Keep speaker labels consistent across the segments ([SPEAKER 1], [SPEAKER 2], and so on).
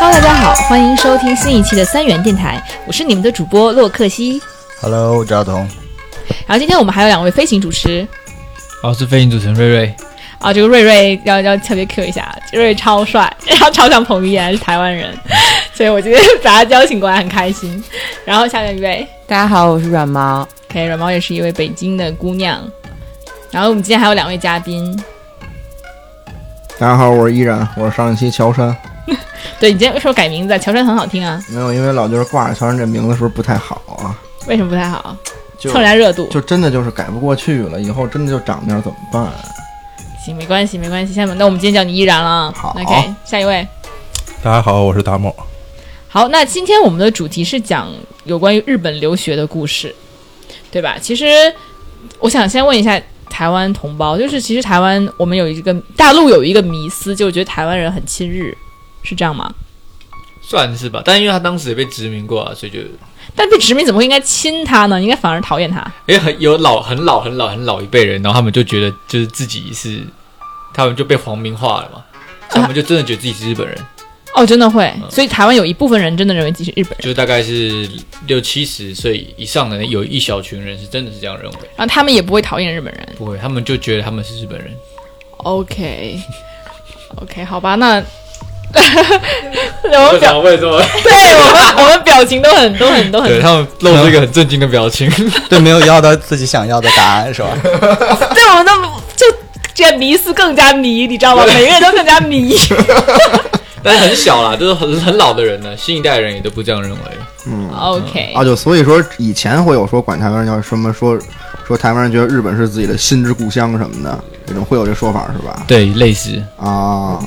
[SPEAKER 1] Hello，大家好，欢迎收听新一期的三元电台，我是你们的主播洛克西。
[SPEAKER 2] Hello，我是阿童。
[SPEAKER 1] 然后今天我们还有两位飞行主持
[SPEAKER 3] 我是飞行主持人瑞瑞，
[SPEAKER 1] 啊，这个瑞瑞要要特别 Q 一下，瑞瑞超帅， 然后超像彭于晏，是台湾人， 所以我今天把他邀请过来很开心。然后下面一位
[SPEAKER 4] 大家好，我是软毛。
[SPEAKER 1] ，OK，软毛也是一位北京的姑娘。然后我们今天还有两位嘉宾，
[SPEAKER 2] 大家好，我是依然，我是上一期乔杉。
[SPEAKER 1] 对你今天为什么改名字啊？乔杉很好听啊，
[SPEAKER 2] 没有，因为老觉得挂着乔杉这名字是不是不太好啊？
[SPEAKER 1] 为什么不太好？
[SPEAKER 2] 就
[SPEAKER 1] 蹭人家热度。
[SPEAKER 2] 就真的就是改不过去了，以后真的就长那样怎么办？
[SPEAKER 1] 哎行，没关系，没关系。下面那我们今天叫你依然了啊。
[SPEAKER 2] 好
[SPEAKER 1] ，OK，下一位。
[SPEAKER 5] 大家好，我是达莫。
[SPEAKER 1] 好，那今天我们的主题是讲有关于日本留学的故事，对吧？其实我想先问一下台湾同胞，就是其实台湾我们有一个大陆有一个迷思，就是觉得台湾人很亲日，是这样吗？
[SPEAKER 3] 算是吧。但因为他当时也被殖民过啊，所以就
[SPEAKER 1] 但被殖民怎么会应该亲他呢？应该反而讨厌他。
[SPEAKER 3] 因为很有老很老很老很老一辈人，然后他们就觉得就是自己是，他们就被皇民化了嘛，所以他们就真的觉得自己是日本人，
[SPEAKER 1] 哦，真的会，
[SPEAKER 3] 嗯
[SPEAKER 1] 所以台湾有一部分人真的认为自己是日本人，
[SPEAKER 3] 就是大概是六七十岁以上的有一小群人是真的是这样认为，
[SPEAKER 1] 然后他们也不会讨厌日本人。
[SPEAKER 3] 不会，他们就觉得他们是日本人。
[SPEAKER 1] OK，OK，、好吧， 那我们表
[SPEAKER 3] 为什么？
[SPEAKER 1] 对我们我们表情都很都很都 很
[SPEAKER 3] 对他们露出一个很震惊的表情。
[SPEAKER 5] 对，没有要到自己想要的答案是吧？
[SPEAKER 1] 对，我们都就这迷思更加迷，你知道吗？每个人都更加 迷。
[SPEAKER 3] 但是很小啦，就是很很老的人呢，新一代人也都不这样认为。
[SPEAKER 2] 嗯，
[SPEAKER 1] OK，
[SPEAKER 2] 啊，就所以说以前会有说管台湾人叫什么说说台湾人觉得日本是自己的心之故乡什么的，这种会有这说法是吧？
[SPEAKER 3] 对，类似
[SPEAKER 2] 啊，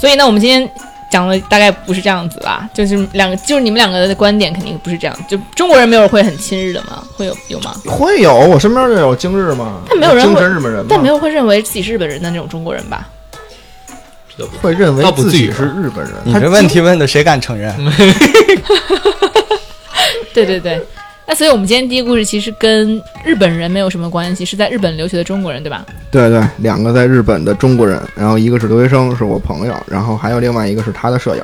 [SPEAKER 1] 所以呢，我们今天讲的大概不是这样子啦，就是两个，就是你们两个的观点肯定不是这样。就中国人没有人会很亲日的吗？会有有吗？
[SPEAKER 2] 会有，我身边就有京日嘛，
[SPEAKER 1] 但没有人
[SPEAKER 2] 精
[SPEAKER 1] 会
[SPEAKER 2] 神日本人嘛，
[SPEAKER 1] 但没有会认为自己是日本人的那种中国人吧？
[SPEAKER 2] 会认为
[SPEAKER 3] 倒不
[SPEAKER 2] 自
[SPEAKER 3] 至于
[SPEAKER 2] 己
[SPEAKER 3] 吧
[SPEAKER 2] 是日本人。
[SPEAKER 5] 你
[SPEAKER 2] 他
[SPEAKER 5] 这问题问的谁敢承认？
[SPEAKER 1] 对对对。那所以我们今天第一个故事其实跟日本人没有什么关系，是在日本留学的中国人，对吧？
[SPEAKER 2] 对对，两个在日本的中国人，然后一个是留学生，是我朋友，然后还有另外一个是他的舍友，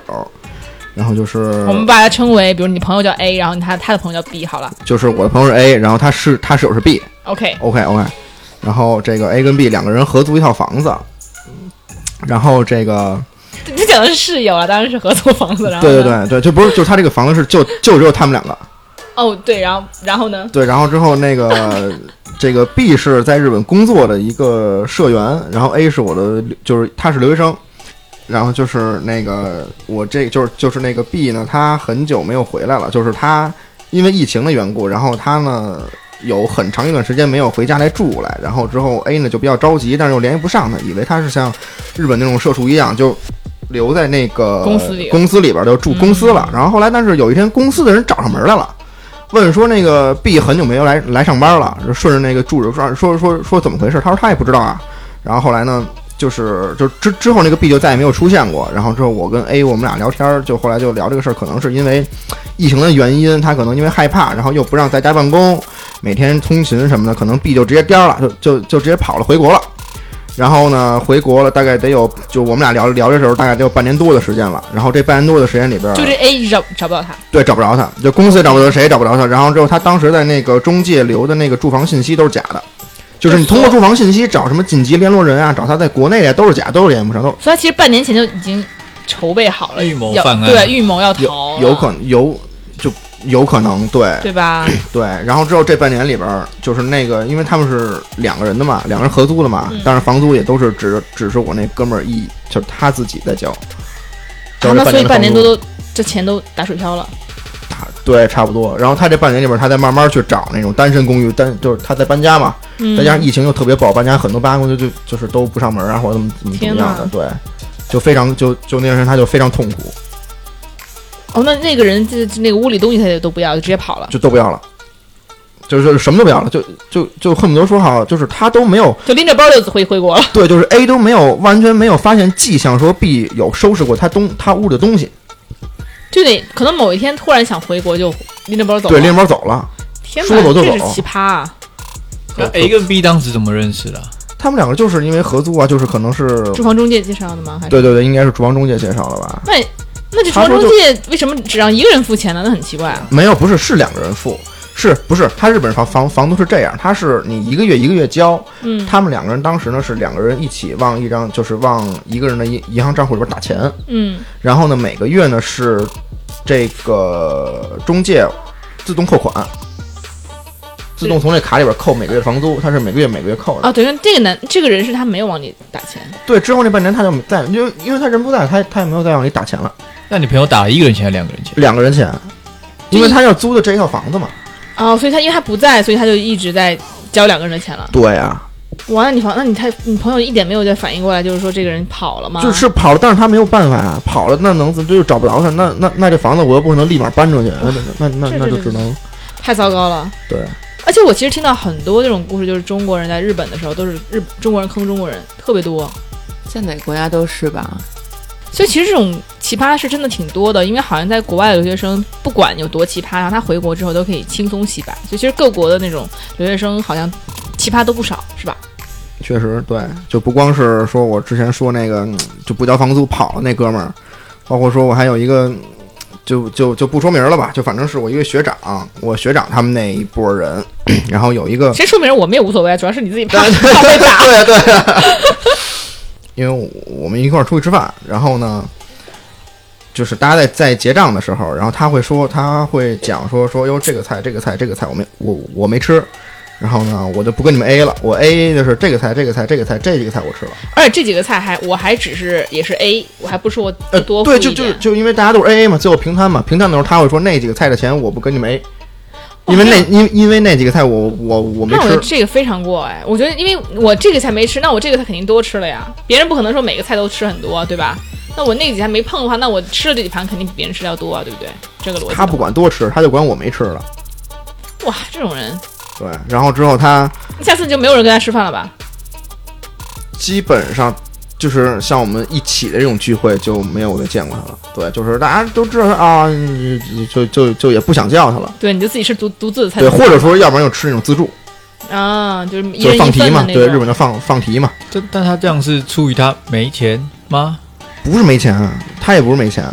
[SPEAKER 2] 然后就是
[SPEAKER 1] 我们把它称为，比如你朋友叫 A，然后他他的朋友叫 B，好了
[SPEAKER 2] 就是我的朋友是 A，然后他是他室友是 B，OK
[SPEAKER 1] ，OK，
[SPEAKER 2] OK，然后这个 A 跟 B 两个人合租一套房子，然后这个
[SPEAKER 1] 你讲的是室友啊，当然是合租房子，然后
[SPEAKER 2] 对对
[SPEAKER 1] 呢
[SPEAKER 2] 对对，就不是就他这个房子是就就只有他们两个，
[SPEAKER 1] 哦，对，然后然后呢？
[SPEAKER 2] 对，然后之后那 个这个 B 是在日本工作的一个社员，然后 A 是我的，就是他是留学生，然后就是那个我这就是就是那个 B 呢，他很久没有回来了，就是他因为疫情的缘故，然后他呢有很长一段时间没有回家来住来，然后之后 A 呢就比较着急，但是又联系不上他，以为他是像日本那种社畜一样就。留在那个
[SPEAKER 1] 公司里
[SPEAKER 2] 公司里边儿就住公司了。然后后来，但是有一天公司的人找上门来了，问说那个 B 很久没有来来上班了，就顺着那个住着说说说说怎么回事，他说他也不知道啊。然后后来呢，就是就之之后那个 B 就再也没有出现过。然后之后我跟 A 我们俩聊天儿，就后来就聊这个事儿，可能是因为疫情的原因，他可能因为害怕，然后又不让在家办公，每天通勤什么的，可能 B 就直接颠儿了，就就就直接跑了回国了。然后呢，回国了大概得有，就我们俩聊聊的时候，大概得有半年多的时间了。然后这半年多的时间里边儿，
[SPEAKER 1] 就这 A 一直找找不到他。
[SPEAKER 2] 对，找不着他，就公司也找不着，谁也找不着他。然后之后，他当时在那个中介留的那个住房信息都是假的，就是你通过住房信息找什么紧急联络人啊，找他在国内的都是假，都是联系不上，都是
[SPEAKER 1] 所以他其实半年前就已经筹备好了，
[SPEAKER 3] 预谋
[SPEAKER 1] 要
[SPEAKER 3] 犯案
[SPEAKER 1] 对，预谋要逃
[SPEAKER 2] 有
[SPEAKER 1] 了，
[SPEAKER 2] 有可能有就有可能对
[SPEAKER 1] 对吧？
[SPEAKER 2] 对。然后之后这半年里边儿，就是那个，因为他们是两个人的嘛，两个人合租的嘛
[SPEAKER 1] 嗯，
[SPEAKER 2] 但是房租也都是只只是我那哥们儿一就是他自己在交，交
[SPEAKER 1] 啊
[SPEAKER 2] 这
[SPEAKER 1] 那所以
[SPEAKER 2] 的
[SPEAKER 1] 半
[SPEAKER 2] 房
[SPEAKER 1] 年
[SPEAKER 2] 租
[SPEAKER 1] 多都这钱都打水漂了。
[SPEAKER 2] 对差不多。然后他这半年里边儿，他在慢慢去找那种单身公寓，单就是他在搬家嘛。
[SPEAKER 1] 嗯，
[SPEAKER 2] 再加上疫情又特别不好搬家，很多搬家公司就就就是都不上门啊，或者怎么怎么怎么样的，
[SPEAKER 1] 天
[SPEAKER 2] 对，就非常就就那段时间他就非常痛苦，
[SPEAKER 1] 哦，那那个人这这那个屋里东西他也都不要，就直接跑了。
[SPEAKER 2] 就都不要了。就是什么都不要了，就就就恨不得说好，就是他都没有
[SPEAKER 1] 就拎着包就回回国了。
[SPEAKER 2] 对，就是 A 都没有完全没有发现迹象说 B 有收拾过他东他屋的东西，
[SPEAKER 1] 就得可能某一天突然想回国，就拎着包走了。
[SPEAKER 2] 对，拎着包走了。
[SPEAKER 1] 天
[SPEAKER 2] 说
[SPEAKER 1] 哪，
[SPEAKER 2] 走就
[SPEAKER 1] 这
[SPEAKER 2] 走
[SPEAKER 1] 是奇葩啊！
[SPEAKER 3] 那呃 A 跟 B 当时怎么认识的啊？
[SPEAKER 2] 他们两个就是因为合租啊，就是可能是
[SPEAKER 1] 住房中介介绍的吗？还是
[SPEAKER 2] 对对对，应该是厨房中介介绍的吧？
[SPEAKER 1] 那那这住房中介为什么只让一个人付钱呢？那很奇怪啊！
[SPEAKER 2] 没有，不是，是两个人付。是不是？他日本房房房租是这样，他是你一个月一个月交，
[SPEAKER 1] 嗯
[SPEAKER 2] 他们两个人当时呢是两个人一起往一张，就是往一个人的银银行账户里边打钱，
[SPEAKER 1] 嗯
[SPEAKER 2] 然后呢每个月呢是这个中介自动扣款，自动从这卡里边扣每个月房租，他是每个月每个月扣的。
[SPEAKER 1] 啊，等于这个男这个人是他没有往里打钱，
[SPEAKER 2] 对，之后那半年他就再，因为因为他人不在，他他也没有再往里打钱了，
[SPEAKER 3] 那你朋友打了一个人钱还是两个人钱？
[SPEAKER 2] 两个人钱，因为他要租的这一套房子嘛。
[SPEAKER 1] 哦，所以他因为他不在，所以他就一直在交两个人的钱了。
[SPEAKER 2] 对啊，
[SPEAKER 1] 哇，那你朋那你他你朋友一点没有在反应过来，就是说这个人跑了吗？
[SPEAKER 2] 就是跑了，但是他没有办法啊，跑了那能怎就找不着他，那那那这房子我又不可能立马搬出去，那那那那
[SPEAKER 1] 是
[SPEAKER 2] 那就是只能
[SPEAKER 1] 太糟糕了。
[SPEAKER 2] 对。
[SPEAKER 1] 而且我其实听到很多这种故事，就是中国人在日本的时候，都是日中国人坑中国人，特别多。
[SPEAKER 4] 在哪个国家都是吧？
[SPEAKER 1] 所以其实这种奇葩事真的挺多的，因为好像在国外的留学生不管有多奇葩，然后他回国之后都可以轻松洗白。所以其实各国的那种留学生好像奇葩都不少，是吧？
[SPEAKER 2] 确实对，就不光是说我之前说那个嗯就不交房租跑了那哥们儿，包括说我还有一个嗯就就就不说名了吧，就反正是我一个学长，我学长他们那一波人， 然后有一个
[SPEAKER 1] 谁说名我们也无所谓，主要是你自己怕怕被 打。
[SPEAKER 2] 对啊对啊，因为我我们一块儿出去吃饭，然后呢，就是大家在在结账的时候，然后他会说，他会讲说说哟这个菜这个菜这个菜我没我我没吃，然后呢我就不跟你们 A 了，我 A 就是这个菜这个菜这个菜这几个菜我吃了，
[SPEAKER 1] 而且这几个菜还我还只是也是 A，我还不是我
[SPEAKER 2] 呃
[SPEAKER 1] 多付
[SPEAKER 2] 对
[SPEAKER 1] 一点。
[SPEAKER 2] 就就就因为大家都是 A A 嘛，最后平摊嘛，平摊的时候他会说那几个菜的钱我不跟你们 A。因为那因因为那几个菜我我我没
[SPEAKER 1] 哦那我觉
[SPEAKER 2] 吃
[SPEAKER 1] 得，这个非常过哎，我觉得因为我这个菜没吃，那我这个菜肯定多吃了呀。别人不可能说每个菜都吃很多，对吧？那我那几盘没碰的话，那我吃了这几盘肯定比别人吃的要多啊，对不对？这个逻辑。
[SPEAKER 2] 他不管多吃，他就管我没吃了。
[SPEAKER 1] 哇，这种人，
[SPEAKER 2] 对，然后之后他
[SPEAKER 1] 下次就没有人跟他吃饭了吧？
[SPEAKER 2] 基本上就是像我们一起的这种聚会就没有再见过他了。对，就是大家都知道他啊，你你就就就也不想叫他了。
[SPEAKER 1] 对，你就自己吃独独自的菜
[SPEAKER 2] 对，或者说要不然就吃那种自助，
[SPEAKER 1] 啊，就是一
[SPEAKER 2] 就
[SPEAKER 1] 人
[SPEAKER 2] 是
[SPEAKER 1] 一份
[SPEAKER 2] 放题
[SPEAKER 1] 的
[SPEAKER 2] 嘛。
[SPEAKER 1] 那种。
[SPEAKER 2] 对，日本叫放放题嘛，
[SPEAKER 3] 但但他这样是出于他没钱吗？
[SPEAKER 2] 不是没钱，啊他也不是没钱，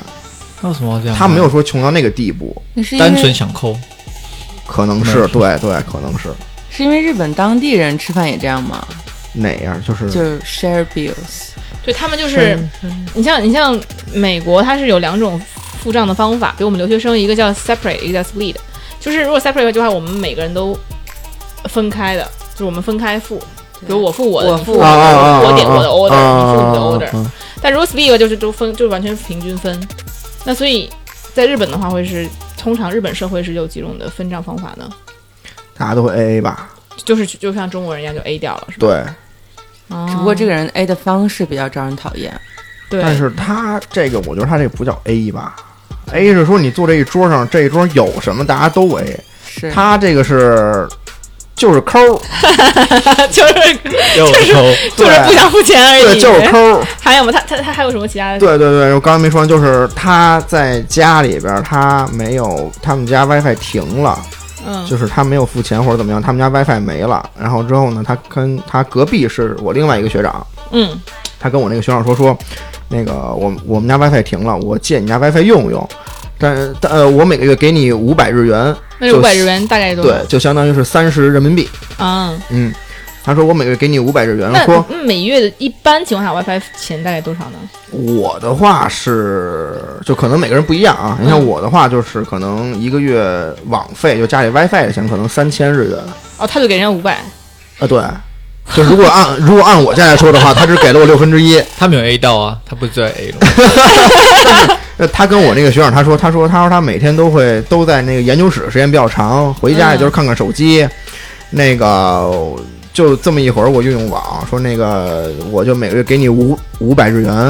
[SPEAKER 3] 他为什么要这样？
[SPEAKER 2] 他没有说穷到那个地步，
[SPEAKER 4] 那是因
[SPEAKER 3] 单纯
[SPEAKER 4] 为
[SPEAKER 3] 想 抠，
[SPEAKER 2] 可能
[SPEAKER 3] 可
[SPEAKER 2] 是
[SPEAKER 3] 能是
[SPEAKER 2] 对对，可能是
[SPEAKER 4] 是因为日本当地人吃饭也这样吗？
[SPEAKER 2] 哪样？就是
[SPEAKER 4] 就是 share bills，
[SPEAKER 1] 对他们就是，你像你像美国，它是有两种付账的方法，给我们留学生一个叫 separate，一个叫 split。就是如果 separate 的话，我们每个人都分开的，就是我们分开付，比如我付我的，
[SPEAKER 4] 我
[SPEAKER 1] 你
[SPEAKER 4] 付
[SPEAKER 1] 付
[SPEAKER 4] 啊
[SPEAKER 1] 的
[SPEAKER 2] 啊啊
[SPEAKER 1] 我点我的
[SPEAKER 2] 啊
[SPEAKER 1] order，、
[SPEAKER 2] 啊
[SPEAKER 1] 你付你的 order、
[SPEAKER 2] 啊
[SPEAKER 1] 但如果 split 就是都分，就完全平均分。那所以在日本的话，会是通常日本社会是有几种的分账方法呢？
[SPEAKER 2] 大家都会 A A 吧？
[SPEAKER 1] 就是就像中国人一样就 A 掉了，是吧？
[SPEAKER 2] 对，
[SPEAKER 1] 哦
[SPEAKER 4] 只不过这个人 A 的方式比较招人讨厌。
[SPEAKER 1] 对，
[SPEAKER 2] 但是他这个，我觉得他这不叫 A 吧？A 是说你坐这一桌上，这一桌有什么大家都 A，
[SPEAKER 4] 是
[SPEAKER 2] 他这个是就是抠儿，
[SPEAKER 1] 就是
[SPEAKER 3] 要我抠。
[SPEAKER 1] 就是不想付钱而已，
[SPEAKER 2] 对，就是抠儿，
[SPEAKER 1] 还有吗？他他他还有什么其他的？
[SPEAKER 2] 对对对，我刚才没说完，就是他在家里边儿他没有他们家 WiFi 停了，
[SPEAKER 1] 嗯，
[SPEAKER 2] 就是他没有付钱或者怎么样，他们家 WiFi 没了，然后之后呢，他跟他隔壁是我另外一个学长，
[SPEAKER 1] 嗯，
[SPEAKER 2] 他跟我那个学长说说，那个我我们家 WiFi 停了，我借你家 WiFi 用用。但但呃，我每个月给你五百日元，
[SPEAKER 1] 那是五百日元大概多少
[SPEAKER 2] 对，？就相当于是三十人民币。
[SPEAKER 1] 啊，
[SPEAKER 2] 嗯，他说我每个月给你五百日元，
[SPEAKER 1] 那
[SPEAKER 2] 说
[SPEAKER 1] 嗯每月的一般情况下 WiFi 钱大概多少呢？
[SPEAKER 2] 我的话是，就可能每个人不一样啊。你像
[SPEAKER 1] 嗯
[SPEAKER 2] 我的话，就是可能一个月网费，就家里 WiFi 的钱，可能三 千日元
[SPEAKER 1] 哦，他就给人家五百，
[SPEAKER 2] 啊。对，就如果按如果按我家来说的话，他只给了我六分之一。
[SPEAKER 3] 他没有 A 到啊，他不是在 A 了吗。
[SPEAKER 2] 那呃他跟我那个学长他说，他说他说他每天都会都在那个研究室时间比较长，回家也
[SPEAKER 1] 嗯
[SPEAKER 2] 就是看看手机，那个就这么一会儿我就用网，说那个我就每个月给你五五百日元，
[SPEAKER 1] 还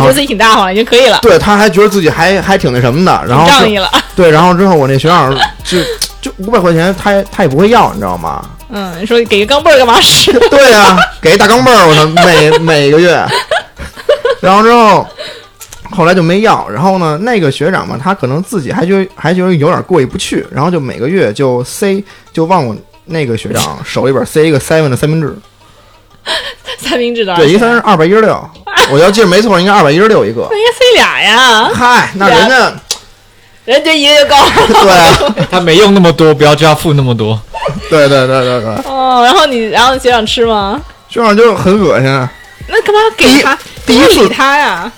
[SPEAKER 1] 觉
[SPEAKER 2] 后
[SPEAKER 1] 得自己挺大方了，已经可以了，
[SPEAKER 2] 对他还觉得自己还还挺那什么的，然
[SPEAKER 1] 挺
[SPEAKER 2] 后是
[SPEAKER 1] 仗义了。啊
[SPEAKER 2] 对，然后之后我那学长就就五百块钱，他也他也不会要，你知道吗？
[SPEAKER 1] 嗯，说给个钢镚儿干嘛使？
[SPEAKER 2] 对啊，给一大钢镚儿，我操，每每个 月。然后之后，后来就没要。然后呢，那个学长嘛，他可能自己还觉得还觉得有点过意不去，然后就每个月就塞，就往我那个学长手里边塞一个 seven 的三明治，
[SPEAKER 1] 三明治的，
[SPEAKER 2] 对，一个三是二百一十六，我要记得没错，应该二百一十六一个
[SPEAKER 1] 那。应该塞俩呀，
[SPEAKER 2] 嗨，那人家
[SPEAKER 1] 人家一个月高。
[SPEAKER 2] 对 啊
[SPEAKER 3] 他没用那么多，不要叫他付那么多。
[SPEAKER 2] 对对对对对，
[SPEAKER 1] 哦，然后你，然后学长吃吗？
[SPEAKER 2] 学长就很恶心，啊
[SPEAKER 1] 那干嘛给他？
[SPEAKER 2] 第一
[SPEAKER 1] 不
[SPEAKER 2] 次
[SPEAKER 1] 理他呀，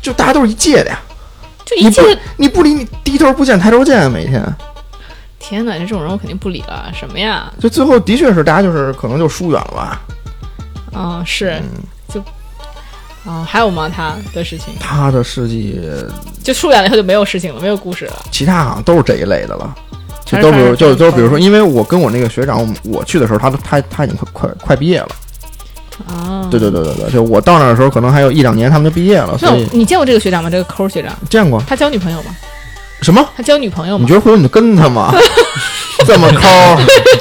[SPEAKER 2] 就大家都是一届的呀，
[SPEAKER 1] 就
[SPEAKER 2] 你
[SPEAKER 1] 一
[SPEAKER 2] 不
[SPEAKER 1] 见，
[SPEAKER 2] 你不理你低头不见抬头见，啊每天。
[SPEAKER 1] 天哪，这种人我肯定不理了，什么呀？
[SPEAKER 2] 就最后的确是大家就是可能就疏远了吧。
[SPEAKER 1] 啊、是，
[SPEAKER 2] 嗯
[SPEAKER 1] 就，啊、还有吗？他的事情
[SPEAKER 2] 他的事迹，
[SPEAKER 1] 就疏远了以后就没有事情了，没有故事了。
[SPEAKER 2] 其他好像都是这一类的了，就
[SPEAKER 1] 全是
[SPEAKER 2] 都比
[SPEAKER 1] 传
[SPEAKER 2] 如
[SPEAKER 1] 染
[SPEAKER 2] 就
[SPEAKER 1] 病
[SPEAKER 2] 都是比如说，因为我跟我那个学长，我们我去的时候，他都他他已经快快快毕业了。
[SPEAKER 1] 啊，
[SPEAKER 2] 对对对对对，就我到那儿的时候，可能还有一两年他们就毕业了，
[SPEAKER 1] 那
[SPEAKER 2] 所
[SPEAKER 1] 我
[SPEAKER 2] 以
[SPEAKER 1] 你见过这个学长吗？这个抠学长，
[SPEAKER 2] 见过
[SPEAKER 1] 他交女朋友吗？
[SPEAKER 2] 什么？
[SPEAKER 1] 他交女朋友
[SPEAKER 2] 你
[SPEAKER 1] 吗？
[SPEAKER 2] 觉得回头你就跟他吗？ 这么 抠，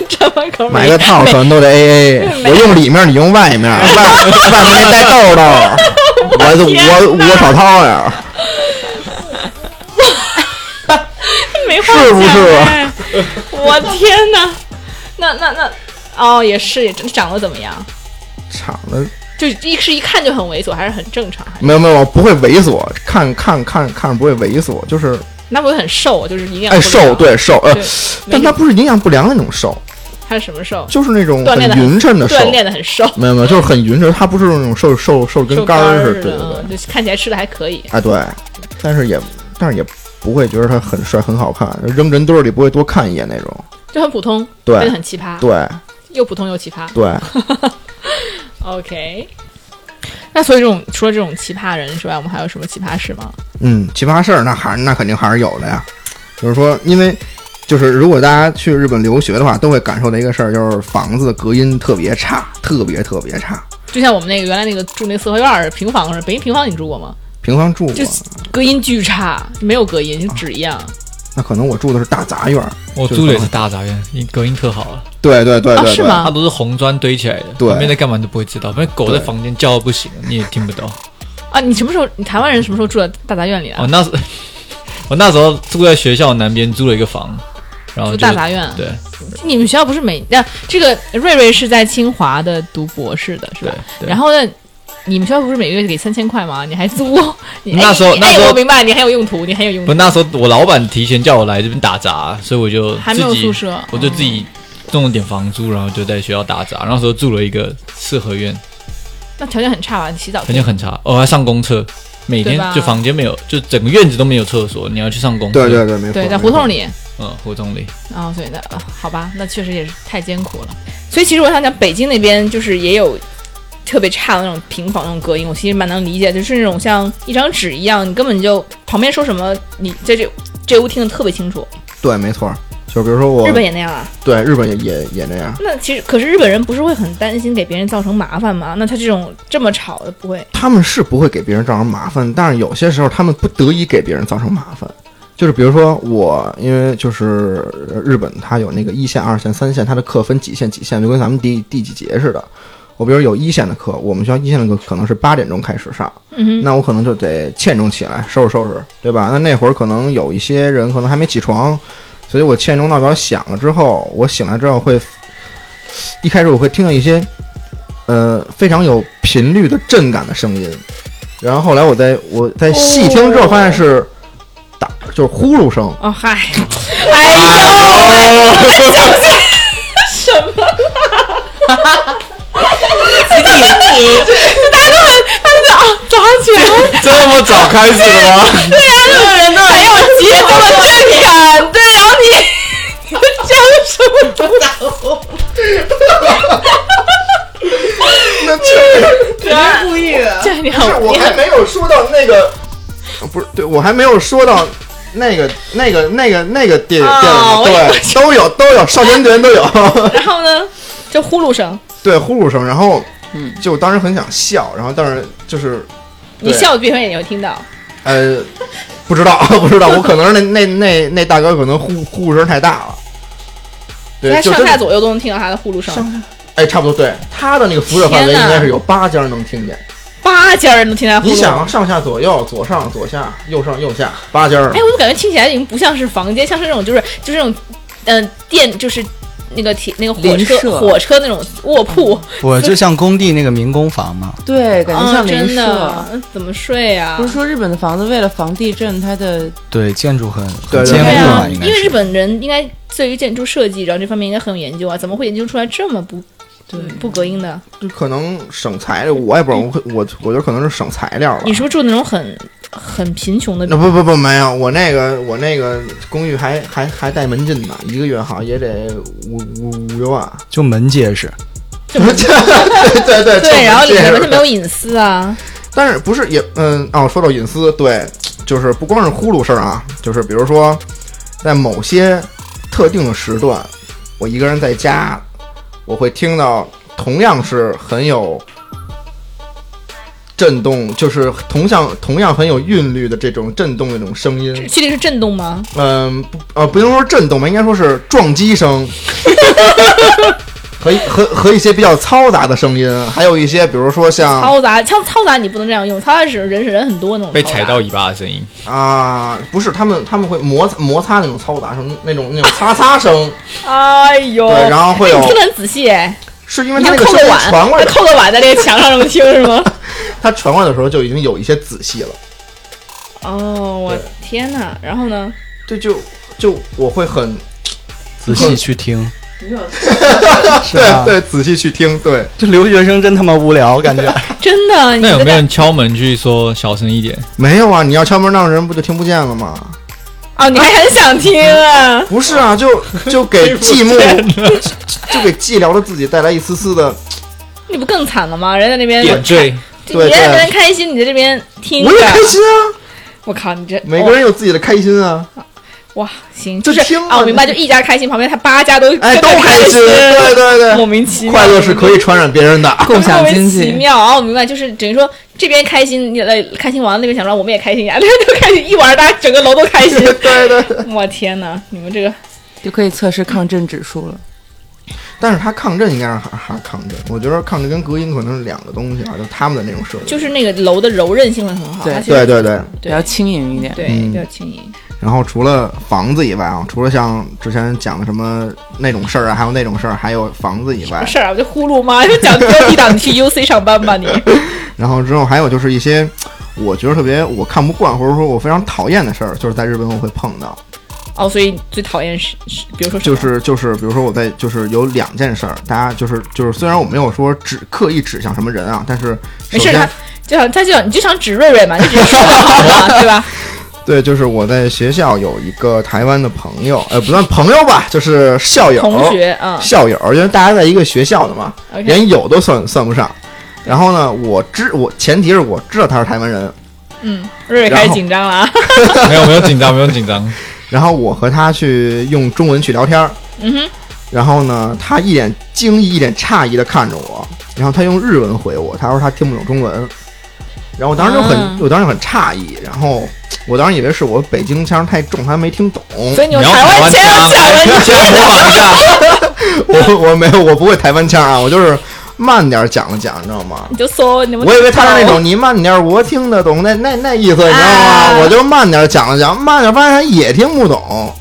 [SPEAKER 1] 这么抠
[SPEAKER 2] 买个套可能都得 A A，我 用里面，你用外面，外外面还带豆豆， 我我我少掏点儿。
[SPEAKER 1] 没话
[SPEAKER 2] 是
[SPEAKER 1] 讲
[SPEAKER 2] 不是
[SPEAKER 1] 哎我天哪，那那那，哦，也是，也长得怎么样？
[SPEAKER 2] 长得
[SPEAKER 1] 就一是一看就很猥琐，还是很正常？还是
[SPEAKER 2] 没有没有，不会猥琐，看看看看着不会猥琐，就是
[SPEAKER 1] 那不是很瘦，啊就是营养
[SPEAKER 2] 哎
[SPEAKER 1] 不良
[SPEAKER 2] 瘦，对瘦，呃
[SPEAKER 1] 对，没
[SPEAKER 2] 但他
[SPEAKER 1] 什么
[SPEAKER 2] 不是营养不良那种瘦，
[SPEAKER 1] 他是什么瘦？
[SPEAKER 2] 就是那种
[SPEAKER 1] 锻炼得很
[SPEAKER 2] 匀称的瘦，
[SPEAKER 1] 锻炼的很瘦，
[SPEAKER 2] 没有没有，就是很匀称，他不是那种瘦瘦瘦
[SPEAKER 1] 瘦
[SPEAKER 2] 得跟杆
[SPEAKER 1] 儿
[SPEAKER 2] 儿
[SPEAKER 1] 似
[SPEAKER 2] 似的，对对
[SPEAKER 1] 的，
[SPEAKER 2] 对
[SPEAKER 1] 嗯，就看起来吃的还可以。
[SPEAKER 2] 哎对，但是也但是也不会觉得他很帅很好看，扔人堆儿里不会多看一眼那种，
[SPEAKER 1] 就很普通，
[SPEAKER 2] 对
[SPEAKER 1] 但是很奇葩，
[SPEAKER 2] 对
[SPEAKER 1] 又普通又奇葩。
[SPEAKER 2] 对，
[SPEAKER 1] OK，那所以这种除了这种奇葩人之外，我们还有什么奇葩事吗？
[SPEAKER 2] 嗯，奇葩事儿那还那肯定还是有的呀，就是说因为。就是如果大家去日本留学的话，都会感受到一个事儿，就是房子隔音特别差，特别特别差。
[SPEAKER 1] 就像我们那个原来那个住那四合院儿平房似的，北京平房你住过吗？
[SPEAKER 2] 平房住过，
[SPEAKER 1] 就隔音巨差，没有隔音，就纸一样。
[SPEAKER 2] 那可能我住的是大杂院儿。
[SPEAKER 3] 我
[SPEAKER 2] 就
[SPEAKER 3] 住的也
[SPEAKER 2] 是
[SPEAKER 3] 是大杂院，因隔音特好啊，
[SPEAKER 2] 对对对
[SPEAKER 1] 哦
[SPEAKER 2] 对
[SPEAKER 1] 是
[SPEAKER 2] 对，
[SPEAKER 1] 吗啊
[SPEAKER 3] 它都是红砖堆起来的，
[SPEAKER 2] 对
[SPEAKER 3] 里面在干嘛你都不会知道，反正狗在
[SPEAKER 2] 对
[SPEAKER 3] 房间叫不行，你也听不到。
[SPEAKER 1] 啊，你什么时候？你台湾人什么时候住在大杂院里啊
[SPEAKER 3] 我？那时 我那时候住在学校南边租了一个房，然后
[SPEAKER 1] 住
[SPEAKER 3] 就
[SPEAKER 1] 大杂院。
[SPEAKER 3] 哦对
[SPEAKER 1] 你们学校不是每那、这个瑞瑞是在清华的读博士的是
[SPEAKER 3] 对
[SPEAKER 1] 吧？
[SPEAKER 3] 对。
[SPEAKER 1] 然后呢？你们学校不是每个月给三千块吗？你还租？ 你
[SPEAKER 3] 那时候
[SPEAKER 1] 哎
[SPEAKER 3] 那时候
[SPEAKER 1] 哎我明白，你很有用途，你很有用
[SPEAKER 3] 不，
[SPEAKER 1] 途。
[SPEAKER 3] 那时候我老板提前叫我来这边打杂，啊所以我就
[SPEAKER 1] 还没有
[SPEAKER 3] 自己
[SPEAKER 1] 宿舍嗯
[SPEAKER 3] 我就自己弄了点房租，然后就在学校打杂。那时候住了一个四合院，
[SPEAKER 1] 那条件很差吧？你洗澡
[SPEAKER 3] 条件很差，哦我、还上公厕，每
[SPEAKER 1] 对
[SPEAKER 3] 天
[SPEAKER 1] 吧
[SPEAKER 3] 就房间没有，就整个院子都没有厕所，你要去上公
[SPEAKER 2] 对
[SPEAKER 3] 厕。
[SPEAKER 2] 对对，没错。
[SPEAKER 1] 对，在
[SPEAKER 2] 没
[SPEAKER 1] 胡
[SPEAKER 2] 错
[SPEAKER 1] 同，里。
[SPEAKER 3] 嗯，胡同里
[SPEAKER 1] 哦，对的，呃好吧，那确实也是太艰苦了。所以其实我想讲，北京那边就是也有特别差的那种平房那种隔音，我其实蛮能理解，就是那种像一张纸一样，你根本就旁边说什么，你在这这屋听得特别清楚。
[SPEAKER 2] 对，没错。就比如说我，
[SPEAKER 1] 日本也那样啊。
[SPEAKER 2] 对日本也也也那样，
[SPEAKER 1] 那其实可是日本人不是会很担心给别人造成麻烦吗？那他这种这么吵的不会？
[SPEAKER 2] 他们是不会给别人造成麻烦，但是有些时候他们不得已给别人造成麻烦。就是比如说我，因为就是呃日本，它有那个一线、二线、三线，它的课分几线几线，就跟咱们第第几节似的。我比如有一线的课，我们学校一线的课可能是八点钟开始上，
[SPEAKER 1] 嗯哼，
[SPEAKER 2] 那我可能就得欠钟起来收拾收拾，对吧？那那会儿可能有一些人可能还没起床，所以我欠钟闹表响了之后，我醒来之后会，一开始我会听到一些，呃，非常有频率的震感的声音，然后后来我在我
[SPEAKER 1] 哦
[SPEAKER 2] 在细听之后发现是打就是呼噜声，
[SPEAKER 1] 哦嗨，哎呦喂，什么？早上起来，
[SPEAKER 3] 这么早开始了吗？
[SPEAKER 1] 所有人都没有极度的震感，啊对，啊然后你你讲什么毒打我？啊
[SPEAKER 2] 那 这
[SPEAKER 4] 故意的。
[SPEAKER 1] 这你
[SPEAKER 2] 不是
[SPEAKER 1] 好，
[SPEAKER 2] 我
[SPEAKER 1] 你
[SPEAKER 2] 还
[SPEAKER 1] 很
[SPEAKER 2] 没有说到那个，不是对我还没有说到那个 那个那个那个电
[SPEAKER 1] 哦
[SPEAKER 2] 电影，
[SPEAKER 1] 我以为
[SPEAKER 2] 对，都有都有，少年队员都有，
[SPEAKER 1] 然后呢，就呼噜声，
[SPEAKER 2] 对呼噜声，然后
[SPEAKER 4] 嗯
[SPEAKER 2] 就当时很想笑，然后但是就是
[SPEAKER 1] 你
[SPEAKER 2] 对
[SPEAKER 1] 笑，别人也能听到。
[SPEAKER 2] 呃不知道不知道，我可能是那那那那大哥可能呼呼噜声太大了，
[SPEAKER 1] 所以
[SPEAKER 2] 对，
[SPEAKER 1] 他
[SPEAKER 2] 就
[SPEAKER 1] 上
[SPEAKER 2] 真
[SPEAKER 1] 下
[SPEAKER 2] 的
[SPEAKER 1] 左右都能听到他的呼噜声，
[SPEAKER 2] 上下，哎，差不多，对，它的那个辐射范围
[SPEAKER 1] 天哪
[SPEAKER 2] 应该是有八家能听见。
[SPEAKER 1] 八家人能听他呼噜。
[SPEAKER 2] 你想啊，上下左右，左上左下，右上右下，八家儿
[SPEAKER 1] 哎，我怎么感觉听起来已经不像是房间，像是那种就是就是那种，嗯、电就是那个铁那个火
[SPEAKER 4] 邻
[SPEAKER 1] 车
[SPEAKER 4] 舍
[SPEAKER 1] 火车那种卧铺，
[SPEAKER 5] 我就像工地那个民工房嘛，
[SPEAKER 4] 对，嗯感觉
[SPEAKER 1] 啊，
[SPEAKER 4] 像邻
[SPEAKER 1] 真
[SPEAKER 4] 舍。
[SPEAKER 1] 的嗯怎么睡啊
[SPEAKER 4] 哦不？是说日本的房子为了防地震，它的
[SPEAKER 5] 对，建筑很
[SPEAKER 2] 对对
[SPEAKER 5] 很坚
[SPEAKER 1] 对
[SPEAKER 5] 固
[SPEAKER 1] 啊
[SPEAKER 5] 嘛，，应该
[SPEAKER 1] 因为日
[SPEAKER 5] 是。
[SPEAKER 1] 本人应该对于建筑设计，然后这方面应该很有研究啊，怎么会研究出来这么不
[SPEAKER 4] 对
[SPEAKER 1] 不隔音的？
[SPEAKER 2] 就可能省材料，我也不知道，我可我我觉得可能是省材料吧
[SPEAKER 1] 你。是不是住那种很很贫穷的
[SPEAKER 2] 那不不不没有，我那个我那个公寓还还还带门禁呢，一个月好像也得五五五六万。
[SPEAKER 5] 就门结实，
[SPEAKER 1] 这么
[SPEAKER 2] 对 对对
[SPEAKER 1] 对，然后里面就没
[SPEAKER 2] 有。
[SPEAKER 1] 有隐私啊，
[SPEAKER 2] 但是不是也嗯哦，说到隐私，对，就是不光是呼噜声啊，就是比如说在某些特定的时段，我一个人在家，我会听到同样是很有震动，就是同样同样很有韵律的这种震动的这种声音，
[SPEAKER 1] 这里是震动吗？
[SPEAKER 2] 嗯，不，呃，不能说震动吧，应该说是撞击声， 和一和和一些比较嘈杂的声音，还有一些比如说像
[SPEAKER 1] 嘈杂，像嘈杂你不能这样用，嘈杂是人是人很多那种。
[SPEAKER 3] 被踩到。尾巴的声音，
[SPEAKER 2] 啊、不是他们他们会摩擦摩擦那种嘈杂声，那种那种擦擦声，
[SPEAKER 1] 哎呦，
[SPEAKER 2] 对，然后会有
[SPEAKER 1] 哎你听得很仔细哎，
[SPEAKER 2] 是因为
[SPEAKER 1] 你
[SPEAKER 2] 他
[SPEAKER 1] 就
[SPEAKER 2] 那个
[SPEAKER 1] 扣
[SPEAKER 2] 声
[SPEAKER 1] 个
[SPEAKER 2] 音
[SPEAKER 1] 碗，
[SPEAKER 2] 传过来
[SPEAKER 1] 他
[SPEAKER 2] 的，
[SPEAKER 1] 扣个碗在这个墙上这么听是 吗？
[SPEAKER 2] 他传过来的时候就已经有一些仔细了，
[SPEAKER 1] 哦，我
[SPEAKER 2] 对
[SPEAKER 1] 天哪！然后呢？
[SPEAKER 2] 对，就就我会很
[SPEAKER 5] 仔细去听， 是吧
[SPEAKER 2] 对？啊对仔细去听，对，
[SPEAKER 5] 这留学生真他妈无聊，感觉。
[SPEAKER 1] 真的，你
[SPEAKER 3] 那
[SPEAKER 1] 觉
[SPEAKER 3] 有没有
[SPEAKER 1] 得
[SPEAKER 3] 人敲门去说小声一点？
[SPEAKER 2] 没有啊，你要敲门让人不就听不见了吗？
[SPEAKER 1] 哦，你还很想听啊？
[SPEAKER 2] 不是 啊，就就给寂寞， 就就给寂寥的自己带来一丝丝的。
[SPEAKER 1] 你不更惨了吗？人在那边，
[SPEAKER 3] 点缀，
[SPEAKER 1] 就
[SPEAKER 2] 对
[SPEAKER 1] 你在
[SPEAKER 2] 对
[SPEAKER 1] 那边开心，你在这边听着
[SPEAKER 2] 我。也开心啊，
[SPEAKER 1] 我靠，你这
[SPEAKER 2] 每个人有自己的开心啊，
[SPEAKER 1] 哦哇哇行，
[SPEAKER 2] 就是听
[SPEAKER 1] 啊，
[SPEAKER 2] 了
[SPEAKER 1] 我明白，就一家开心，旁边他八家都
[SPEAKER 2] 哎，
[SPEAKER 1] 跟
[SPEAKER 2] 都
[SPEAKER 1] 着
[SPEAKER 2] 开
[SPEAKER 1] 心，
[SPEAKER 2] 对对
[SPEAKER 1] 莫
[SPEAKER 2] 对，
[SPEAKER 1] 名其妙，
[SPEAKER 2] 快乐是可以传染别人的。
[SPEAKER 4] 共享经
[SPEAKER 1] 莫名其
[SPEAKER 4] 济，
[SPEAKER 1] 妙啊！我明白，就是等于说这边开心，你来开心完了，那边想让我们也开心呀， 大家都开心，一玩儿大家整个楼都开心。
[SPEAKER 2] 对对对，
[SPEAKER 1] 我天哪，你们这个
[SPEAKER 4] 就可以测试抗震指数了。
[SPEAKER 2] 但是他抗震应该是还还抗震，我觉得抗震跟隔音可能是两个东西啊，就他们的那种设计。
[SPEAKER 1] 就是那个楼的柔韧性会很好，
[SPEAKER 4] 对
[SPEAKER 1] 它其实
[SPEAKER 2] 对对对，
[SPEAKER 4] 比较轻盈一点。
[SPEAKER 1] 对
[SPEAKER 2] 嗯
[SPEAKER 1] 比较轻盈。
[SPEAKER 2] 然后除了房子以外啊，除了像之前讲的什么那种事儿啊，还有那种事儿，还有房子以外
[SPEAKER 1] 有，事儿啊，我就呼噜妈，就讲标题党，你去 UC 上班 吧你。
[SPEAKER 2] 然后之后还有就是一些我觉得特别我看不惯或者说我非常讨厌的事儿，就是在日本我会碰到，
[SPEAKER 1] 哦，所以你最讨厌是是，比如说什
[SPEAKER 2] 就
[SPEAKER 1] 么
[SPEAKER 2] 是就是比如说我在就是有两件事儿，大家就是就是虽然我没有说指刻意指向什么人啊，但是
[SPEAKER 1] 没
[SPEAKER 2] 首
[SPEAKER 1] 事，
[SPEAKER 2] 先
[SPEAKER 1] 他就想他就想你就想指瑞瑞嘛，你就直接说好了，对 吧？
[SPEAKER 2] 对，就是我在学校有一个台湾的朋友，呃，不算朋友吧，就是校友，
[SPEAKER 1] 同学啊
[SPEAKER 2] 校友，因为大家在一个学校的嘛，
[SPEAKER 1] ，OK，
[SPEAKER 2] 连友都算算不上。然后呢，我知我前提是我知道他是台湾人，
[SPEAKER 1] 嗯，瑞瑞
[SPEAKER 2] 然后
[SPEAKER 1] 开始紧张了啊，
[SPEAKER 3] 没有没有紧张，没有紧张，
[SPEAKER 2] 然后我和他去用中文去聊天儿，
[SPEAKER 1] 嗯哼，
[SPEAKER 2] 然后呢，他一脸惊异、一脸诧异的看着我，然后他用日文回我，他说他听不懂中文，然后我当时就很，
[SPEAKER 1] 啊
[SPEAKER 2] 我当时很诧异，然后我当时以为是我北京腔太重，他没听懂，
[SPEAKER 1] 所以你用
[SPEAKER 3] 你要
[SPEAKER 1] 台
[SPEAKER 3] 台
[SPEAKER 1] 湾
[SPEAKER 3] 湾
[SPEAKER 1] 腔
[SPEAKER 3] 腔
[SPEAKER 1] 讲了，你
[SPEAKER 3] 这样模仿一下，
[SPEAKER 2] 我我没有，我不会台湾腔啊，我就是慢点讲了讲，你知道吗？
[SPEAKER 1] 你就搜你们，
[SPEAKER 2] 我以为他是那种你慢点，我听得懂那那那意思，你知道
[SPEAKER 1] 啊
[SPEAKER 2] 吗？我就慢点讲了讲，慢点发现他也听不懂，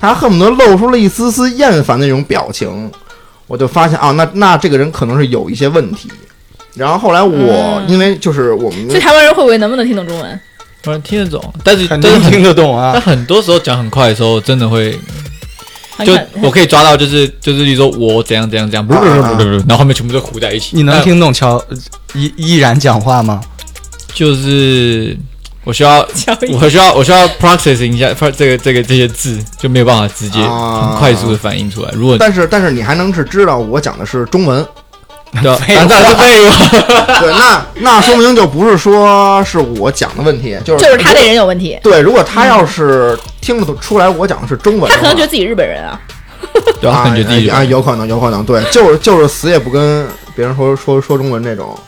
[SPEAKER 2] 他恨不得露出了一丝丝厌烦的那种表情，我就发现啊，那那这个人可能是有一些问题。然后后来我、
[SPEAKER 1] 嗯
[SPEAKER 2] 因为就是我们
[SPEAKER 1] 啊所以台湾人会不会能不能听懂中文？
[SPEAKER 3] 当然听得懂，但是
[SPEAKER 5] 肯
[SPEAKER 3] 但是
[SPEAKER 5] 定
[SPEAKER 3] 很
[SPEAKER 5] 听得懂啊
[SPEAKER 3] 但。很多时候讲很快的时候，真的会
[SPEAKER 1] 很
[SPEAKER 3] 就
[SPEAKER 1] 可
[SPEAKER 3] 我可以抓到，就是就是，例如说我怎样怎样怎样，不不不不不不，然后后面全部都糊在一起。
[SPEAKER 5] 你能
[SPEAKER 3] 但
[SPEAKER 5] 听懂乔依依然讲话吗？
[SPEAKER 3] 就是我需要
[SPEAKER 1] 教育
[SPEAKER 3] 我需要我需要 processing 一下这个这个这些字，就没有办法直接
[SPEAKER 2] 啊
[SPEAKER 3] 很快速的反应出来。 如果
[SPEAKER 2] 但是但是你还能是知道我讲的是中文，
[SPEAKER 3] 对啊
[SPEAKER 5] 废话
[SPEAKER 3] 啊那是废话，
[SPEAKER 2] 对，那那说明就不是说是我讲的问题，就是
[SPEAKER 1] 就是他这人有问题，
[SPEAKER 2] 对，如果他要是听得出来我讲的是中文
[SPEAKER 1] 嗯
[SPEAKER 2] 的话，
[SPEAKER 1] 他可能觉得自己日本人啊，
[SPEAKER 3] 对啊，
[SPEAKER 2] 啊
[SPEAKER 3] 感觉自己
[SPEAKER 2] 啊啊有可能，有可能，对，就是就是死也不跟别人说说说中文这种。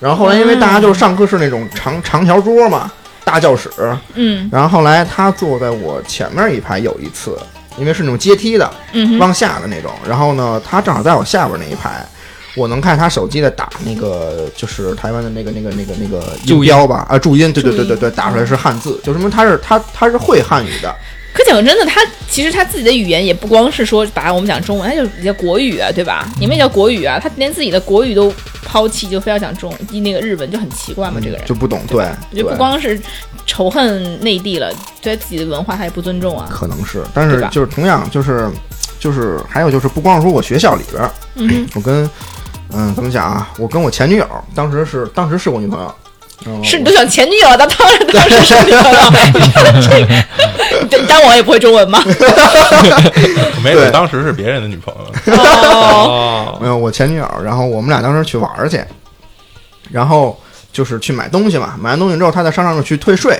[SPEAKER 2] 然后后来因为大家就是上课是那种长长条桌嘛，大教室，
[SPEAKER 1] 嗯，
[SPEAKER 2] 然后后来他坐在我前面一排，有一次因为是那种阶梯的，
[SPEAKER 1] 嗯哼，
[SPEAKER 2] 往下的那种。然后呢，他正好在我下边那一排，我能看他手机在打那个，就是台湾的那个那个那个那个音标吧，啊，注音，对对对对对，打
[SPEAKER 1] 嗯
[SPEAKER 2] 出来是汉字，就说明他是他他是会汉语的。
[SPEAKER 1] 可讲真的，他其实他自己的语言也不光是说把我们讲中文，他就叫国语啊，对吧？你们也叫国语啊，他连自己的国语都抛弃，就非要讲中那个日文，就很奇怪嘛。这个人
[SPEAKER 2] 嗯就不懂，对
[SPEAKER 1] 对，就不光是仇恨内地了，对自己的文化他也不尊重啊。
[SPEAKER 2] 可能是，但
[SPEAKER 1] 对
[SPEAKER 2] 是
[SPEAKER 1] 吧
[SPEAKER 2] 就是同样就是就是还有就是不光是说我学校里边儿，
[SPEAKER 1] 嗯哼，
[SPEAKER 2] 我跟嗯怎么讲啊？我跟我前女友当时是当时是我女朋友，然后
[SPEAKER 1] 是你
[SPEAKER 2] 我
[SPEAKER 1] 都想前女友了，那当然当然是女友了。这个 当我也不会中文吗？
[SPEAKER 6] 没准
[SPEAKER 2] 对
[SPEAKER 6] 当时是别人的女朋友，
[SPEAKER 1] 哦，
[SPEAKER 3] 哦，
[SPEAKER 2] 没有我前女友，然后我们俩当时去玩儿去，然后就是去买东西嘛，买完东西之后，她在商场上去退税，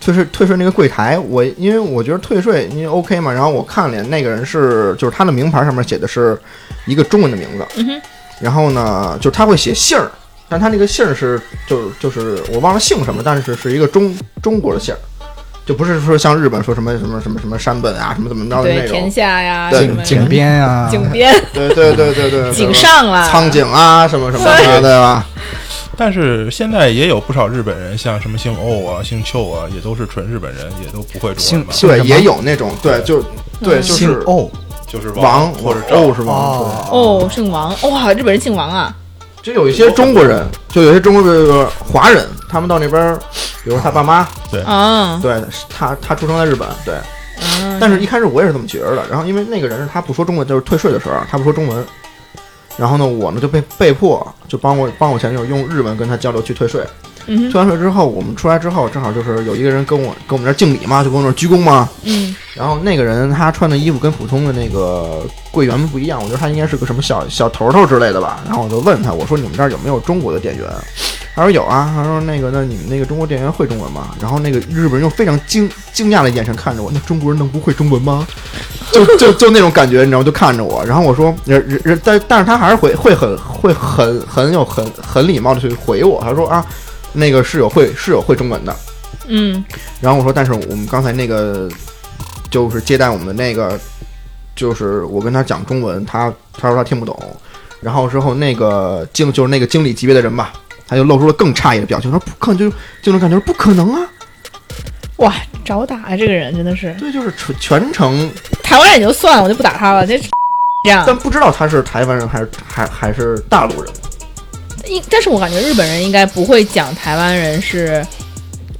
[SPEAKER 2] 退税退税那个柜台，我因为我觉得退税因为 OK 嘛，然后我看了眼那个人是就是他的名牌上面写的是一个中文的名字，
[SPEAKER 1] 嗯哼
[SPEAKER 2] 然后呢，就是他会写姓儿，但他那个姓儿是就是就是我忘了姓什么，但是是一个中中国的姓儿。就不是说像日本说什么什么什么什么山本啊，什么怎么着的
[SPEAKER 1] 对，
[SPEAKER 2] 那
[SPEAKER 1] 天
[SPEAKER 2] 种，
[SPEAKER 1] 下呀，
[SPEAKER 2] 对
[SPEAKER 1] 什
[SPEAKER 5] 井
[SPEAKER 1] 么
[SPEAKER 5] 井边啊，
[SPEAKER 1] 井边、
[SPEAKER 2] 对对 对对对，
[SPEAKER 1] 井上啦，
[SPEAKER 2] 苍井啊，什么什么的，对吧？
[SPEAKER 6] 但是现在也有不少日本人，像什么姓欧啊、姓邱啊，也都是纯日本人，也都不会中文吧？
[SPEAKER 5] 姓
[SPEAKER 2] 对
[SPEAKER 5] 什，么
[SPEAKER 2] 也有那种对，就对，
[SPEAKER 1] 嗯
[SPEAKER 2] 就
[SPEAKER 5] 姓哦
[SPEAKER 2] 是
[SPEAKER 5] 欧
[SPEAKER 6] 就是
[SPEAKER 2] 王
[SPEAKER 6] 或者赵
[SPEAKER 2] 欧是王，
[SPEAKER 5] 哦，
[SPEAKER 1] 哦，姓王，哇，日本人姓王啊，
[SPEAKER 2] 对就有一些中国人，就有一些中国的华人，他们到那边儿，比如说他爸妈，
[SPEAKER 1] 啊，
[SPEAKER 2] 对是他他出生在日本，对，
[SPEAKER 1] 嗯
[SPEAKER 2] 但是一开始我也是这么觉着的，然后因为那个人是他不说中文，就是退税的时候他不说中文，然后呢，我呢就被被迫就帮我帮我前女友用日文跟他交流去退税，
[SPEAKER 1] 嗯
[SPEAKER 2] 退
[SPEAKER 1] 哼
[SPEAKER 2] 完税之后，我们出来之后，正好就是有一个人跟我跟我们这儿敬礼嘛，就跟我们这儿鞠躬嘛，
[SPEAKER 1] 嗯
[SPEAKER 2] 然后那个人他穿的衣服跟普通的那个柜员们不一样，我觉得他应该是个什么小小头头之类的吧。然后我就问他，我说你们这儿有没有中国的店员？他说有啊。他说那个那你们那个中国店员会中文吗？然后那个日本人用非常惊惊讶的眼神看着我，那中国人能不会中文吗？就就就那种感觉，你知道吗？就看着我。然后我说，人人人但但是他还是回会很会很很有很很礼貌的去回我，他说啊，那个是有会是有会中文的。
[SPEAKER 1] 嗯
[SPEAKER 2] 然后我说，但是我们刚才那个就是接待我们的那个，就是我跟他讲中文，他他说他听不懂。然后之后那个经就是那个经理级别的人吧，他就露出了更诧异的表情，说不可能，就就能感觉不可能啊，
[SPEAKER 1] 哇，找打啊，这个人真的是
[SPEAKER 2] 对，就是全全程，
[SPEAKER 1] 台湾人也就算了，我就不打他 了，这这样
[SPEAKER 2] 但，不知道他是台湾人还是还还是大陆人。
[SPEAKER 1] 应，但是我感觉日本人应该不会讲台湾人是，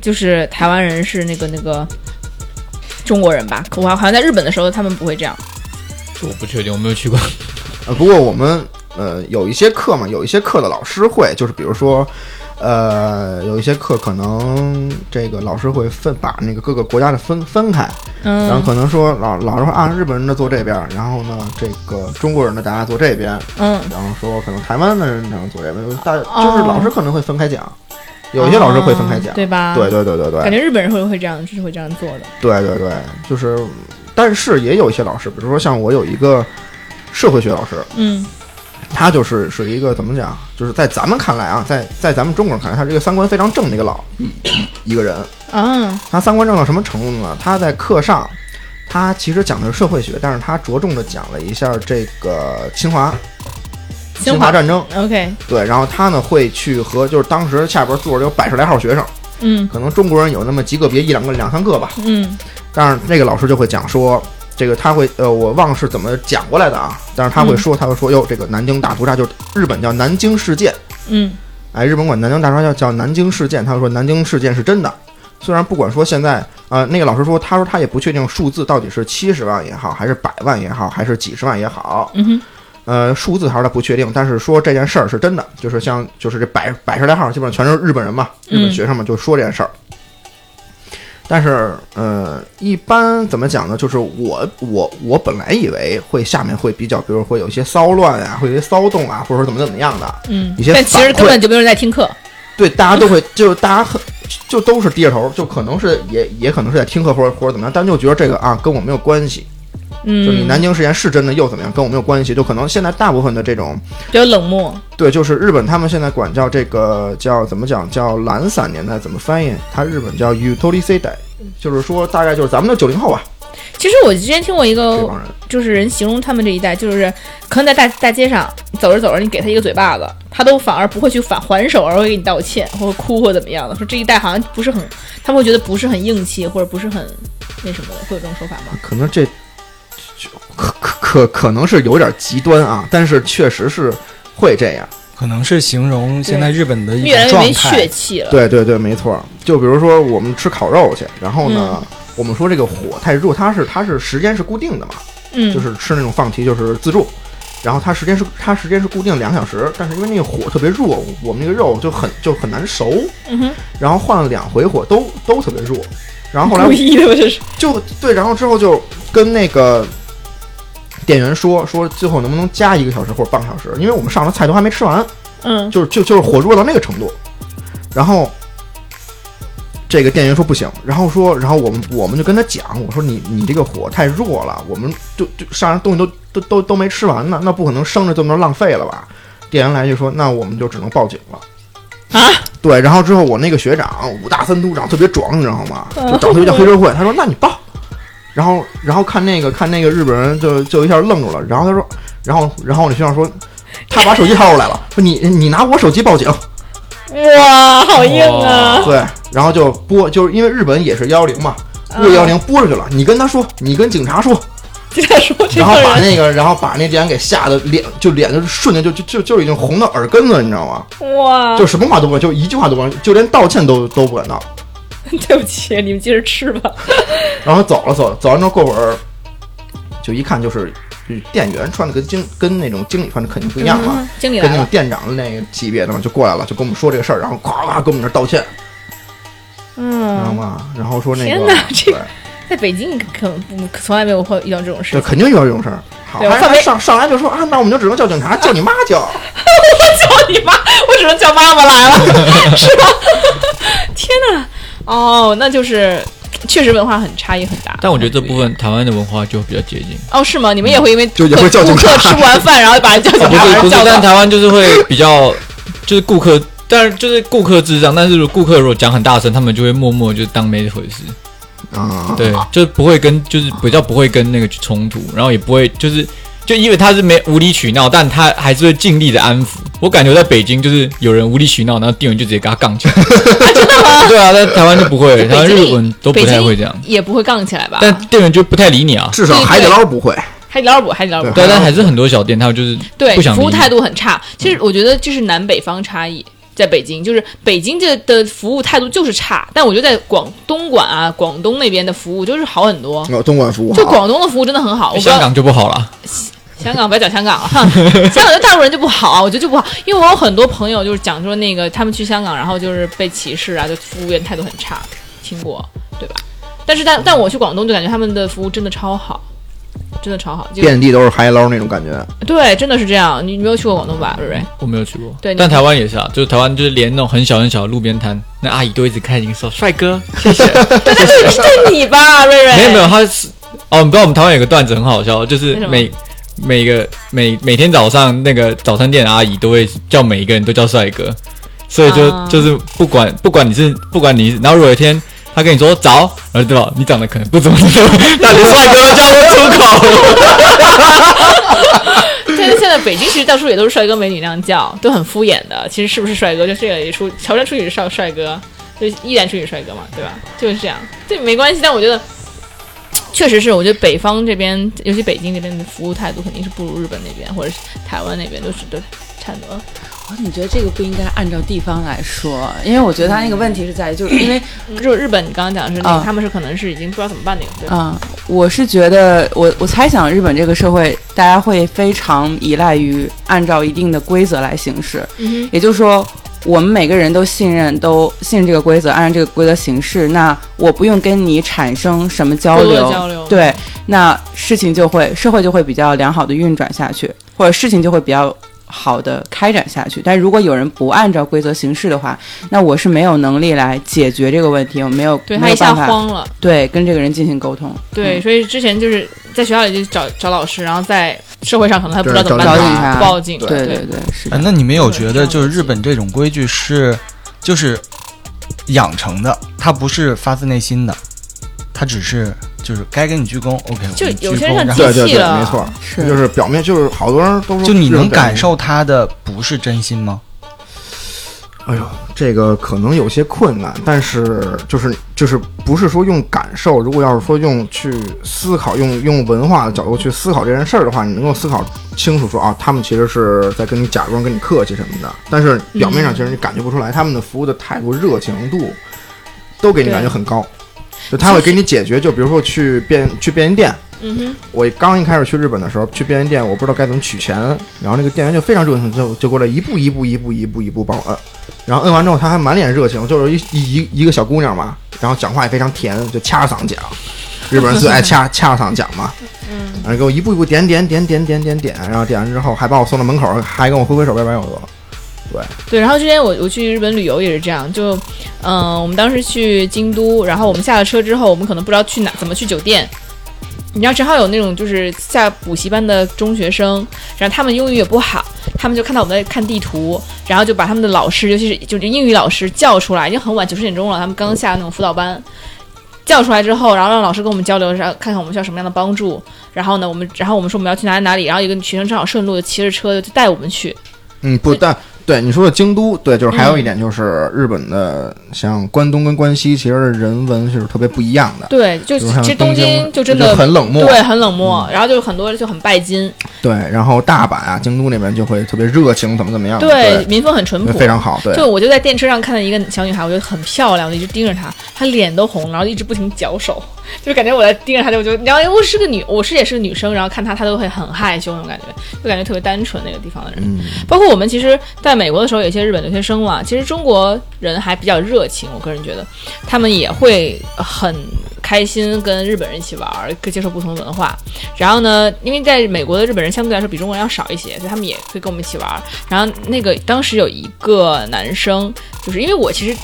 [SPEAKER 1] 就是台湾人是那个那个中国人吧？可我好像在日本的时候，他们不会这样。
[SPEAKER 3] 这我不确定，我没有去过。
[SPEAKER 2] 呃，不过我们呃有一些课嘛，有一些课的老师会，就是比如说，呃，有一些课可能这个老师会分把那个各个国家的分分开，然后
[SPEAKER 1] 嗯
[SPEAKER 2] 可能说老老师说啊，日本人的坐这边儿，然后呢，这个中国人的大家坐这边，
[SPEAKER 1] 嗯，
[SPEAKER 2] 然后说可能台湾的人然后坐这边，就是大
[SPEAKER 1] 哦
[SPEAKER 2] 就是老师可能会分开讲，有一些老师会分开讲，
[SPEAKER 1] 对吧？
[SPEAKER 2] 对对对对
[SPEAKER 1] 感觉
[SPEAKER 2] 对
[SPEAKER 1] 日本人会会这样，就是会这样做的。
[SPEAKER 2] 对对对，就是，但是也有一些老师，比如说像我有一个社会学老师，
[SPEAKER 1] 嗯
[SPEAKER 2] 他就是是一个怎么讲，就是在咱们看来啊，在在咱们中国人看来，他是一个三观非常正的一个老一一一个人，
[SPEAKER 1] 啊，
[SPEAKER 2] 他三观正到什么程度呢？他在课上，他其实讲的是社会学，但是他着重的讲了一下这个侵华
[SPEAKER 1] 清
[SPEAKER 2] 侵
[SPEAKER 1] 华
[SPEAKER 2] 华战争。
[SPEAKER 1] OK，
[SPEAKER 2] 对，然后他呢会去和就是当时下边坐着有百十来号学生，
[SPEAKER 1] 嗯
[SPEAKER 2] 可能中国人有那么几个别一两个两三个吧，
[SPEAKER 1] 嗯
[SPEAKER 2] 但是那个老师就会讲说。这个他会，呃，我忘了是怎么讲过来的啊，但是他
[SPEAKER 1] 嗯
[SPEAKER 2] 会说，他会说，哟，这个南京大屠杀就是日本叫南京事件，
[SPEAKER 1] 嗯
[SPEAKER 2] 哎，日本管南京大屠杀叫叫南京事件，他说南京事件是真的。虽然不管说现在，呃，那个老师说，他说他也不确定数字到底是七十万也好，还是百万也好，还是几十万也好，
[SPEAKER 1] 嗯哼
[SPEAKER 2] 呃，数字还是他不确定，但是说这件事儿是真的，就是像就是这百百十来号，基本上全是日本人嘛，日本
[SPEAKER 1] 嗯
[SPEAKER 2] 学生嘛，就说这件事儿。但是，呃，一般怎么讲呢？就是我我我本来以为会下面会比较，比如会有一些骚乱啊，会有一些骚动啊，或者说怎么怎么样的，
[SPEAKER 1] 嗯
[SPEAKER 2] 一些，
[SPEAKER 1] 但其实
[SPEAKER 2] 反馈
[SPEAKER 1] 根本就没有人在听课。
[SPEAKER 2] 对，大家都会，就大家很，就都是低着头，就可能是也也可能是在听课或者或者怎么样，但就觉得这个啊跟我没有关系，
[SPEAKER 1] 嗯，
[SPEAKER 2] 就你南京事件是真的又怎么样，跟我没有关系，就可能现在大部分的这种，
[SPEAKER 1] 比较冷漠。
[SPEAKER 2] 对，就是日本他们现在管叫这个叫怎么讲叫懒散年代怎么翻译，它日本叫 utility day，就是说大概就是咱们的九零后吧，
[SPEAKER 1] 其实我之前听过一
[SPEAKER 2] 这
[SPEAKER 1] 个
[SPEAKER 2] 帮人。
[SPEAKER 1] 就是人形容他们这一代，就是可能在大大街上走着走着，你给他一个嘴巴子，他都反而不会去反还手，而会给你道歉或者哭或怎么样的。说这一代好像不是很，他们会觉得不是很硬气或者不是很那什么的，会有这种说法吗？
[SPEAKER 2] 可能这这可可可可能是有点极端啊，但是确实是会这样。
[SPEAKER 5] 可能是形容现在日本的一
[SPEAKER 1] 越来
[SPEAKER 5] 种
[SPEAKER 1] 越没
[SPEAKER 5] 状
[SPEAKER 1] 血
[SPEAKER 5] 态。
[SPEAKER 1] 气了。
[SPEAKER 2] 对对对，没错。就比如说我们吃烤肉去，然后呢，我们说这个火太热，它是它是时间是固定的嘛，
[SPEAKER 1] 嗯，
[SPEAKER 2] 就是吃那种放题就是自助。然后它时间是它时间是固定两小时，但是因为那个火特别弱，我们那个肉就很就很难熟。
[SPEAKER 1] 嗯哼，
[SPEAKER 2] 然后换了两回火都都特别弱，然后后来
[SPEAKER 1] 故意的吧，这是。
[SPEAKER 2] 就对，然后之后就跟那个店员说说，最后能不能加一个小时或者半个小时，因为我们上的菜都还没吃完，
[SPEAKER 1] 嗯
[SPEAKER 2] 就是就就是火热到那个程度。然后这个店员说不行，然后说，然后我们我们就跟他讲，我说你你这个火太弱了，我们就就上东西都都都都没吃完呢，那不可能生着这么多浪费了吧？店员来就说，那我们就只能报警了。
[SPEAKER 1] 啊，
[SPEAKER 2] 对，然后之后我那个学长五大三粗，长得特别壮，你知道吗？
[SPEAKER 1] 嗯
[SPEAKER 2] 就长得特别像黑 社会。他说：“那你报。”然后，然后看那个看那个日本人就就一下愣住了。然后他说，然后然后我那学长说，他把手机掏出来了，说你你拿我手机报
[SPEAKER 1] 哦
[SPEAKER 2] 警。
[SPEAKER 1] 哇，好硬啊！
[SPEAKER 2] 对，然后就拨，就是因为日本也是幺幺零嘛，拨幺
[SPEAKER 1] 嗯
[SPEAKER 2] 零拨出去了。你跟他说，你跟警察说，
[SPEAKER 1] 就在说这
[SPEAKER 2] 然后
[SPEAKER 1] 个
[SPEAKER 2] 把
[SPEAKER 1] 人，
[SPEAKER 2] 那个然后把那店员给吓得脸就脸就瞬间就就就就已经红到耳根子，你知道吗？
[SPEAKER 1] 哇，
[SPEAKER 2] 就什么话都不敢，就一句话都不敢，就连道歉都都不敢道。
[SPEAKER 1] 对不起，你们接着吃吧。
[SPEAKER 2] 然后走了走了，走完之后过会儿，就一看就是就是店员穿的跟经跟那种经理穿的肯定不一样嘛，
[SPEAKER 1] 嗯经理
[SPEAKER 2] 跟
[SPEAKER 1] 来
[SPEAKER 2] 那种
[SPEAKER 1] 了，
[SPEAKER 2] 店长的那个级别的嘛就过来了，就跟我们说这个事儿，然后咵咵跟我们这儿道歉，知道
[SPEAKER 1] 嗯，
[SPEAKER 2] 吗？然后说那个
[SPEAKER 1] 天哪这
[SPEAKER 2] 对
[SPEAKER 1] 在北京可能不从来没有会遇到这种事
[SPEAKER 2] 对
[SPEAKER 1] 情。
[SPEAKER 2] 肯定遇到这种事儿。好，
[SPEAKER 1] 对我
[SPEAKER 2] 还
[SPEAKER 1] 范围
[SPEAKER 2] 还上上来就说啊，那我们就只能叫警察，叫你妈叫。
[SPEAKER 1] 你妈，我只能叫妈妈来了， 是吧？天哪！哦，那就是确实文化很差异很大。
[SPEAKER 3] 但我觉得这部分台湾的文化就比较接近。
[SPEAKER 1] 哦，是吗？你们也会因为
[SPEAKER 2] 就也会叫
[SPEAKER 1] 顾
[SPEAKER 2] 警察
[SPEAKER 1] 客吃不完饭，然后把人叫警察，
[SPEAKER 3] 不
[SPEAKER 1] 把
[SPEAKER 3] 啊是不
[SPEAKER 1] 人
[SPEAKER 3] 是
[SPEAKER 1] 叫，
[SPEAKER 3] 但
[SPEAKER 1] 到
[SPEAKER 3] 台湾就是会比较，就是顾客，但是就是顾客至上，但是如果顾客如果讲很大声，他们就会默默就当没这回事，
[SPEAKER 2] 啊，
[SPEAKER 3] 对，就是不会跟就是比较不会跟那个去冲突，然后也不会就是就因为他是没无理取闹，但他还是会尽力的安抚。我感觉在北京就是有人无理取闹，然后店员就直接给他 杠起来，对啊，在台湾就不会，台湾日本都不太会这样，
[SPEAKER 1] 也不会杠起来吧？
[SPEAKER 3] 但店员就不太理你 啊。
[SPEAKER 2] 至少海底捞不会。
[SPEAKER 1] 海底捞不，海底捞不
[SPEAKER 2] 对
[SPEAKER 3] 对，啊但还是很多小店，他们就是
[SPEAKER 1] 对
[SPEAKER 3] 不想理
[SPEAKER 1] 服务
[SPEAKER 3] 你嗯
[SPEAKER 1] 态度很差。其实我觉得这是南北方差异。在北京，就是北京这的服务态度就是差，但我觉得在广东莞啊、广东那边的服务就是好很多。
[SPEAKER 2] 呃，东莞服务
[SPEAKER 1] 就
[SPEAKER 2] 好，
[SPEAKER 1] 广东的服务真的很好，我不知道
[SPEAKER 3] 嗯香港就不好了。
[SPEAKER 1] 香港不要讲香 港了，哼香港的大陆人就不好，我觉得就不好，因为我有很多朋友就是讲说那个他们去香港，然后就是被歧视啊，就服务员态度很差，听过对吧？但是
[SPEAKER 3] 嗯
[SPEAKER 1] 但但我去广东就感觉他们的服务真的超好，真的超好，就
[SPEAKER 2] 遍地都是海底捞那种感觉。
[SPEAKER 1] 对，真的是这样。你你没有去过广东吧，瑞瑞？
[SPEAKER 3] 我没有去过，
[SPEAKER 1] 对你
[SPEAKER 3] 但台湾也是啊，就是台湾就是连那种很小很小的路边摊，那阿姨都一直看你说帅哥，谢 谢。
[SPEAKER 1] 是你吧，瑞瑞？
[SPEAKER 3] 没有没有，他是哦，你知道我们台湾有个段子很好笑，就
[SPEAKER 1] 为
[SPEAKER 3] 是
[SPEAKER 1] 什么
[SPEAKER 3] 每每个每每天早上那个早餐店的阿姨都会叫每一个人都叫帅哥，所以就、
[SPEAKER 1] 啊
[SPEAKER 3] 就是不管不管你是不管你，然后如果有一天。他跟你说早，然后对吧？你长得可能不怎么，但你帅哥叫不出口。
[SPEAKER 1] 但是现在北京其实到处也都是帅哥美女那样叫，都很敷衍的。其实是不是帅哥，就这个也出乔杉出去是帅帅哥，就依然出去是帅哥嘛，对吧？就是这样，这没关系。但我觉得 确实是，我觉得北方这边，尤其北京这边的服务态度肯定是不如日本那边或者是台湾那边，都是对差很多了。
[SPEAKER 4] 我怎么哦觉得这个不应该按照地方来说？因为我觉得他那个问题是在于，就是因为
[SPEAKER 1] 就日本，你刚刚讲的是那个，
[SPEAKER 4] 嗯啊
[SPEAKER 1] 他们是可能是已经不知道怎么办那个，对吧？
[SPEAKER 4] 啊、我是觉得，我我猜想日本这个社会，大家会非常依赖于按照一定的规则来行事。
[SPEAKER 1] 嗯
[SPEAKER 4] 也就是说，我们每个人都信任，都信任这个规则，按照这个规则行事。那我不用跟你产生什么交
[SPEAKER 1] 多
[SPEAKER 4] 流，
[SPEAKER 1] 多交流
[SPEAKER 4] 对，那事情就会社会就会比较良好的运转下去，或者事情就会比较好的开展下去。但如果有人不按照规则行事的话，那我是没有能力来解决这个问题，我没有
[SPEAKER 1] 对
[SPEAKER 4] 没
[SPEAKER 1] 他一
[SPEAKER 4] 有
[SPEAKER 1] 下
[SPEAKER 4] 办法
[SPEAKER 1] 慌了。
[SPEAKER 4] 对跟这个人进行沟通。
[SPEAKER 1] 对，
[SPEAKER 4] 嗯
[SPEAKER 1] 所以之前就是在学校里就找找老师，然后在社会上可能还不知道怎么办，
[SPEAKER 2] 找
[SPEAKER 4] 警察
[SPEAKER 1] 报警。
[SPEAKER 4] 对对对，是的
[SPEAKER 5] 哎，那你们有觉
[SPEAKER 1] 这
[SPEAKER 5] 得
[SPEAKER 1] 样
[SPEAKER 5] 就是
[SPEAKER 1] 子
[SPEAKER 5] 日本这种规矩是就是养成的，它不是发自内心的，它只是就是该给你鞠躬，OK，
[SPEAKER 1] 就
[SPEAKER 5] 我们鞠
[SPEAKER 1] 有些
[SPEAKER 5] 躬
[SPEAKER 1] 人
[SPEAKER 5] 然后
[SPEAKER 2] 对对
[SPEAKER 1] 气
[SPEAKER 2] 对，
[SPEAKER 1] 了
[SPEAKER 2] 没错，
[SPEAKER 4] 是
[SPEAKER 2] 就是表面就是好多人都说
[SPEAKER 5] 就你
[SPEAKER 2] 这种
[SPEAKER 5] 能
[SPEAKER 2] 表
[SPEAKER 5] 感
[SPEAKER 2] 面
[SPEAKER 5] 受他的不是真心吗？
[SPEAKER 2] 哎呦，这个可能有些困难，但是就是就是不是说用感受，如果要是说用去思考，用用文化的角度去思考这件事儿的话，你能够思考清楚说啊，他们其实是在跟你假装跟你客气什么的，但是表面上其实你感觉不出来，他们的服务的态度、热情度都给你感觉很高，就他会给你解决，就比如说去便去便利店，
[SPEAKER 1] 嗯哼，
[SPEAKER 2] 我刚一开始去日本的时候，去便利店，我不知道该怎么取钱，然后那个店员就非常热情，就就过来一步一步一步一步一步帮我摁，然后摁完之后他还满脸热情，就是一一一一个小姑娘嘛，然后讲话也非常甜，就掐着嗓子讲，日本人最爱掐掐着嗓子讲嘛，嗯，然后给我一步一步点点点点点点点，然后点完之后还把我送到门口，还跟我挥挥手拜拜我得了，
[SPEAKER 1] 对，然后之前我我去日本旅游也是这样，就，嗯、我们当时去京都，然后我们下了车之后，我们可能不知道去哪，怎么去酒店。你知道，正好有那种就是下补习班的中学生，然后他们英语也不好，他们就看到我们在看地图，然后就把他们的老师，尤其是就是英语老师叫出来，已经很晚九十点钟了，他们刚下那种辅导班，叫出来之后，然后让老师跟我们交流，然后看看我们需要什么样的帮助。然后呢，我们然后我们说我们要去哪里哪里，然后有一个学生正好顺路就骑着车就带我们去，
[SPEAKER 2] 嗯，不但对你说的京都，对，就是还有一点就是日本的，像关东跟关西，其实人文是特别不一样的。
[SPEAKER 1] 对，就
[SPEAKER 2] 比如像
[SPEAKER 1] 其实
[SPEAKER 2] 东
[SPEAKER 1] 东京就真
[SPEAKER 2] 就
[SPEAKER 1] 的
[SPEAKER 2] 很冷漠，
[SPEAKER 1] 对，很冷漠，然后就很多就很拜金，
[SPEAKER 2] 对，然后大阪啊、京都那边就会特别热情，怎么怎么样？啊对，
[SPEAKER 1] 民风很淳朴
[SPEAKER 2] 会。非常好。对，
[SPEAKER 1] 就我就在电车上看到一个小女孩，我觉得很漂亮，我就一直盯着她，她脸都红，然后一直不停绞手， 就感觉我在盯着她，就我就然后因为哎我是个女，我是也是个女生，然后看她，她都会很害羞那种感觉，就感觉特别单纯那个地方的人。
[SPEAKER 2] 嗯，
[SPEAKER 1] 包括我们其实在美国的时候，有一些日本留学生嘛，其实中国人还比较热情，我个人觉得他们也会很开心跟日本人一起玩儿，跟接受不同的文化。然后呢，因为在美国的日本人相对来说比中国人要少一些，所以他们也会跟我们一起玩儿。然后那个当时有一个男生，就是因为我其实。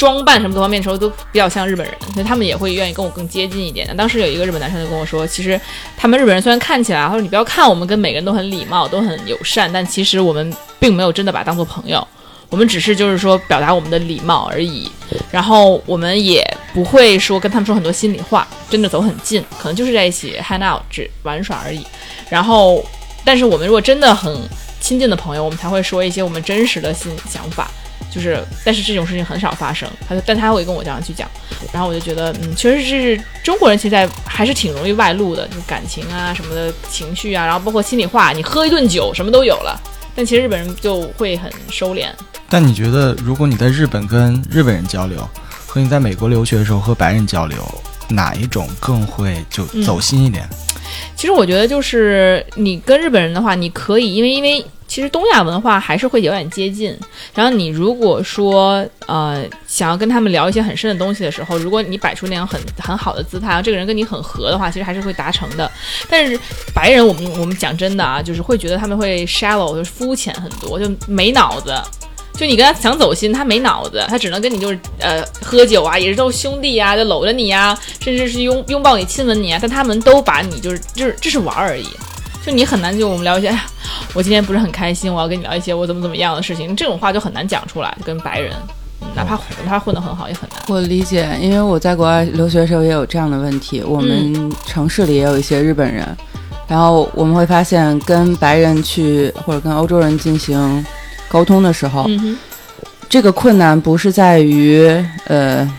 [SPEAKER 1] 装扮什么各方面的时候都比较像日本人，所以他们也会愿意跟我更接近一点。当时有一个日本男生就跟我说，其实他们日本人虽然看起来，他说你不要看我们跟每个人都很礼貌，都很友善，但其实我们并没有真的把他当做朋友，我们只是就是说表达我们的礼貌而已。然后我们也不会说跟他们说很多心里话，真的走很近，可能就是在一起 hang out 只玩耍而已。然后，但是我们如果真的很亲近的朋友，我们才会说一些我们真实的心想法。就是，但是这种事情很少发生。他就，但他会跟我这样去讲，然后我就觉得，嗯，确实是中国人现在还是挺容易外露的，就感情啊什么的情绪啊，然后包括心里话，你喝一顿酒什么都有了。但其实日本人就会很收敛，
[SPEAKER 5] 但你觉得，如果你在日本跟日本人交流，和你在美国留学的时候和白人交流，哪一种更会就
[SPEAKER 1] 嗯
[SPEAKER 5] 走心一点？
[SPEAKER 1] 其实我觉得，就是你跟日本人的话，你可以，因为因为其实东亚文化还是会有点接近。然后你如果说呃想要跟他们聊一些很深的东西的时候，如果你摆出那样很很好的姿态，然后这个人跟你很合的话，其实还是会达成的。但是白人，我们我们讲真的啊，就是会觉得他们会 shallow，就是肤浅很多，就没脑子。就你跟他想走心，他没脑子，他只能跟你就是呃喝酒啊，也是都是兄弟啊，就搂着你啊，甚至是拥拥抱你、亲吻你啊，但他们都把你就是就是这是玩儿而已，就你很难就我们聊一些，哎 呀我今天不是很开心，我要跟你聊一些我怎么怎么样的事情，这种话就很难讲出来，跟白人，嗯哪怕哪怕混得很好也很难。
[SPEAKER 4] 我理解，因为我在国外留学的时候也有这样的问题。我们城市里也有一些日本人，然后我们会发现，跟白人去或者跟欧洲人进行沟通的时候，
[SPEAKER 1] 嗯哼，
[SPEAKER 4] 这个困难不是在于呃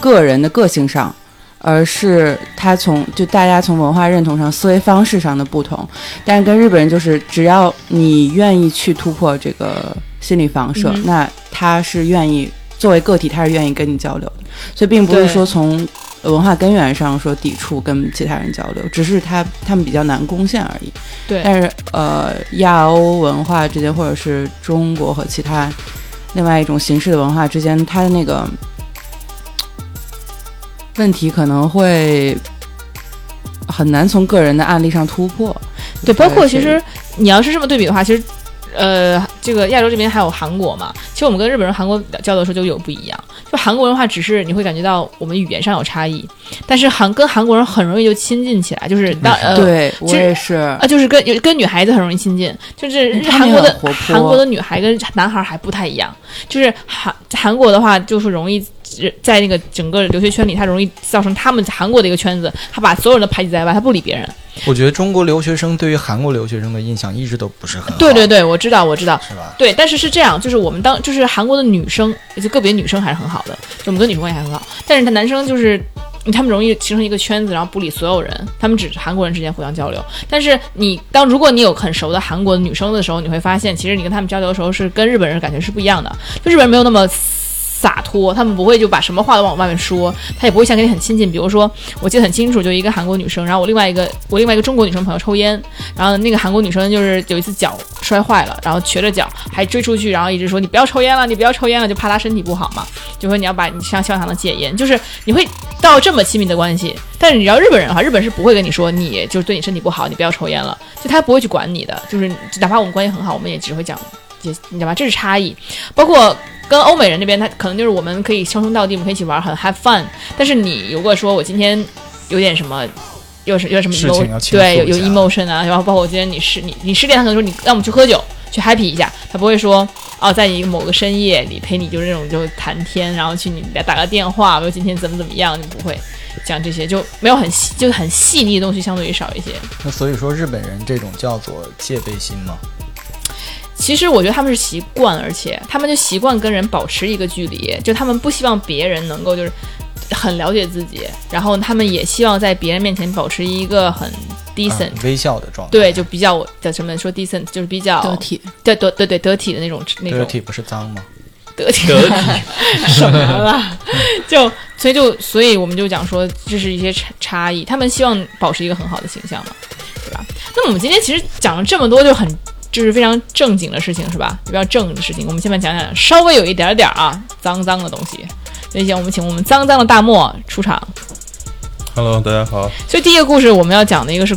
[SPEAKER 4] 个人的个性上，而是他从就大家从文化认同上、思维方式上的不同。但是跟日本人就是，只要你愿意去突破这个心理防射，
[SPEAKER 1] 嗯哼
[SPEAKER 4] 那他是愿意作为个体，他是愿意跟你交流的。所以并不是
[SPEAKER 1] 对
[SPEAKER 4] 说从文化根源上说抵触跟其他人交流，只是他他们比较难攻陷而已。
[SPEAKER 1] 对
[SPEAKER 4] 但是呃，亚欧文化之间，或者是中国和其他另外一种形式的文化之间，它的那个问题可能会很难从个人的案例上突破。
[SPEAKER 1] 对，包括
[SPEAKER 4] 对
[SPEAKER 1] 其
[SPEAKER 4] 是
[SPEAKER 1] 实你要是这么对比的话，其实，呃，这个亚洲这边还有韩国嘛，其实我们跟日本人、韩国交流的时候就有不一样。就韩国人的话，只是你会感觉到我们语言上有差异，但是韩跟韩国人很容易就亲近起来，就是当呃。
[SPEAKER 4] 嗯对我
[SPEAKER 1] 其实
[SPEAKER 4] 也是
[SPEAKER 1] 啊，，就是跟有跟女孩子很容易亲近，就是
[SPEAKER 4] 嗯他们
[SPEAKER 1] 韩国的
[SPEAKER 4] 也很活泼
[SPEAKER 1] 韩国的女孩跟男孩还不太一样，就是韩韩国的话就是容易是在那个整个留学圈里，他容易造成他们韩国的一个圈子，他把所有人都排挤在外，他不理别人。
[SPEAKER 5] 我觉得中国留学生对于韩国留学生的印象一直都不是很好，
[SPEAKER 1] 对对，对，我知道，我知道。
[SPEAKER 5] 是吧？
[SPEAKER 1] 对，但是是这样，就是我们当就是韩国的女生，就个别女生还是很好的，就我们跟女生关系还很好，但是他男生就是。他们容易形成一个圈子，然后不理所有人。他们只是韩国人之间互相交流。但是你当如果你有很熟的韩国女生的时候，你会发现，其实你跟他们交流的时候是跟日本人感觉是不一样的。就日本人没有那么洒脱，他们不会就把什么话都往外面说，他也不会像跟你很亲近。比如说，我记得很清楚，就一个韩国女生，然后我另外一个我另外一个中国女生朋友抽烟，然后那个韩国女生就是有一次脚摔坏了，然后瘸着脚还追出去，然后一直说你不要抽烟了，你不要抽烟了，就怕她身体不好嘛，就说你要把你像希望她能戒烟，就是你会到这么亲密的关系。但是你知道日本人的话，日本是不会跟你说你就是对你身体不好，你不要抽烟了，就他不会去管你的，就是哪怕我们关系很好，我们也只会讲。也你知道吧，这是差异。包括跟欧美人那边，他可能就是我们可以称兄道弟，我们可以一起玩，很 have fun。但是你如果说我今天有点什么，有什有点什么
[SPEAKER 5] 事
[SPEAKER 1] emo-
[SPEAKER 5] 情要倾
[SPEAKER 1] 对，
[SPEAKER 5] 诉
[SPEAKER 1] 有有
[SPEAKER 5] 一下
[SPEAKER 1] emotion 啊，然后包括我今天你失你你失恋，他可能说你让我们去喝酒，去 happy 一下，他不会说哦，在一个某个深夜里陪你就是那种就谈天，然后去你俩打个电话，比如今天怎么怎么样，你不会讲这些，就没有很细就很细腻的东西，相对于少一些。
[SPEAKER 5] 那所以说日本人这种叫做戒备心嘛，
[SPEAKER 1] 其实我觉得他们是习惯，而且他们就习惯跟人保持一个距离，就他们不希望别人能够就是很了解自己，然后他们也希望在别人面前保持一个很 decent，、
[SPEAKER 4] 啊
[SPEAKER 5] 嗯微笑的状态，
[SPEAKER 1] 对，就比较叫什么说 decent，就是比较
[SPEAKER 4] 得，体。
[SPEAKER 1] 对得对对得体的那种那种
[SPEAKER 5] ，dirty 不是脏吗？
[SPEAKER 1] 得体 什么了？ 就所以就所以我们就讲说，这是一些差差异，他们希望保持一个很好的形象嘛，对吧？那么我们今天其实讲了这么多，就很就是非常正经的事情，是吧？比较正的事情，我们现在讲讲稍微有一点点儿啊脏脏的东西。所以，想我们请我们脏脏的大漠出场。
[SPEAKER 6] Hello，大家好，
[SPEAKER 1] 所以第一个故事我们要讲的一个是，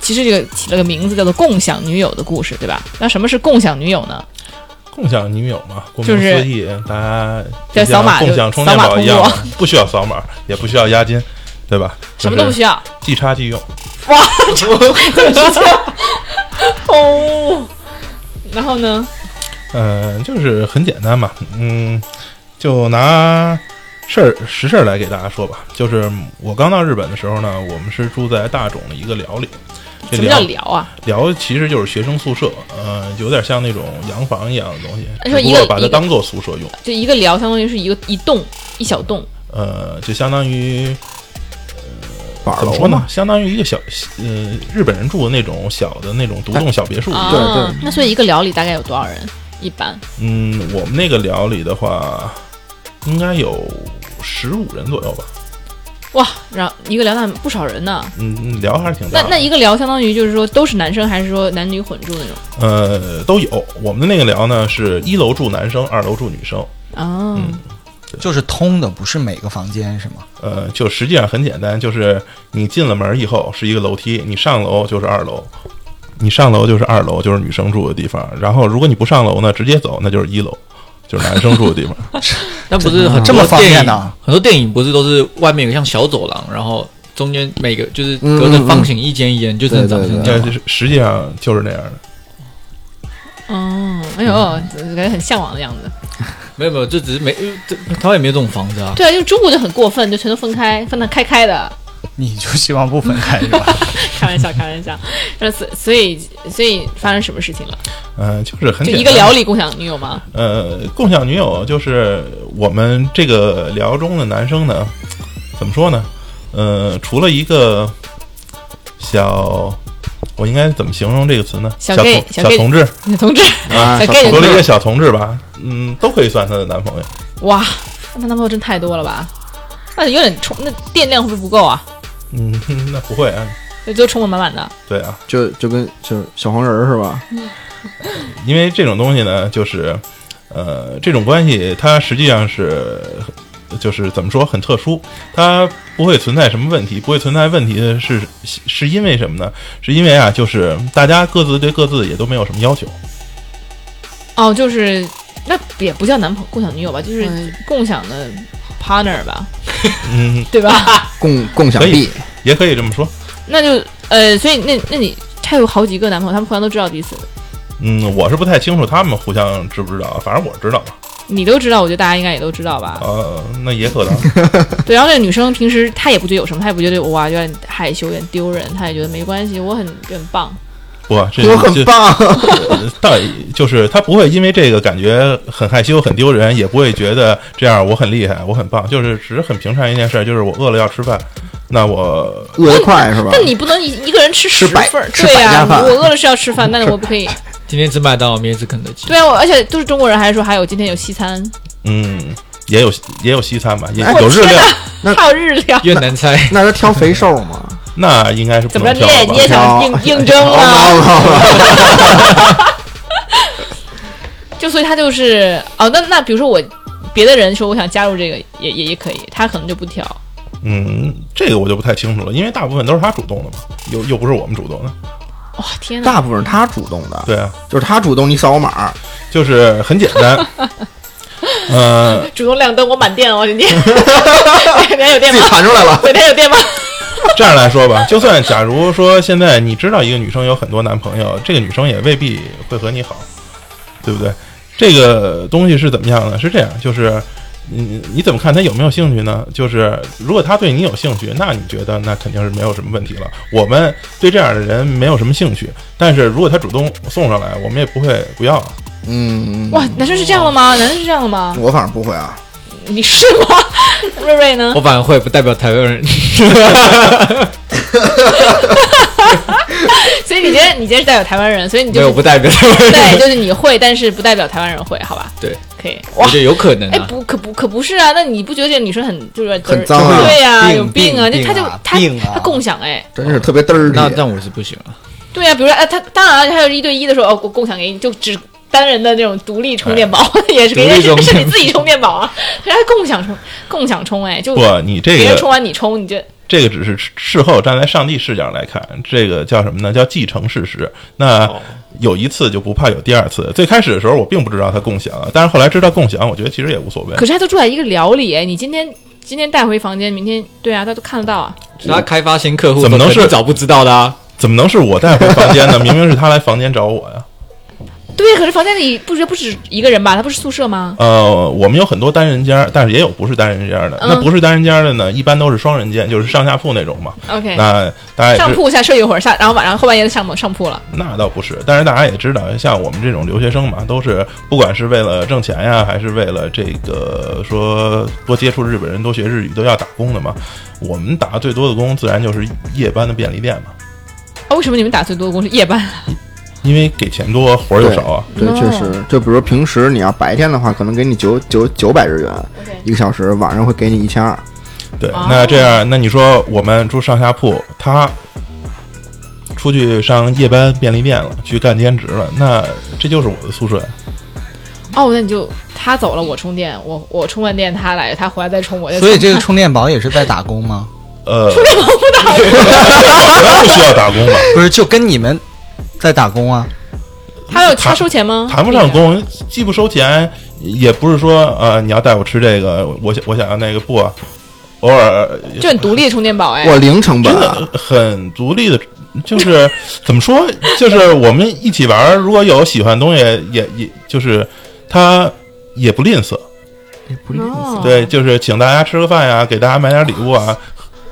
[SPEAKER 1] 其实这个起了个名字叫做“共享女友”的故事，对吧？那什么是共享女友呢？
[SPEAKER 6] 共享女友嘛，顾名
[SPEAKER 1] 就是
[SPEAKER 6] 思义，大家
[SPEAKER 1] 对
[SPEAKER 6] 就
[SPEAKER 1] 扫
[SPEAKER 6] 像
[SPEAKER 1] 码
[SPEAKER 6] 共
[SPEAKER 1] 就
[SPEAKER 6] 享充电
[SPEAKER 1] 扫码
[SPEAKER 6] 宝一
[SPEAKER 1] 通
[SPEAKER 6] 样
[SPEAKER 1] 过
[SPEAKER 6] 嘛， 不需要扫码，也不需要押金，对吧？
[SPEAKER 1] 什么都不需要。
[SPEAKER 6] 要，即插即用。
[SPEAKER 1] 哦，然后呢？
[SPEAKER 6] 嗯，就是很简单嘛，嗯，就拿事儿实事儿来给大家说吧。就是我刚到日本的时候呢，我们是住在大冢的一个寮里。这
[SPEAKER 1] 什么叫聊啊？
[SPEAKER 6] 寮其实就是学生宿舍，呃，有点像那种洋房一样的东西，
[SPEAKER 1] 你说
[SPEAKER 6] 只不
[SPEAKER 1] 一个
[SPEAKER 6] 过把
[SPEAKER 1] 一
[SPEAKER 6] 它
[SPEAKER 1] 个
[SPEAKER 6] 当做宿舍用，
[SPEAKER 1] 就一个寮，相当于是一个一栋一小栋，
[SPEAKER 6] 呃，就相当于
[SPEAKER 2] 板儿
[SPEAKER 6] 怎么
[SPEAKER 2] 楼
[SPEAKER 6] 说呢
[SPEAKER 2] 嘛，？
[SPEAKER 6] 相当于一个小呃日本人住的那种小的那种独栋小别墅。
[SPEAKER 1] 啊
[SPEAKER 2] 对对
[SPEAKER 1] 那所以一个寮里大概有多少人？一般
[SPEAKER 6] 嗯，我们那个寮里的话，应该有十五人左右吧。
[SPEAKER 1] 哇，然后一个寮那不少人呢。
[SPEAKER 6] 嗯，寮还是挺
[SPEAKER 1] 那
[SPEAKER 6] 大的。
[SPEAKER 1] 那一个寮相当于就是说都是男生，还是说男女混住那种？
[SPEAKER 6] 呃都有。我们的那个寮呢，是一楼住男生，二楼住女生。
[SPEAKER 1] 哦，
[SPEAKER 6] 嗯
[SPEAKER 5] 就是通的，不是每个房间是吗？
[SPEAKER 6] 呃，就实际上很简单，就是你进了门以后是一个楼梯，你上楼就是二楼，你上楼就是二楼，就是女生住的地方。然后如果你不上楼呢，直接走，那就是一楼，就是男生住的地方。
[SPEAKER 3] 那不是很
[SPEAKER 5] 啊这
[SPEAKER 3] 多啊
[SPEAKER 5] 么方
[SPEAKER 3] 电
[SPEAKER 5] 便啊
[SPEAKER 3] 影
[SPEAKER 5] 呢
[SPEAKER 3] 很多电影不是都是外面有个像小走廊，然后中间每个就是
[SPEAKER 2] 嗯
[SPEAKER 3] 隔着
[SPEAKER 2] 嗯嗯
[SPEAKER 3] 方形一间一间，就真的长
[SPEAKER 2] 对
[SPEAKER 3] 成
[SPEAKER 2] 对
[SPEAKER 3] 这
[SPEAKER 6] 但
[SPEAKER 3] 样吗。
[SPEAKER 6] 是实际上就是那样的。嗯
[SPEAKER 1] 哦，哎呦，感觉很向往的样子。
[SPEAKER 3] 没有没有，这只是没，因为这台湾也没有这种房子啊。
[SPEAKER 1] 对啊，就中国就很过分，就全都分开，分得开开的。
[SPEAKER 5] 你就希望不分开是 吧？
[SPEAKER 1] 开玩笑，开玩笑。 那所所以所以发生什么事情了？
[SPEAKER 6] 嗯、就是很
[SPEAKER 1] 就
[SPEAKER 6] 简单
[SPEAKER 1] 一个寮里共享女友吗？
[SPEAKER 6] 呃，共享女友就是我们这个聊中的男生呢，怎么说呢？呃，除了一个小，我应该怎么形容这个词呢？
[SPEAKER 1] 小
[SPEAKER 6] 小
[SPEAKER 1] gay，
[SPEAKER 6] 同
[SPEAKER 1] 小
[SPEAKER 6] 小
[SPEAKER 1] gay
[SPEAKER 6] 同志，
[SPEAKER 1] 女同志，
[SPEAKER 2] 啊，
[SPEAKER 1] 小
[SPEAKER 2] 小
[SPEAKER 1] gay
[SPEAKER 2] 同
[SPEAKER 6] 除了一
[SPEAKER 2] 志
[SPEAKER 6] 个小同志吧，嗯，都可以算她的男朋友。
[SPEAKER 1] 哇，那男朋友真太多了吧？那有点充，那电量会不会不够啊？
[SPEAKER 6] 嗯，哼那不会啊，
[SPEAKER 1] 就就充的满满的。
[SPEAKER 6] 对啊，
[SPEAKER 2] 就就跟就是小黄人儿是吧？
[SPEAKER 6] 因为这种东西呢，就是，呃，这种关系它实际上是，呃就是怎么说很特殊，它不会存在什么问题，不会存在问题的是是是因为什么呢？是因为啊，就是大家各自对各自也都没有什么要求，
[SPEAKER 1] 哦，就是那也不叫男朋共享女友吧，就是
[SPEAKER 4] 嗯
[SPEAKER 1] 共享的 partner 吧，
[SPEAKER 6] 嗯，
[SPEAKER 1] 对吧？
[SPEAKER 2] 共共享
[SPEAKER 6] 可以
[SPEAKER 2] 币，
[SPEAKER 6] 也可以这么说，
[SPEAKER 1] 那就呃，所以那那你他有好几个男朋友，他们互相都知道彼此。
[SPEAKER 6] 嗯，我是不太清楚他们互相知不知道，反正我知道吧，
[SPEAKER 1] 你都知道，我觉得大家应该也都知道吧。
[SPEAKER 6] 呃，那也可能，
[SPEAKER 1] 对，然后那个女生平时她也不觉得有什么，她也不觉得哇有点害羞、有点丢人，她也觉得没关系，我很很棒。
[SPEAKER 6] 不，这
[SPEAKER 2] 我很
[SPEAKER 6] 这
[SPEAKER 2] 棒，
[SPEAKER 6] 倒也就是他不会因为这个感觉很害羞、很丢人，也不会觉得这样我很厉害、我很棒，就是只是很平常一件事，就是我饿了要吃饭，那我
[SPEAKER 2] 饿得快是吧
[SPEAKER 1] 那？你不能一一个人吃十份
[SPEAKER 2] 百
[SPEAKER 1] 儿，
[SPEAKER 2] 吃
[SPEAKER 1] 对
[SPEAKER 2] 百
[SPEAKER 1] 呀、
[SPEAKER 2] 家饭
[SPEAKER 1] 我饿了是要吃 饭，但是我不可以。
[SPEAKER 3] 今天吃麦当劳，明天吃肯德基。
[SPEAKER 1] 对啊，我而且都是中国人，还说还有今天有西餐，
[SPEAKER 6] 嗯，也有也有西餐吧，也
[SPEAKER 2] 哎
[SPEAKER 6] 有日料，
[SPEAKER 2] 那
[SPEAKER 1] 还有日 料，
[SPEAKER 3] 越南菜，
[SPEAKER 2] 那他挑肥瘦 吗？
[SPEAKER 6] 那应该是不
[SPEAKER 1] 怎么
[SPEAKER 6] 能
[SPEAKER 1] 着
[SPEAKER 6] 挑
[SPEAKER 1] 你也你？
[SPEAKER 6] 了吧
[SPEAKER 1] 也想应应征 啊？
[SPEAKER 2] 哦
[SPEAKER 1] 就所以他就是哦，那那比如说我别的人说我想加入这个也也也可以，他可能就不挑。
[SPEAKER 6] 嗯，这个我就不太清楚了，因为大部分都是他主动的嘛，又又不是我们主动的，
[SPEAKER 1] 哇、天哪！
[SPEAKER 2] 大部分是他主动的，
[SPEAKER 6] 对啊，
[SPEAKER 2] 就是他主动，你扫我码，
[SPEAKER 6] 就是很简 单，嗯、
[SPEAKER 1] 主动亮灯，我满电哦，今天 哪天有电
[SPEAKER 2] 自己
[SPEAKER 1] 吗？
[SPEAKER 2] 弹 出来了。
[SPEAKER 1] 哪天有电吗？
[SPEAKER 6] 这样来说吧，就算假如说现在你知道一个女生有很多男朋友，这个女生也未必会和你好，对不对？这个东西是怎么样呢？是这样，就是你你怎么看她有没有兴趣呢？就是如果她对你有兴趣，那你觉得那肯定是没有什么问题了。我们对这样的人没有什么兴趣，但是如果她主动送上来，我们也不会不要。
[SPEAKER 2] 嗯，
[SPEAKER 1] 哇，男生是这样的吗？男生是这样的吗？
[SPEAKER 2] 我反正不会啊。
[SPEAKER 1] 你是吗？ 瑞瑞呢
[SPEAKER 3] 我？反而会不代表台湾 人。
[SPEAKER 1] 所以你今天你今天是代表台湾人，所以你
[SPEAKER 3] 没
[SPEAKER 1] 就
[SPEAKER 3] 有，
[SPEAKER 1] 是
[SPEAKER 3] 不代表台湾人。
[SPEAKER 1] 对，就是你会，但是不代表台湾人会，好吧？
[SPEAKER 3] 对，
[SPEAKER 1] 可以。
[SPEAKER 3] 我
[SPEAKER 1] 哇，
[SPEAKER 3] 觉得有可能
[SPEAKER 1] 哎，
[SPEAKER 3] 啊。
[SPEAKER 1] 不可不可不是啊！那你不觉得这个女生很就是
[SPEAKER 2] 很脏啊
[SPEAKER 1] 对呀、
[SPEAKER 5] 病
[SPEAKER 1] 有啊！就
[SPEAKER 5] 病
[SPEAKER 1] 她就
[SPEAKER 5] 啊
[SPEAKER 1] 她
[SPEAKER 5] 病啊
[SPEAKER 1] 她共享哎，
[SPEAKER 2] 真是特别嘚儿
[SPEAKER 3] 那
[SPEAKER 2] 的。
[SPEAKER 3] 但我是不行啊。
[SPEAKER 1] 对呀、比如说哎，她当然还有一对一的时候，哦，我共享给你，就只单人的那种独立充电宝、也是给
[SPEAKER 3] 独立
[SPEAKER 1] 人家
[SPEAKER 3] 充
[SPEAKER 1] 是
[SPEAKER 3] 电
[SPEAKER 1] 你自己充电宝啊，人家共享充共享充哎，就
[SPEAKER 6] 不，你这
[SPEAKER 1] 别人充
[SPEAKER 6] 个
[SPEAKER 1] 完你充，你就
[SPEAKER 6] 这个只是事后站在上帝视角来看，这个叫什么呢？叫继承事实。那。有一次就不怕有第二次。最开始的时候我并不知道它共享啊，但是后来知道共享，我觉得其实也无所谓。
[SPEAKER 1] 可是他都住在一个寮里，哎，你今天今天带回房间，明天对啊，他都看得到啊。
[SPEAKER 3] 他开发新客户，
[SPEAKER 6] 怎么能是
[SPEAKER 3] 肯定早不知道的啊？
[SPEAKER 6] 怎么能是我带回房间呢？明 明是他来房间找我呀。
[SPEAKER 1] 对，可是房间里不是不止一个人吧？他不是宿舍吗？
[SPEAKER 6] 呃，我们有很多单人间儿，但是也有不是单人间儿的。
[SPEAKER 1] 嗯
[SPEAKER 6] 那不是单人间儿的呢，一般都是双人间，就是上下铺那种嘛。
[SPEAKER 1] OK，
[SPEAKER 6] 那大家
[SPEAKER 1] 上
[SPEAKER 6] 也知，
[SPEAKER 1] 铺下睡一会儿，下然后晚上后半夜上上铺了。
[SPEAKER 6] 那倒不是，但是大家也知道，像我们这种留学生嘛，都是不管是为了挣钱呀，还是为了这个说多接触日本人、多学日语，都要打工的嘛。我们打的最多的工，自然就是夜班的便利店嘛。
[SPEAKER 1] 啊，为什么你们打最多的工是夜班？
[SPEAKER 6] 因为给钱多，活儿又少啊。
[SPEAKER 2] 对，确
[SPEAKER 1] 哦
[SPEAKER 2] 实，就比如平时你要白天的话，可能给你九九九百日元
[SPEAKER 1] OK
[SPEAKER 2] 一个小时，晚上会给你一千二。
[SPEAKER 6] 对，
[SPEAKER 1] 哦
[SPEAKER 6] 那这样，那你说我们住上下铺，他出去上夜班便利店了，去干兼职了，那这就是我的宿舍呀。
[SPEAKER 1] 哦，那你就他走了，我充电，我我充完电他来，他回来再充我再充。
[SPEAKER 5] 所以这个充电宝也是在打工吗？
[SPEAKER 6] 呃，充电宝 不打工，不需要打工吧？
[SPEAKER 5] 不是，就跟你们在打工啊？
[SPEAKER 1] 他有
[SPEAKER 6] 谈
[SPEAKER 1] 他收钱吗？
[SPEAKER 6] 谈不上工，既不收钱，也不是说呃你要带我吃这个，我想我想要那个不，偶尔
[SPEAKER 1] 就很独立的充电宝哎。
[SPEAKER 2] 我零成本
[SPEAKER 6] 真
[SPEAKER 2] 啊，
[SPEAKER 6] 的很独立的，就是怎么说，就是我们一起玩儿，如果有喜欢的东西，也也就是他也不吝啬，
[SPEAKER 1] 哦，
[SPEAKER 6] 对，就是请大家吃个饭呀，给大家买点礼物啊，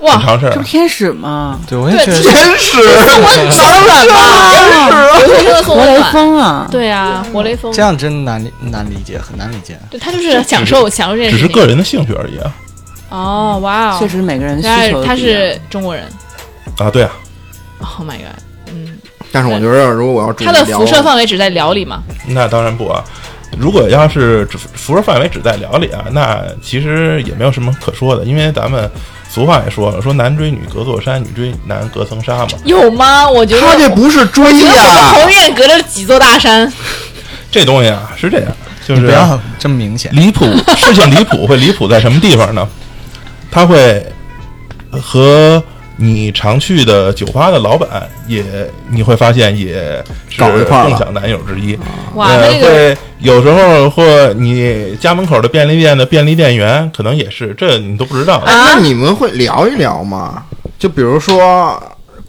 [SPEAKER 6] 很
[SPEAKER 1] 哇，
[SPEAKER 6] 常事
[SPEAKER 4] 这
[SPEAKER 6] 儿啊
[SPEAKER 4] 不。天使吗？
[SPEAKER 5] 对，我也
[SPEAKER 1] 对
[SPEAKER 5] 觉
[SPEAKER 1] 这
[SPEAKER 5] 得
[SPEAKER 2] 真是
[SPEAKER 4] 软吧，
[SPEAKER 1] 留学生送
[SPEAKER 4] 活雷
[SPEAKER 1] 温暖。
[SPEAKER 4] 锋啊！
[SPEAKER 1] 对啊，活雷锋
[SPEAKER 5] 这。样真难理难理解，很难理解。
[SPEAKER 1] 对他就是享受享受这件
[SPEAKER 6] 只
[SPEAKER 1] 事
[SPEAKER 6] 是
[SPEAKER 1] 情。
[SPEAKER 6] 个人的兴趣而已啊！
[SPEAKER 1] 哦，哇哦，
[SPEAKER 4] 确实每个人需
[SPEAKER 1] 他
[SPEAKER 4] 求
[SPEAKER 1] 是
[SPEAKER 4] 都
[SPEAKER 1] 他
[SPEAKER 4] 不一样
[SPEAKER 1] 是中国人。
[SPEAKER 6] 啊，对啊，
[SPEAKER 1] Oh my god，嗯，
[SPEAKER 2] 但是我觉得，如果我要住
[SPEAKER 1] 它的
[SPEAKER 2] 聊啊
[SPEAKER 1] 辐射范围只在辽里嘛？
[SPEAKER 6] 那当然不啊。如果要是只辐射范围只在聊里啊，那其实也没有什么可说的，因为咱们俗话也说了，说男追女隔座山，女追男隔层纱嘛。
[SPEAKER 1] 有吗？我觉得
[SPEAKER 2] 他这不是追
[SPEAKER 1] 我觉得
[SPEAKER 2] 呀、
[SPEAKER 1] 我们彭于晏隔着几座大山，
[SPEAKER 6] 这东西啊是这样，就
[SPEAKER 5] 你
[SPEAKER 6] 是
[SPEAKER 5] 不要这么明显。
[SPEAKER 6] 离谱， 事情离谱会离谱在什么地方呢？他会和你常去的酒吧的老板也，你会发现也是
[SPEAKER 2] 搞一块儿了
[SPEAKER 6] 共享男友之一。
[SPEAKER 1] 哇，
[SPEAKER 6] 呃
[SPEAKER 1] 他这个
[SPEAKER 6] 会有时候或你家门口的便利店的便利店员，可能也是，这你都不知道。
[SPEAKER 2] 哎
[SPEAKER 1] 啊
[SPEAKER 2] 那你们会聊一聊吗？就比如说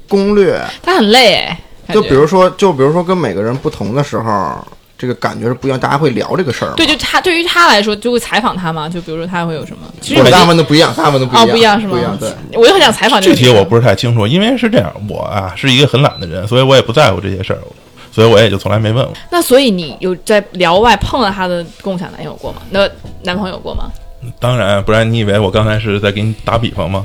[SPEAKER 2] 攻略，
[SPEAKER 1] 他很累哎，感
[SPEAKER 2] 就
[SPEAKER 1] 觉
[SPEAKER 2] 比如说，就比如说跟每个人不同的时候，这个感觉是不一样，大家会聊这个事儿嘛。
[SPEAKER 1] 对，就他对于他来说，就会采访他嘛，就比如说他会有什么，其实
[SPEAKER 2] 不，大部
[SPEAKER 1] 我
[SPEAKER 2] 分都不一样，大部分都
[SPEAKER 1] 哦
[SPEAKER 2] 不
[SPEAKER 1] 不一
[SPEAKER 2] 一
[SPEAKER 1] 样是吗
[SPEAKER 2] 不一样，对。
[SPEAKER 1] 我就很想采访这
[SPEAKER 6] 具
[SPEAKER 1] 个
[SPEAKER 6] 体我不是太清楚，因为是这样，我啊是一个很懒的人，所以我也不在乎这些事儿，所以我也就从来没问过。
[SPEAKER 1] 那所以你有在聊外碰到他的共享男友过吗？
[SPEAKER 6] 嗯
[SPEAKER 1] 那男朋友过吗？
[SPEAKER 6] 当然，不然你以为我刚才是在给你打比方吗？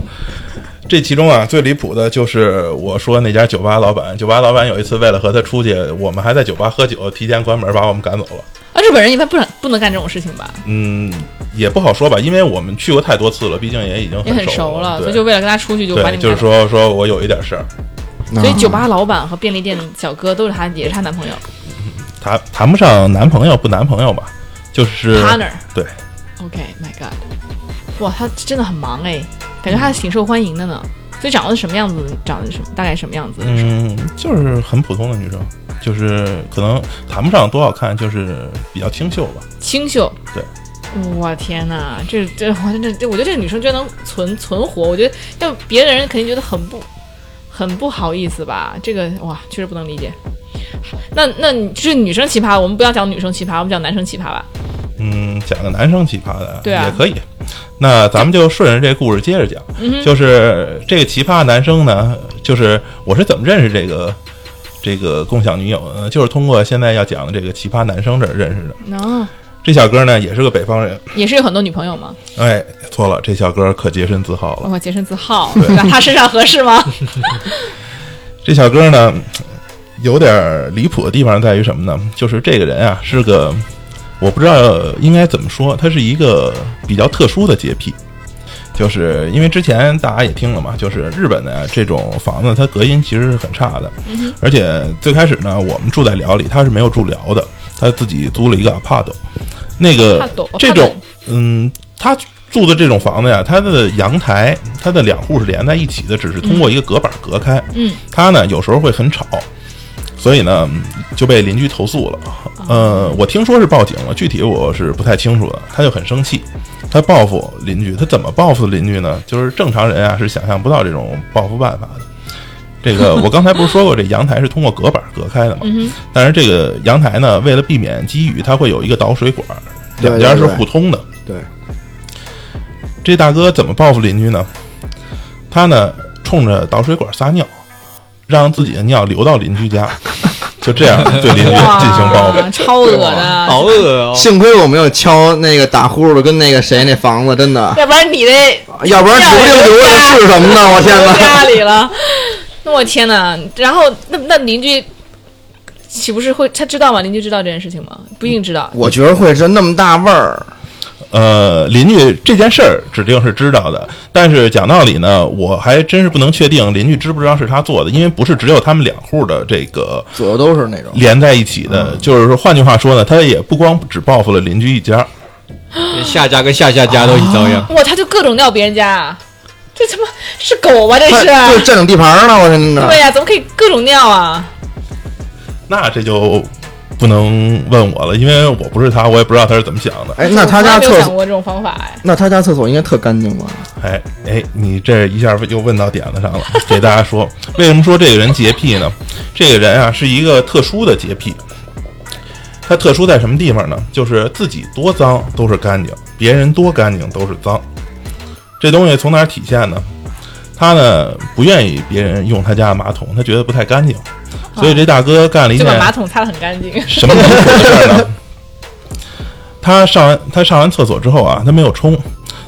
[SPEAKER 6] 这其中啊，最离谱的就是我说那家酒吧老板，酒吧老板有一次为了和他出去，我们还在酒吧喝酒，提前关门把我们赶走了。
[SPEAKER 1] 啊，日本人一般不能不能干这种事情吧？
[SPEAKER 6] 嗯，也不好说吧，因为我们去过太多次了，毕竟也已经
[SPEAKER 1] 也很
[SPEAKER 6] 熟
[SPEAKER 1] 熟
[SPEAKER 6] 啊
[SPEAKER 1] 了，所
[SPEAKER 6] 对
[SPEAKER 1] 以就为了跟他出去就把你们
[SPEAKER 6] 对，就是
[SPEAKER 1] 赶走，
[SPEAKER 6] 说嗯说我有一点事儿，
[SPEAKER 1] 所
[SPEAKER 2] 嗯
[SPEAKER 1] 以酒吧老板和便利店小哥都是他，也是他男朋友
[SPEAKER 6] 谈谈不上男朋友不男朋友吧，就是。
[SPEAKER 1] partner。
[SPEAKER 6] 对
[SPEAKER 1] OK，My God，哇，他真的很忙哎，感觉他挺受欢迎的呢。所以长得什么样子？长得什么？大概什么样子？
[SPEAKER 6] 嗯，就是很普通的女生，就是可能谈不上多好看，就是比较清秀吧。
[SPEAKER 1] 清秀。
[SPEAKER 6] 对。
[SPEAKER 1] 我天哪，这这我这这，我觉得这个女生居然能存存活，我觉得要别的人肯定觉得很不很不好意思吧。这个哇，确实不能理解。那那你就是女生奇葩，我们不要讲女生奇葩，我们讲男生奇葩吧。
[SPEAKER 6] 嗯，讲个男生奇葩的，
[SPEAKER 1] 对啊
[SPEAKER 6] 也可以。那咱们就顺着这故事接着讲，
[SPEAKER 1] 嗯
[SPEAKER 6] 就是这个奇葩男生呢，就是我是怎么认识这个这个共享女友的呢？就是通过现在要讲的这个奇葩男生这儿认识的。
[SPEAKER 1] 哦，
[SPEAKER 6] 这小哥呢也是个北方人，
[SPEAKER 1] 也是有很多女朋友嘛，
[SPEAKER 6] 哎，错了，这小哥可洁身自好了。
[SPEAKER 1] 包括洁身自好，对吧？他身上合适吗？
[SPEAKER 6] 这小哥呢，有点儿离谱的地方在于什么呢？就是这个人啊，是个我不知道应该怎么说，他是一个比较特殊的洁癖。就是因为之前大家也听了嘛，就是日本的这种房子，它隔音其实是很差的，而且最开始呢，我们住在寮里，他是没有住寮的，他自己租了一个 apart，那个
[SPEAKER 1] apart
[SPEAKER 6] 这种嗯，他住的这种房子呀，它的阳台，它的两户是连在一起的，只是通过一个隔板隔开，
[SPEAKER 1] 嗯，
[SPEAKER 6] 他呢有时候会很吵，所以呢就被邻居投诉了。呃，我听说是报警了，具体我是不太清楚的。他就很生气，他报复邻居，他怎么报复邻居呢？就是正常人啊是想象不到这种报复办法的。这个我刚才不是说过，这阳台是通过隔板隔开的嘛？但是这个阳台呢，为了避免积雨，它会有一个导水管，
[SPEAKER 2] 对
[SPEAKER 6] 两家是
[SPEAKER 2] 对对
[SPEAKER 6] 互通的。
[SPEAKER 2] 对，
[SPEAKER 6] 这大哥怎么报复邻居呢？他呢冲着导水管撒尿，让自己的尿流到邻居家， 就这样 对邻居进行报复。
[SPEAKER 1] 哇，超恶的，
[SPEAKER 3] 好恶哦！
[SPEAKER 2] 幸亏我没有敲那个打呼噜跟那个谁那房子，真的，
[SPEAKER 1] 要不然你得
[SPEAKER 2] 要不然
[SPEAKER 1] 要
[SPEAKER 2] 留
[SPEAKER 1] 不
[SPEAKER 2] 着
[SPEAKER 1] 然
[SPEAKER 2] 留着是什么呢？我天
[SPEAKER 1] 留
[SPEAKER 2] 哪！
[SPEAKER 1] 家里了。 那我天哪！然后那那邻居岂不是会他知道吗？邻居知道这件事情吗？不一定知道。
[SPEAKER 2] 我觉得会是那么大味儿，
[SPEAKER 6] 呃，邻居这件事儿指定是知道的，但是讲道理呢，我还真是不能确定邻居知不知道是他做的，因为不是只有他们两户的这个
[SPEAKER 2] 左右都是那种。
[SPEAKER 6] 连在一起的，就是说，换句话说呢，他也不光只报复了邻居一家，
[SPEAKER 3] 下家跟下下家都一遭殃。
[SPEAKER 1] 哇，他就各种尿别人家，啊这他妈是狗啊吧？这是？
[SPEAKER 2] 他啊就占领地盘了，我真的
[SPEAKER 1] 对。呀、怎么可以各种尿啊？
[SPEAKER 6] 那这就不能问我了，因为我不是他，我也不知道他是怎么想的。
[SPEAKER 2] 哎，那他
[SPEAKER 1] 我从来
[SPEAKER 2] 家
[SPEAKER 1] 没有
[SPEAKER 2] 厕
[SPEAKER 1] 想
[SPEAKER 2] 所，
[SPEAKER 1] 过这种方法哎。
[SPEAKER 2] 那他家厕所应该特干净吧？
[SPEAKER 6] 哎哎，你这一下又问到点子上了。给大家说，为什么说这个人洁癖呢？这个人啊是一个特殊的洁癖，他特殊在什么地方呢？就是自己多脏都是干净，别人多干净都是脏。这东西从哪儿体现呢？他呢不愿意别人用他家的马桶，他觉得不太干净，所以这大哥干了一
[SPEAKER 1] 就
[SPEAKER 6] 件
[SPEAKER 1] 把马桶擦得很干净，
[SPEAKER 6] 什么离谱的 事儿呢？他上完他上完厕所之后啊，他没有冲，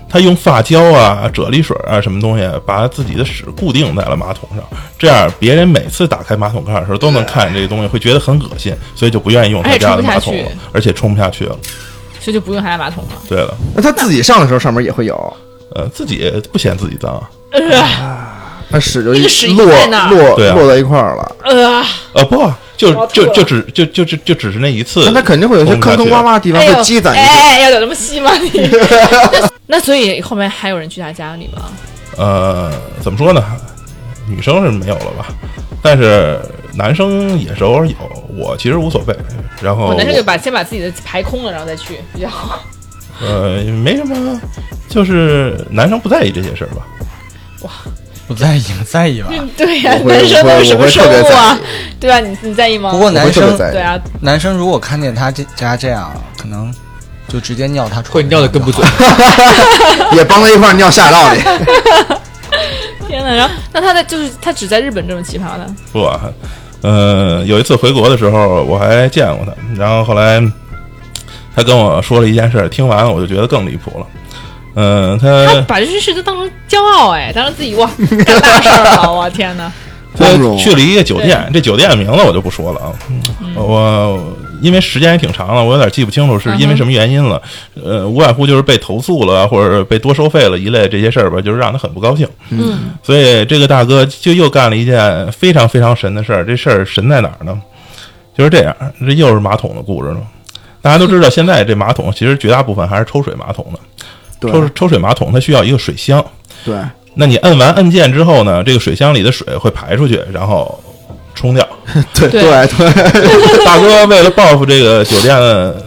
[SPEAKER 6] 他用发胶啊、啫喱水啊什么东西把自己的屎固定在了马桶上，这样别人每次打开马桶盖的时候都能看见这个东西，会觉得很恶心，所以就不愿意用他家的马桶了，而且冲不下去了。
[SPEAKER 1] 所以就不用他家马桶了。
[SPEAKER 6] 对了，
[SPEAKER 2] 那他自己上的时候上面也会有，
[SPEAKER 6] 呃，自己不嫌自己脏啊，
[SPEAKER 1] 呃
[SPEAKER 2] 他屎就
[SPEAKER 1] 那个屎一
[SPEAKER 2] 落
[SPEAKER 1] 在那儿
[SPEAKER 2] 落
[SPEAKER 6] 对啊
[SPEAKER 2] 落到一块儿了，
[SPEAKER 1] 呃，
[SPEAKER 6] 呃，不啊，就
[SPEAKER 1] 我吐
[SPEAKER 6] 就
[SPEAKER 1] 了
[SPEAKER 6] 就只就就就就只是那一次
[SPEAKER 2] 那，他肯定会有一些
[SPEAKER 6] 冲不下
[SPEAKER 2] 坑
[SPEAKER 6] 去啊
[SPEAKER 2] 坑洼洼的地方
[SPEAKER 1] 哎呦
[SPEAKER 2] 会积，攒一些。
[SPEAKER 1] 哎，要有那么细吗？ 你那所以后面还有人去他家里吗？
[SPEAKER 6] 呃，怎么说呢？女生是没有了吧，但是男生也是偶尔有，我其实无所谓。然
[SPEAKER 2] 哦
[SPEAKER 6] 后
[SPEAKER 1] 我男生就把先把自己的排空了，然后再去比较好。
[SPEAKER 6] 呃没什么，就是男生不在意这些事儿吧。
[SPEAKER 5] 不在意吗？在意吧。
[SPEAKER 1] 嗯 对呀、
[SPEAKER 2] 我会
[SPEAKER 1] 男生都是什
[SPEAKER 2] 我
[SPEAKER 1] 么
[SPEAKER 2] 会
[SPEAKER 1] 生
[SPEAKER 2] 特别
[SPEAKER 1] 物啊
[SPEAKER 2] 在？
[SPEAKER 1] 对啊，你你在意吗？
[SPEAKER 5] 不过
[SPEAKER 2] 我会
[SPEAKER 5] 男
[SPEAKER 2] 特别
[SPEAKER 5] 生
[SPEAKER 2] 在
[SPEAKER 1] 对
[SPEAKER 2] 意。
[SPEAKER 1] 啊，
[SPEAKER 5] 男生如果看见他这他这样，可能就直接尿他床上就好。
[SPEAKER 3] 会尿的更不准。
[SPEAKER 2] 也帮他一块儿尿下道里。
[SPEAKER 1] 天哪！然后那他在就是他只在日本这么奇葩的，
[SPEAKER 6] 不啊，呃，有一次回国的时候，我还见过他，然后后来他跟我说了一件事儿，听完我就觉得更离谱了。嗯、
[SPEAKER 2] 呃
[SPEAKER 1] 他
[SPEAKER 6] 他
[SPEAKER 1] 把这件事都当成骄傲哎，当成自己哇干大事儿了，啊我天 哪！
[SPEAKER 2] 光
[SPEAKER 6] 他
[SPEAKER 2] 荣
[SPEAKER 6] 呃去了一个酒店，这酒店的名字我就不说了啊。我因为时间也挺长了，我有点记不清楚是因为什么原因了。呃，无外乎就是被投诉了，啊或者被多收费了一类这些事儿吧，就是让他很不高兴。
[SPEAKER 1] 嗯，
[SPEAKER 6] 所以这个大哥就又干了一件非常非常神的事儿。这事儿神在哪儿呢？就是这样，这又是马桶的故事了。大家都知道，现在这马桶其实绝大部分还是抽水马桶的。
[SPEAKER 2] 对
[SPEAKER 6] 抽抽水马桶它需要一个水箱，
[SPEAKER 2] 对，
[SPEAKER 6] 那你摁完按键之后呢，这个水箱里的水会排出去，然后冲掉。
[SPEAKER 2] 对
[SPEAKER 1] 对
[SPEAKER 2] 对对，
[SPEAKER 6] 大哥为了报复这个酒店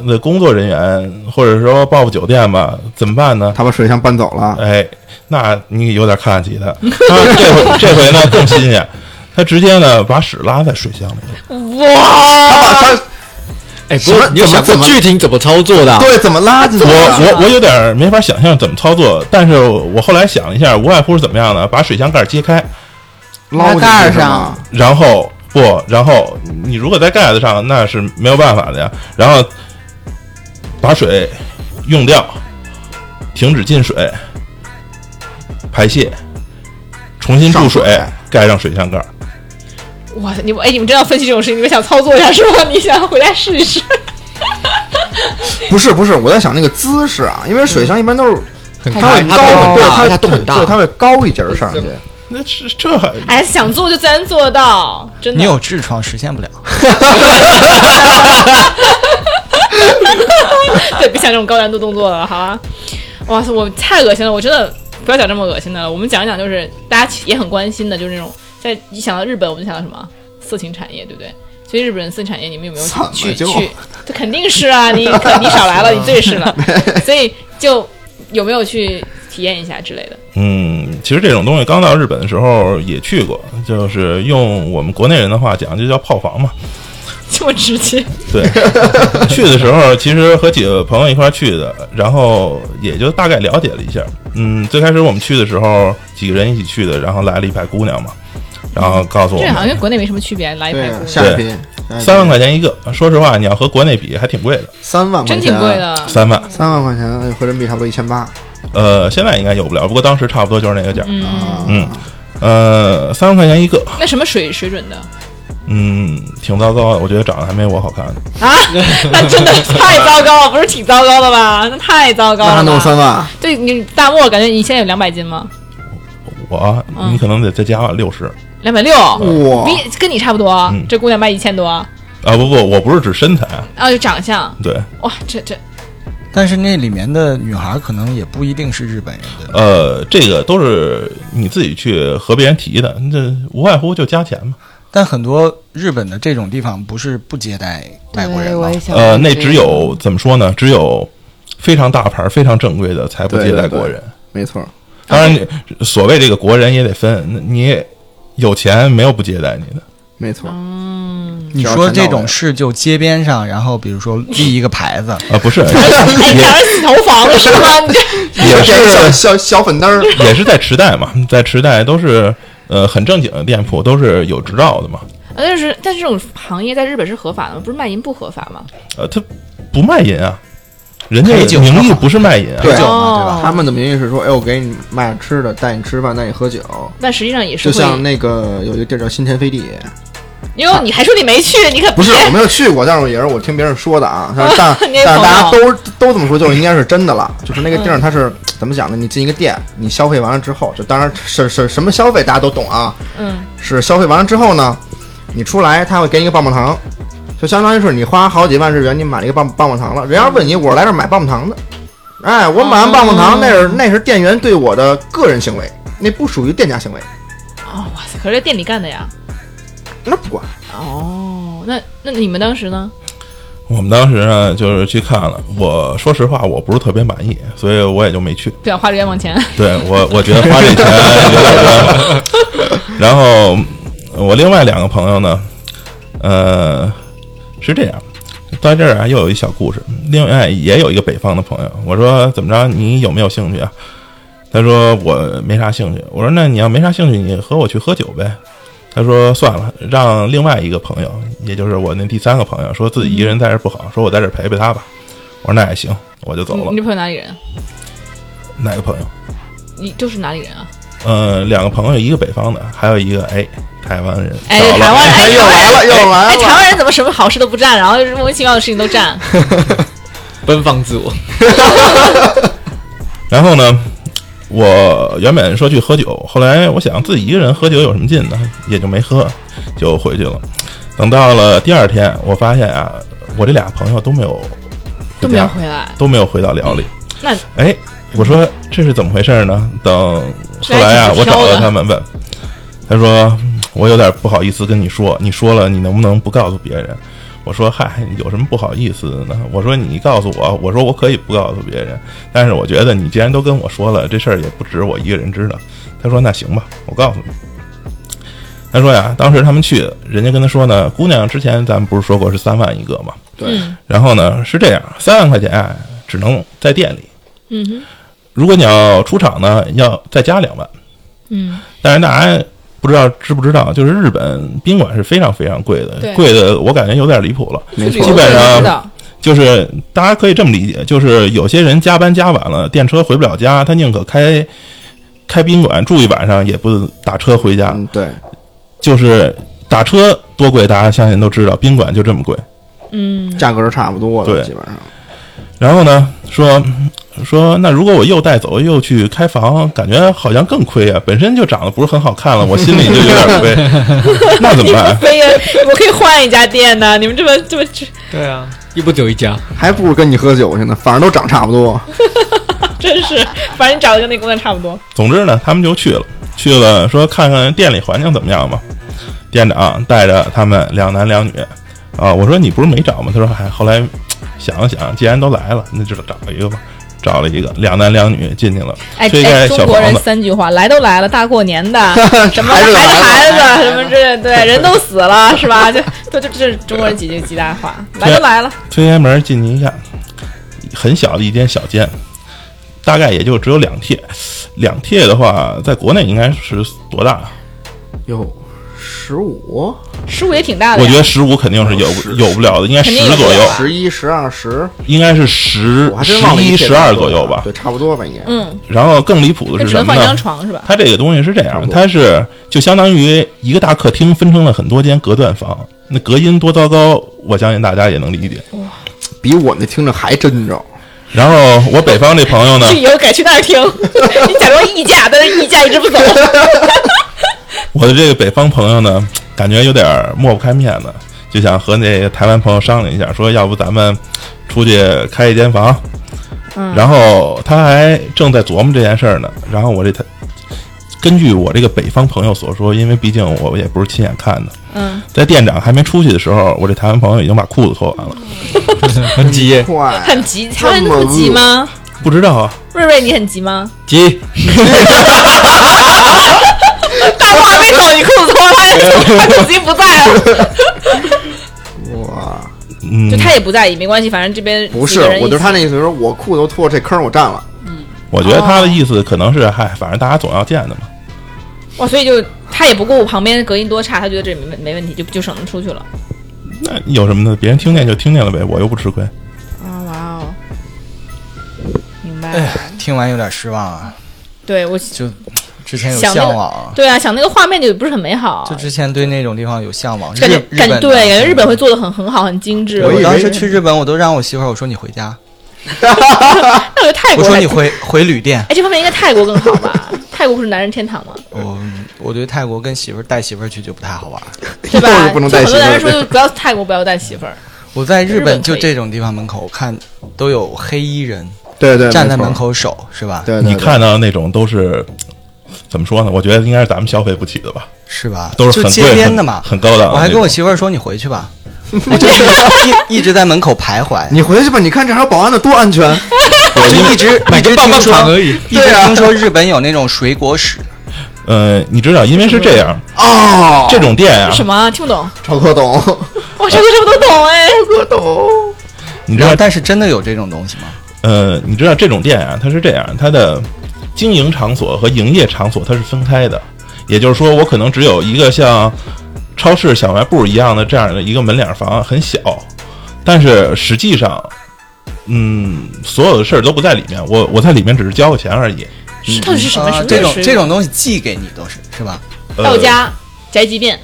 [SPEAKER 6] 的工作人员，或者说报复酒店吧，怎么办呢？
[SPEAKER 2] 他把水箱搬走了。
[SPEAKER 6] 哎，那你有点看得起他。他这回这回呢更新鲜，他直接呢把屎拉在水箱里了。
[SPEAKER 2] 他把他
[SPEAKER 3] 哎，不过
[SPEAKER 2] 什么
[SPEAKER 3] 你有想过
[SPEAKER 2] 怎么
[SPEAKER 3] 剧情怎么操作的啊？
[SPEAKER 2] 对怎么拉进去
[SPEAKER 6] 我
[SPEAKER 2] 的？
[SPEAKER 6] 我我有点没法想象怎么操作，但是我后来想了一下，无外乎是怎么样呢？把水箱盖揭开，
[SPEAKER 2] 捞进去
[SPEAKER 4] 拉杆
[SPEAKER 2] 是
[SPEAKER 4] 上
[SPEAKER 2] 吗？
[SPEAKER 6] 然后不，然后你如果在盖子上，那是没有办法的呀。然后把水用掉，停止进水，排泄，重新注
[SPEAKER 2] 上水
[SPEAKER 6] 盖上水箱盖儿。
[SPEAKER 1] 哇塞，你们哎，你们真要分析这种事情，你们想操作一下是吧？你想回家试一试？
[SPEAKER 2] 不是不是，我在想那个姿势啊，因为水箱一般都是
[SPEAKER 3] 很
[SPEAKER 2] 它
[SPEAKER 3] 开，
[SPEAKER 2] 会
[SPEAKER 3] 它
[SPEAKER 2] 高，
[SPEAKER 3] 洞
[SPEAKER 2] 对它
[SPEAKER 3] 很大，它洞很
[SPEAKER 2] 对它
[SPEAKER 3] 大。
[SPEAKER 2] 会高一截儿上去。
[SPEAKER 6] 那这这还
[SPEAKER 1] 哎，想做就自然做到，真的。
[SPEAKER 5] 你有痔疮实现不了，
[SPEAKER 1] 对，别想这种高难度动作了，好啊！哇塞，我太恶心了，我真的不要讲这么恶心的了。我们讲一讲，就是大家也很关心的，就是那种在一想到日本，我们就想到什么色情产业，对不对？所以日本色情产业，你们有没有
[SPEAKER 2] 怎么
[SPEAKER 1] 去去
[SPEAKER 2] 就
[SPEAKER 1] 去？这肯定是啊， 你肯你少来了，你最是了。所以就有没有去体验一下之类的？
[SPEAKER 6] 嗯，其实这种东西刚到日本的时候也去过，就是用我们国内人的话讲，就叫炮房嘛。
[SPEAKER 1] 这么直接？
[SPEAKER 6] 对， 去的时候其实和几个朋友一块儿去的，然后也就大概了解了一下。嗯，最开始我们去的时候几个人一起去的，然后来了一排姑娘嘛，然后告诉我
[SPEAKER 1] 这好像
[SPEAKER 6] 们
[SPEAKER 1] 跟国内没什么区别，来一排
[SPEAKER 2] 对啊
[SPEAKER 1] 骨，，
[SPEAKER 2] 下一批
[SPEAKER 6] 三万块钱一个。说实话，你要和国内比还挺贵的，
[SPEAKER 2] 三万块
[SPEAKER 1] 真
[SPEAKER 2] 钱，
[SPEAKER 1] 挺贵，的。
[SPEAKER 6] 三万。
[SPEAKER 2] 三万块钱哎合人民币差不多一千八
[SPEAKER 6] 呃，现在应该有不了，不过当时差不多就是那个价。
[SPEAKER 1] 嗯，
[SPEAKER 2] 啊。
[SPEAKER 6] 嗯，呃，三万块钱一个，
[SPEAKER 1] 那什么水水准的
[SPEAKER 6] 嗯，挺糟糕的。我觉得长得还没我好看。
[SPEAKER 1] 啊？那真的太糟糕了，不是挺糟糕的吧？那太糟糕
[SPEAKER 2] 那还
[SPEAKER 1] 了
[SPEAKER 2] 弄
[SPEAKER 1] 吧。
[SPEAKER 2] 三万？
[SPEAKER 1] 对你大漠，感觉你现在有两百斤吗？
[SPEAKER 6] 我，
[SPEAKER 1] 嗯
[SPEAKER 6] 你可能得再加六十
[SPEAKER 1] 两百六，
[SPEAKER 2] 哇！
[SPEAKER 1] 比跟你差不多。
[SPEAKER 6] 嗯
[SPEAKER 1] 这姑娘卖一千多，啊，
[SPEAKER 6] 啊！不不，我不是指身材，啊
[SPEAKER 1] 就长相，
[SPEAKER 6] 对，
[SPEAKER 1] 哇，这这
[SPEAKER 5] 但是那里面的女孩可能也不一定是日本人，对吧？
[SPEAKER 6] 呃，这个都是你自己去和别人提的，这无外乎就加钱嘛。
[SPEAKER 5] 但很多日本的这种地方不是不接待外国人吗？
[SPEAKER 4] 哎也想
[SPEAKER 6] 呃，那只有怎么说呢？只有非常大牌、非常正规的才不接待国人。
[SPEAKER 2] 没错儿，
[SPEAKER 6] 当然你，所谓这个国人也得分，你有钱没有不接待你的。
[SPEAKER 2] 没错儿。
[SPEAKER 1] 嗯
[SPEAKER 5] 你说这种事就街边上，然后比如说立一个牌子，
[SPEAKER 6] 啊、不是，
[SPEAKER 1] 哎，你俩人洗头房了是吗？你这
[SPEAKER 6] 也
[SPEAKER 2] 小
[SPEAKER 6] 是
[SPEAKER 2] 小小粉灯儿，
[SPEAKER 6] 也是在池袋嘛，在池袋都是呃很正经的店铺，都是有执照的嘛。
[SPEAKER 1] 啊但是但是这种行业在日本是合法的吗？不是卖淫不合法吗？
[SPEAKER 6] 呃，他不卖淫啊，人家
[SPEAKER 5] 陪酒
[SPEAKER 6] 名义不是卖淫啊。
[SPEAKER 2] 对
[SPEAKER 5] 酒嘛，对吧？
[SPEAKER 1] 哦，
[SPEAKER 2] 他们的名义是说，哎，我给你买吃的，带你吃饭，带你喝酒，
[SPEAKER 1] 但实际上也是
[SPEAKER 2] 就像
[SPEAKER 1] 会，
[SPEAKER 2] 那个有一个地儿叫新田飞地，
[SPEAKER 1] 哟，你还说你没去，你可
[SPEAKER 2] 不是
[SPEAKER 1] 别
[SPEAKER 2] 我没有去过，但是也是我听别人说的 啊，但是但
[SPEAKER 1] 你也嗯
[SPEAKER 2] 但是
[SPEAKER 1] 懂
[SPEAKER 2] 大
[SPEAKER 1] 啊
[SPEAKER 2] 家都都这么说，就是应该是真的了，就是那个地儿它是怎么讲呢？你进一个店，你消费完了之后，就当然是是什么消费大家都懂啊，
[SPEAKER 1] 嗯，
[SPEAKER 2] 是消费完了之后呢，你出来他会给你一个棒棒糖，就相当于是你花好几万日元你买了一个棒棒棒糖了，人家问你我是来这儿买棒棒糖的，哎，我买完棒棒
[SPEAKER 1] 哦
[SPEAKER 2] 糖那是那是店员对我的个人行为，那不属于店家行为，
[SPEAKER 1] 哦，哇塞，可是在店里干的呀。
[SPEAKER 2] 那不管。
[SPEAKER 1] 哦，那那你们当时呢？
[SPEAKER 6] 我们当时呢，就是去看了。我说实话，我不是特别满意，所以我也就没去。
[SPEAKER 1] 不想花这冤枉钱。
[SPEAKER 6] 对我，我觉得花这钱有点冤枉。然后我另外两个朋友呢，呃，是这样，到这儿啊又有一小故事。另外也有一个北方的朋友，我说怎么着，你有没有兴趣啊？他说我没啥兴趣。我说那你要没啥兴趣，你和我去喝酒呗。他说算了，让另外一个朋友，也就是我那第三个朋友，说自己一个人在这儿不好，说我在这儿陪陪他吧。我说那也行，我就走
[SPEAKER 1] 你
[SPEAKER 6] 了
[SPEAKER 1] 你。这朋友哪里人？啊
[SPEAKER 6] 哪个朋友？
[SPEAKER 1] 你就是哪里人啊？
[SPEAKER 6] 呃，两个朋友，一个北方的，还有一个哎，台湾人。
[SPEAKER 1] 哎，
[SPEAKER 6] 找了
[SPEAKER 1] 台湾人，哎，
[SPEAKER 2] 又
[SPEAKER 5] 啊
[SPEAKER 2] 来了，又来
[SPEAKER 1] 哎，台
[SPEAKER 2] 了。
[SPEAKER 1] 湾人怎么什么好事都不占，然后莫名其妙的事情都占？
[SPEAKER 3] 奔放自我，
[SPEAKER 6] 然后呢，我原本说去喝酒，后来我想自己一个人喝酒有什么劲呢，也就没喝，就回去了。等到了第二天，我发现啊，我这俩朋友都没有
[SPEAKER 1] 都
[SPEAKER 6] 回
[SPEAKER 1] 没有
[SPEAKER 6] 家，
[SPEAKER 1] 回来，
[SPEAKER 6] 都没有回到寮里。
[SPEAKER 1] 那
[SPEAKER 6] 哎，我说这是怎么回事呢？等
[SPEAKER 1] 这
[SPEAKER 6] 后来
[SPEAKER 1] 还
[SPEAKER 6] 啊，
[SPEAKER 1] 挺
[SPEAKER 6] 我找
[SPEAKER 1] 挑
[SPEAKER 6] 到
[SPEAKER 1] 的
[SPEAKER 6] 他们问，他说嗯我有点不好意思跟你说，你说了你能不能不告诉别人？我说嗨，有什么不好意思的呢？我说你告诉我，我说我可以不告诉别人，但是我觉得你既然都跟我说了，这事儿也不止我一个人知道。他说那行吧，我告诉你。他说呀，当时他们去，人家跟他说呢，姑娘之前咱们不是说过是三万一个嘛？
[SPEAKER 2] 对
[SPEAKER 1] 嗯
[SPEAKER 6] 然后呢是这样，三万块钱啊，只能在店里，
[SPEAKER 1] 嗯哼，
[SPEAKER 6] 如果你要出场呢，要再加两万。
[SPEAKER 1] 嗯，
[SPEAKER 6] 但是大家不知道知不知道，就是日本宾馆是非常非常贵
[SPEAKER 1] 对
[SPEAKER 6] 的，贵的我感觉有点离谱了。
[SPEAKER 1] 没
[SPEAKER 6] 基本上
[SPEAKER 1] 知道，
[SPEAKER 6] 就是大家可以这么理解，就是有些人加班加晚了，电车回不了家，他宁可开开宾馆住一晚上，也不打车回家。
[SPEAKER 2] 嗯，对，
[SPEAKER 6] 就是打车多贵，大家相信都知道，宾馆就这么贵。
[SPEAKER 1] 嗯，
[SPEAKER 2] 价格是差不多的，
[SPEAKER 6] 对
[SPEAKER 2] 基本上。
[SPEAKER 6] 然后呢，说说那如果我又带走又去开房，感觉好像更亏啊。本身就长得不是很好看了，我心里就有点亏， 那怎么办？
[SPEAKER 1] 飞呀，我可以换一家店呢。你们这么这么
[SPEAKER 3] 对啊，又不只有一家，
[SPEAKER 2] 还不如跟你喝酒去呢，反正都长差不多。
[SPEAKER 1] 真是，反正你找的跟那姑娘差不多。
[SPEAKER 6] 总之呢，他们就去了，去了说看看店里环境怎么样吧。店长带着他们两男两女，啊，我说你不是没找吗？他说还、哎、后来想了想，既然都来了，那就找一个吧。找了一个两男两女进去了，
[SPEAKER 1] 哎
[SPEAKER 6] 推
[SPEAKER 1] 哎，
[SPEAKER 6] 开
[SPEAKER 1] 中
[SPEAKER 6] 小
[SPEAKER 1] 国
[SPEAKER 6] 房
[SPEAKER 1] 人
[SPEAKER 6] 子，
[SPEAKER 1] 三句话，来都来了，大过年的，什么还
[SPEAKER 2] 还
[SPEAKER 1] 个
[SPEAKER 2] 是来
[SPEAKER 1] 孩子什么之类的，对，人都死了是吧？ 就就就这是中国人几句几大话，来都来了，
[SPEAKER 6] 推开门进去一看，很小的一间小间，大概也就只有两帖。两帖的话，在国内应该是多大？
[SPEAKER 2] 有十五、
[SPEAKER 1] 十五也挺大的
[SPEAKER 6] 我
[SPEAKER 1] 呀。
[SPEAKER 6] 觉得十五肯定是有有不了的，应该
[SPEAKER 1] 肯
[SPEAKER 6] 十
[SPEAKER 1] 定有
[SPEAKER 6] 左右，
[SPEAKER 2] 十一、十二、十，
[SPEAKER 6] 应该是十
[SPEAKER 2] 我还
[SPEAKER 6] 十
[SPEAKER 2] 真忘了
[SPEAKER 6] 一、
[SPEAKER 2] 一
[SPEAKER 6] 十二左右吧。
[SPEAKER 2] 对，差不多吧，应该。
[SPEAKER 1] 嗯，
[SPEAKER 6] 然后更离谱的
[SPEAKER 1] 就是只
[SPEAKER 6] 什
[SPEAKER 1] 能
[SPEAKER 6] 么
[SPEAKER 1] 放一张
[SPEAKER 6] 呢？
[SPEAKER 1] 床是吧？
[SPEAKER 6] 它这个东西是这
[SPEAKER 2] 差不
[SPEAKER 6] 样，
[SPEAKER 2] 多
[SPEAKER 6] 它是就相当于一个大客厅分成了很多间隔断房，那隔音多糟糕，我相信大家也能理解。
[SPEAKER 2] 比我们那听着还真着。
[SPEAKER 6] 然后我北方这朋友呢
[SPEAKER 1] 这，以后改去那儿听， 你假装议价，但是议价一直不走。
[SPEAKER 6] 我的这个北方朋友呢，感觉有点儿抹不开面子，就想和那个台湾朋友商量一下，说要不咱们出去开一间房。
[SPEAKER 1] 嗯
[SPEAKER 6] 然后他还正在琢磨这件事儿呢。然后我这他，根据我这个北方朋友所说，因为毕竟我也不是亲眼看的，
[SPEAKER 1] 嗯，
[SPEAKER 6] 在店长还没出去的时候，我这台湾朋友已经把裤子脱完了，
[SPEAKER 3] 很急耶，
[SPEAKER 2] 快，
[SPEAKER 1] 很急，他们那么急吗？
[SPEAKER 6] 不知道啊，
[SPEAKER 1] 瑞瑞，你很急吗？
[SPEAKER 3] 急，
[SPEAKER 1] 大炮还没走，你裤子脱了，他他已经不在 了，
[SPEAKER 2] 哇，
[SPEAKER 6] 嗯
[SPEAKER 1] 就，他也不在意，没关系，反正这边
[SPEAKER 2] 嗯不
[SPEAKER 1] 几
[SPEAKER 2] 是
[SPEAKER 1] 个，人一
[SPEAKER 2] 我
[SPEAKER 1] 起
[SPEAKER 2] 就是他那意思，就是我裤子都脱，这坑我占了。
[SPEAKER 6] 我觉得
[SPEAKER 1] 哦
[SPEAKER 6] 他的意思可能是，嗨，反正大家总要见的嘛。
[SPEAKER 1] 哇，所以就他也不顾旁边隔音多差，他觉得这没没问题，就就省得出去了。
[SPEAKER 6] 那有什么的，别人听见就听见了呗，我又不吃亏。
[SPEAKER 1] 啊，哇哦，明
[SPEAKER 2] 哎
[SPEAKER 1] 白了。
[SPEAKER 5] 听完有点失望啊，
[SPEAKER 1] 对我，
[SPEAKER 5] 就之前有
[SPEAKER 1] 想那个
[SPEAKER 5] 向往啊，
[SPEAKER 1] 对啊，想那个画面就不是很美好，
[SPEAKER 5] 就之前对那种地方有向往。
[SPEAKER 1] 感觉
[SPEAKER 5] 日
[SPEAKER 1] 感觉对，感觉日本会
[SPEAKER 5] 做。
[SPEAKER 1] 做的很很好，很精致。
[SPEAKER 2] 啊我以
[SPEAKER 5] 我
[SPEAKER 2] 为
[SPEAKER 5] 当时去日本，我都让我媳妇儿我说你回家，
[SPEAKER 1] 那哎我觉得泰
[SPEAKER 5] 我
[SPEAKER 1] 国
[SPEAKER 5] 说
[SPEAKER 1] 还
[SPEAKER 5] 你，回回旅店。
[SPEAKER 1] 哎，这方面应该泰国更好 吧？泰国不是男人天堂吗？
[SPEAKER 5] 我我对泰国跟媳妇儿带媳妇儿去就不太好玩。
[SPEAKER 1] 对 吧？
[SPEAKER 2] 就是
[SPEAKER 1] 就
[SPEAKER 2] 不能带
[SPEAKER 1] 很
[SPEAKER 2] 媳
[SPEAKER 1] 多
[SPEAKER 2] 妇
[SPEAKER 1] 男
[SPEAKER 2] 儿
[SPEAKER 1] 人说，就不要泰国，不要带媳妇儿。
[SPEAKER 5] 我在日
[SPEAKER 1] 日本
[SPEAKER 5] 本就
[SPEAKER 1] 可以
[SPEAKER 5] 这种地方门口我看都有黑衣人
[SPEAKER 2] 对对，
[SPEAKER 5] 站
[SPEAKER 2] 没
[SPEAKER 5] 在
[SPEAKER 2] 错
[SPEAKER 5] 门，口守，是吧？
[SPEAKER 2] 对，对
[SPEAKER 6] 你
[SPEAKER 2] 对
[SPEAKER 6] 看到那种都是怎么说呢？我觉得应该是咱们消费不起的吧，
[SPEAKER 5] 是吧？
[SPEAKER 6] 都是
[SPEAKER 5] 就
[SPEAKER 6] 很
[SPEAKER 5] 街
[SPEAKER 6] 贵
[SPEAKER 5] 边的嘛。
[SPEAKER 6] 啊很很高档的那种。
[SPEAKER 5] 我还跟我媳妇儿说你回去吧，我就一一直在门口徘徊，
[SPEAKER 2] 你回去吧，你看这还有保安的多安全。
[SPEAKER 5] 我就一直
[SPEAKER 3] 买个
[SPEAKER 5] 一直
[SPEAKER 3] 棒棒
[SPEAKER 5] 听说
[SPEAKER 3] 糖而已。
[SPEAKER 5] 一直听说日本有那种水果史，
[SPEAKER 6] 呃，你知道，因为是这样，
[SPEAKER 2] 哦，
[SPEAKER 6] 这种店啊，
[SPEAKER 1] 什么啊听不懂？
[SPEAKER 2] 超哥懂，
[SPEAKER 1] 我这个什么都懂哎。
[SPEAKER 2] 哥啊懂。
[SPEAKER 6] 你知
[SPEAKER 5] 然
[SPEAKER 6] 道
[SPEAKER 5] 后但是真的有这种东西吗？
[SPEAKER 6] 呃，你知道这种店啊，它是这样，它的经营场所和营业场所它是分开的，也就是说，我可能只有一个像超市、小卖部一样的这样的一个门脸房，很小，但是实际上，嗯，所有的事儿都不在里面，我我在里面只是交个钱而已。
[SPEAKER 1] 是到底是什么？
[SPEAKER 5] 啊
[SPEAKER 1] 什么
[SPEAKER 5] 这种
[SPEAKER 1] 水
[SPEAKER 5] 这种东西寄给你都是是吧？
[SPEAKER 6] 呃
[SPEAKER 1] 道家宅急便，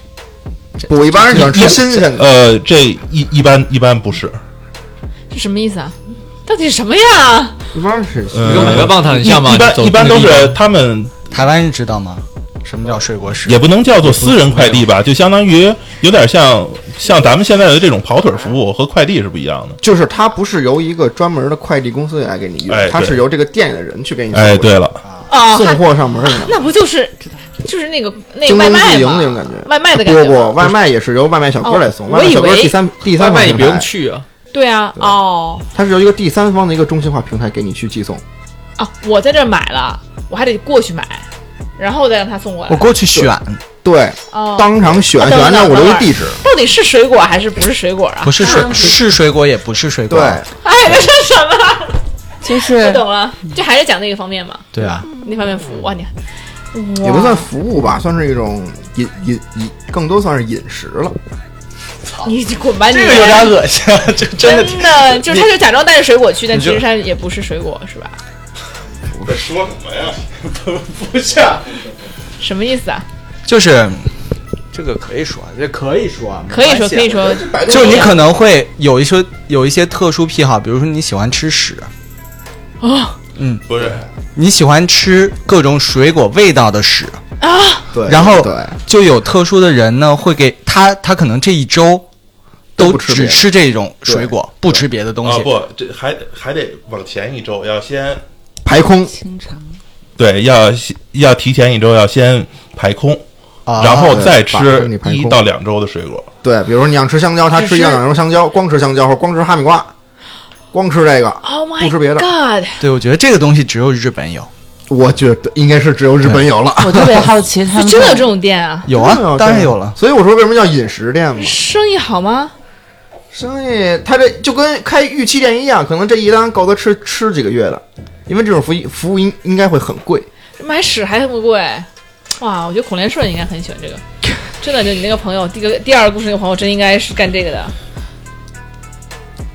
[SPEAKER 2] 我一般人喜欢吃新鲜的，
[SPEAKER 6] 呃，这一一般一般不是，
[SPEAKER 1] 是什么意思啊？到底是什么呀？
[SPEAKER 2] 一般人是
[SPEAKER 6] 呃
[SPEAKER 3] 你跟买个棒糖很像吗
[SPEAKER 6] 一一
[SPEAKER 3] 你走
[SPEAKER 6] 般一般
[SPEAKER 3] 那
[SPEAKER 6] 都
[SPEAKER 3] 个地
[SPEAKER 6] 是
[SPEAKER 3] 方
[SPEAKER 6] 他们
[SPEAKER 5] 台湾人知道吗？什么叫水果史？
[SPEAKER 6] 也不能叫做私人快递吧，就相当于有点像像咱们现在的这种跑腿服务和快递是不一样的。
[SPEAKER 2] 就是它不是由一个专门的快递公司来给你运
[SPEAKER 6] 哎，
[SPEAKER 2] 它
[SPEAKER 6] 对
[SPEAKER 2] 是由这个店里的人去给你送
[SPEAKER 6] 哎，
[SPEAKER 2] 过去
[SPEAKER 6] 对了，
[SPEAKER 1] 啊，
[SPEAKER 2] 送货上门儿
[SPEAKER 1] 那不就是就是那个那个
[SPEAKER 2] 京
[SPEAKER 1] 外
[SPEAKER 2] 东
[SPEAKER 1] 卖
[SPEAKER 2] 自营
[SPEAKER 1] 吗
[SPEAKER 2] 那种感觉，
[SPEAKER 1] 外卖的感
[SPEAKER 2] 不
[SPEAKER 1] 觉
[SPEAKER 2] 不，
[SPEAKER 1] 吗。
[SPEAKER 2] 外卖也是由外卖小哥来送，
[SPEAKER 1] 哦
[SPEAKER 2] 外卖小哥
[SPEAKER 1] 我以为
[SPEAKER 2] 第三第
[SPEAKER 3] 外
[SPEAKER 2] 三
[SPEAKER 3] 卖
[SPEAKER 2] 方
[SPEAKER 3] 也
[SPEAKER 2] 平
[SPEAKER 3] 不用
[SPEAKER 2] 台，
[SPEAKER 3] 去啊，
[SPEAKER 1] 对啊，哦
[SPEAKER 2] 它是由一个第三方的一个中心化平台给你去寄送。
[SPEAKER 1] 啊，我在这儿买了，我还得过去买，然后再让他送过
[SPEAKER 5] 我
[SPEAKER 1] 来。
[SPEAKER 5] 过去选，
[SPEAKER 2] 对，
[SPEAKER 1] 哦，
[SPEAKER 2] 当场选，
[SPEAKER 1] 啊
[SPEAKER 2] 选完之后
[SPEAKER 1] 等
[SPEAKER 2] 我
[SPEAKER 1] 会儿
[SPEAKER 2] 留一地址。
[SPEAKER 1] 到底是水果还是不是水果啊
[SPEAKER 5] 不？是水是水果也不是水果，
[SPEAKER 2] 对，
[SPEAKER 1] 哎，这是什么？
[SPEAKER 4] 就
[SPEAKER 1] 我
[SPEAKER 4] 是
[SPEAKER 1] 懂了，这还是讲那个方面嘛，
[SPEAKER 5] 对啊，
[SPEAKER 1] 那方面服务哇，你
[SPEAKER 2] 也不算服务吧，算是一种饮饮饮，更多算是饮食了。
[SPEAKER 1] 你滚吧你！
[SPEAKER 5] 这个有点恶心，这真的
[SPEAKER 1] 真
[SPEAKER 5] 挺
[SPEAKER 1] 的就是他就假装带着水果去，但
[SPEAKER 5] 你
[SPEAKER 1] 其
[SPEAKER 5] 就
[SPEAKER 1] 实他也不是水果，是吧？
[SPEAKER 6] 在说什么呀？ 不啊像。
[SPEAKER 1] 什么意思啊？
[SPEAKER 5] 就是这个可以说，这可以说啊，
[SPEAKER 1] 可以说可以说，
[SPEAKER 5] 就是你可能会有一些有一些特殊癖好，比如说你喜欢吃屎，
[SPEAKER 6] 不是，
[SPEAKER 5] 你喜欢吃各种水果味道的屎，
[SPEAKER 2] 对，
[SPEAKER 5] 然后
[SPEAKER 2] 对，
[SPEAKER 5] 就有特殊的人呢会给他，他可能这一周
[SPEAKER 2] 都
[SPEAKER 5] 都
[SPEAKER 2] 不吃别
[SPEAKER 5] 只
[SPEAKER 2] 的
[SPEAKER 5] 吃这种水果，不吃别的东
[SPEAKER 6] 啊
[SPEAKER 5] 西。
[SPEAKER 6] 不，这还还得往前一周，要先
[SPEAKER 2] 排空，
[SPEAKER 4] 经常
[SPEAKER 6] 对，要要提前一周，要先排空，
[SPEAKER 5] 啊
[SPEAKER 6] 然后再
[SPEAKER 2] 把身
[SPEAKER 6] 吃
[SPEAKER 2] 体排空
[SPEAKER 6] 一到两周的水果。
[SPEAKER 2] 对，比如说你想吃香蕉，他吃一样两种香蕉，光吃香蕉或者光吃哈密瓜，光吃这个，
[SPEAKER 1] Oh my
[SPEAKER 2] 不吃别的
[SPEAKER 1] God！
[SPEAKER 5] 对，我觉得这个东西只有日本有，
[SPEAKER 2] 我觉得应该是只有日本有了。
[SPEAKER 4] 我特别好奇
[SPEAKER 1] 就
[SPEAKER 4] 他们
[SPEAKER 1] 真的有这种店啊？
[SPEAKER 5] 有
[SPEAKER 2] 真的
[SPEAKER 5] 啊，当
[SPEAKER 2] 真
[SPEAKER 5] 然
[SPEAKER 2] 的
[SPEAKER 5] 有了。
[SPEAKER 2] 所以我说为什么叫饮食店嘛，
[SPEAKER 1] 生意好吗？
[SPEAKER 2] 生意它这就跟开预期店一样，可能这一单够他吃吃几个月的，因为这种服务服务应应该会很贵。
[SPEAKER 1] 买屎还这么贵，哇！我觉得孔连顺应该很喜欢这个，真的，就你那个朋友，第一个第二个故事那个朋友，真应该是干这个的。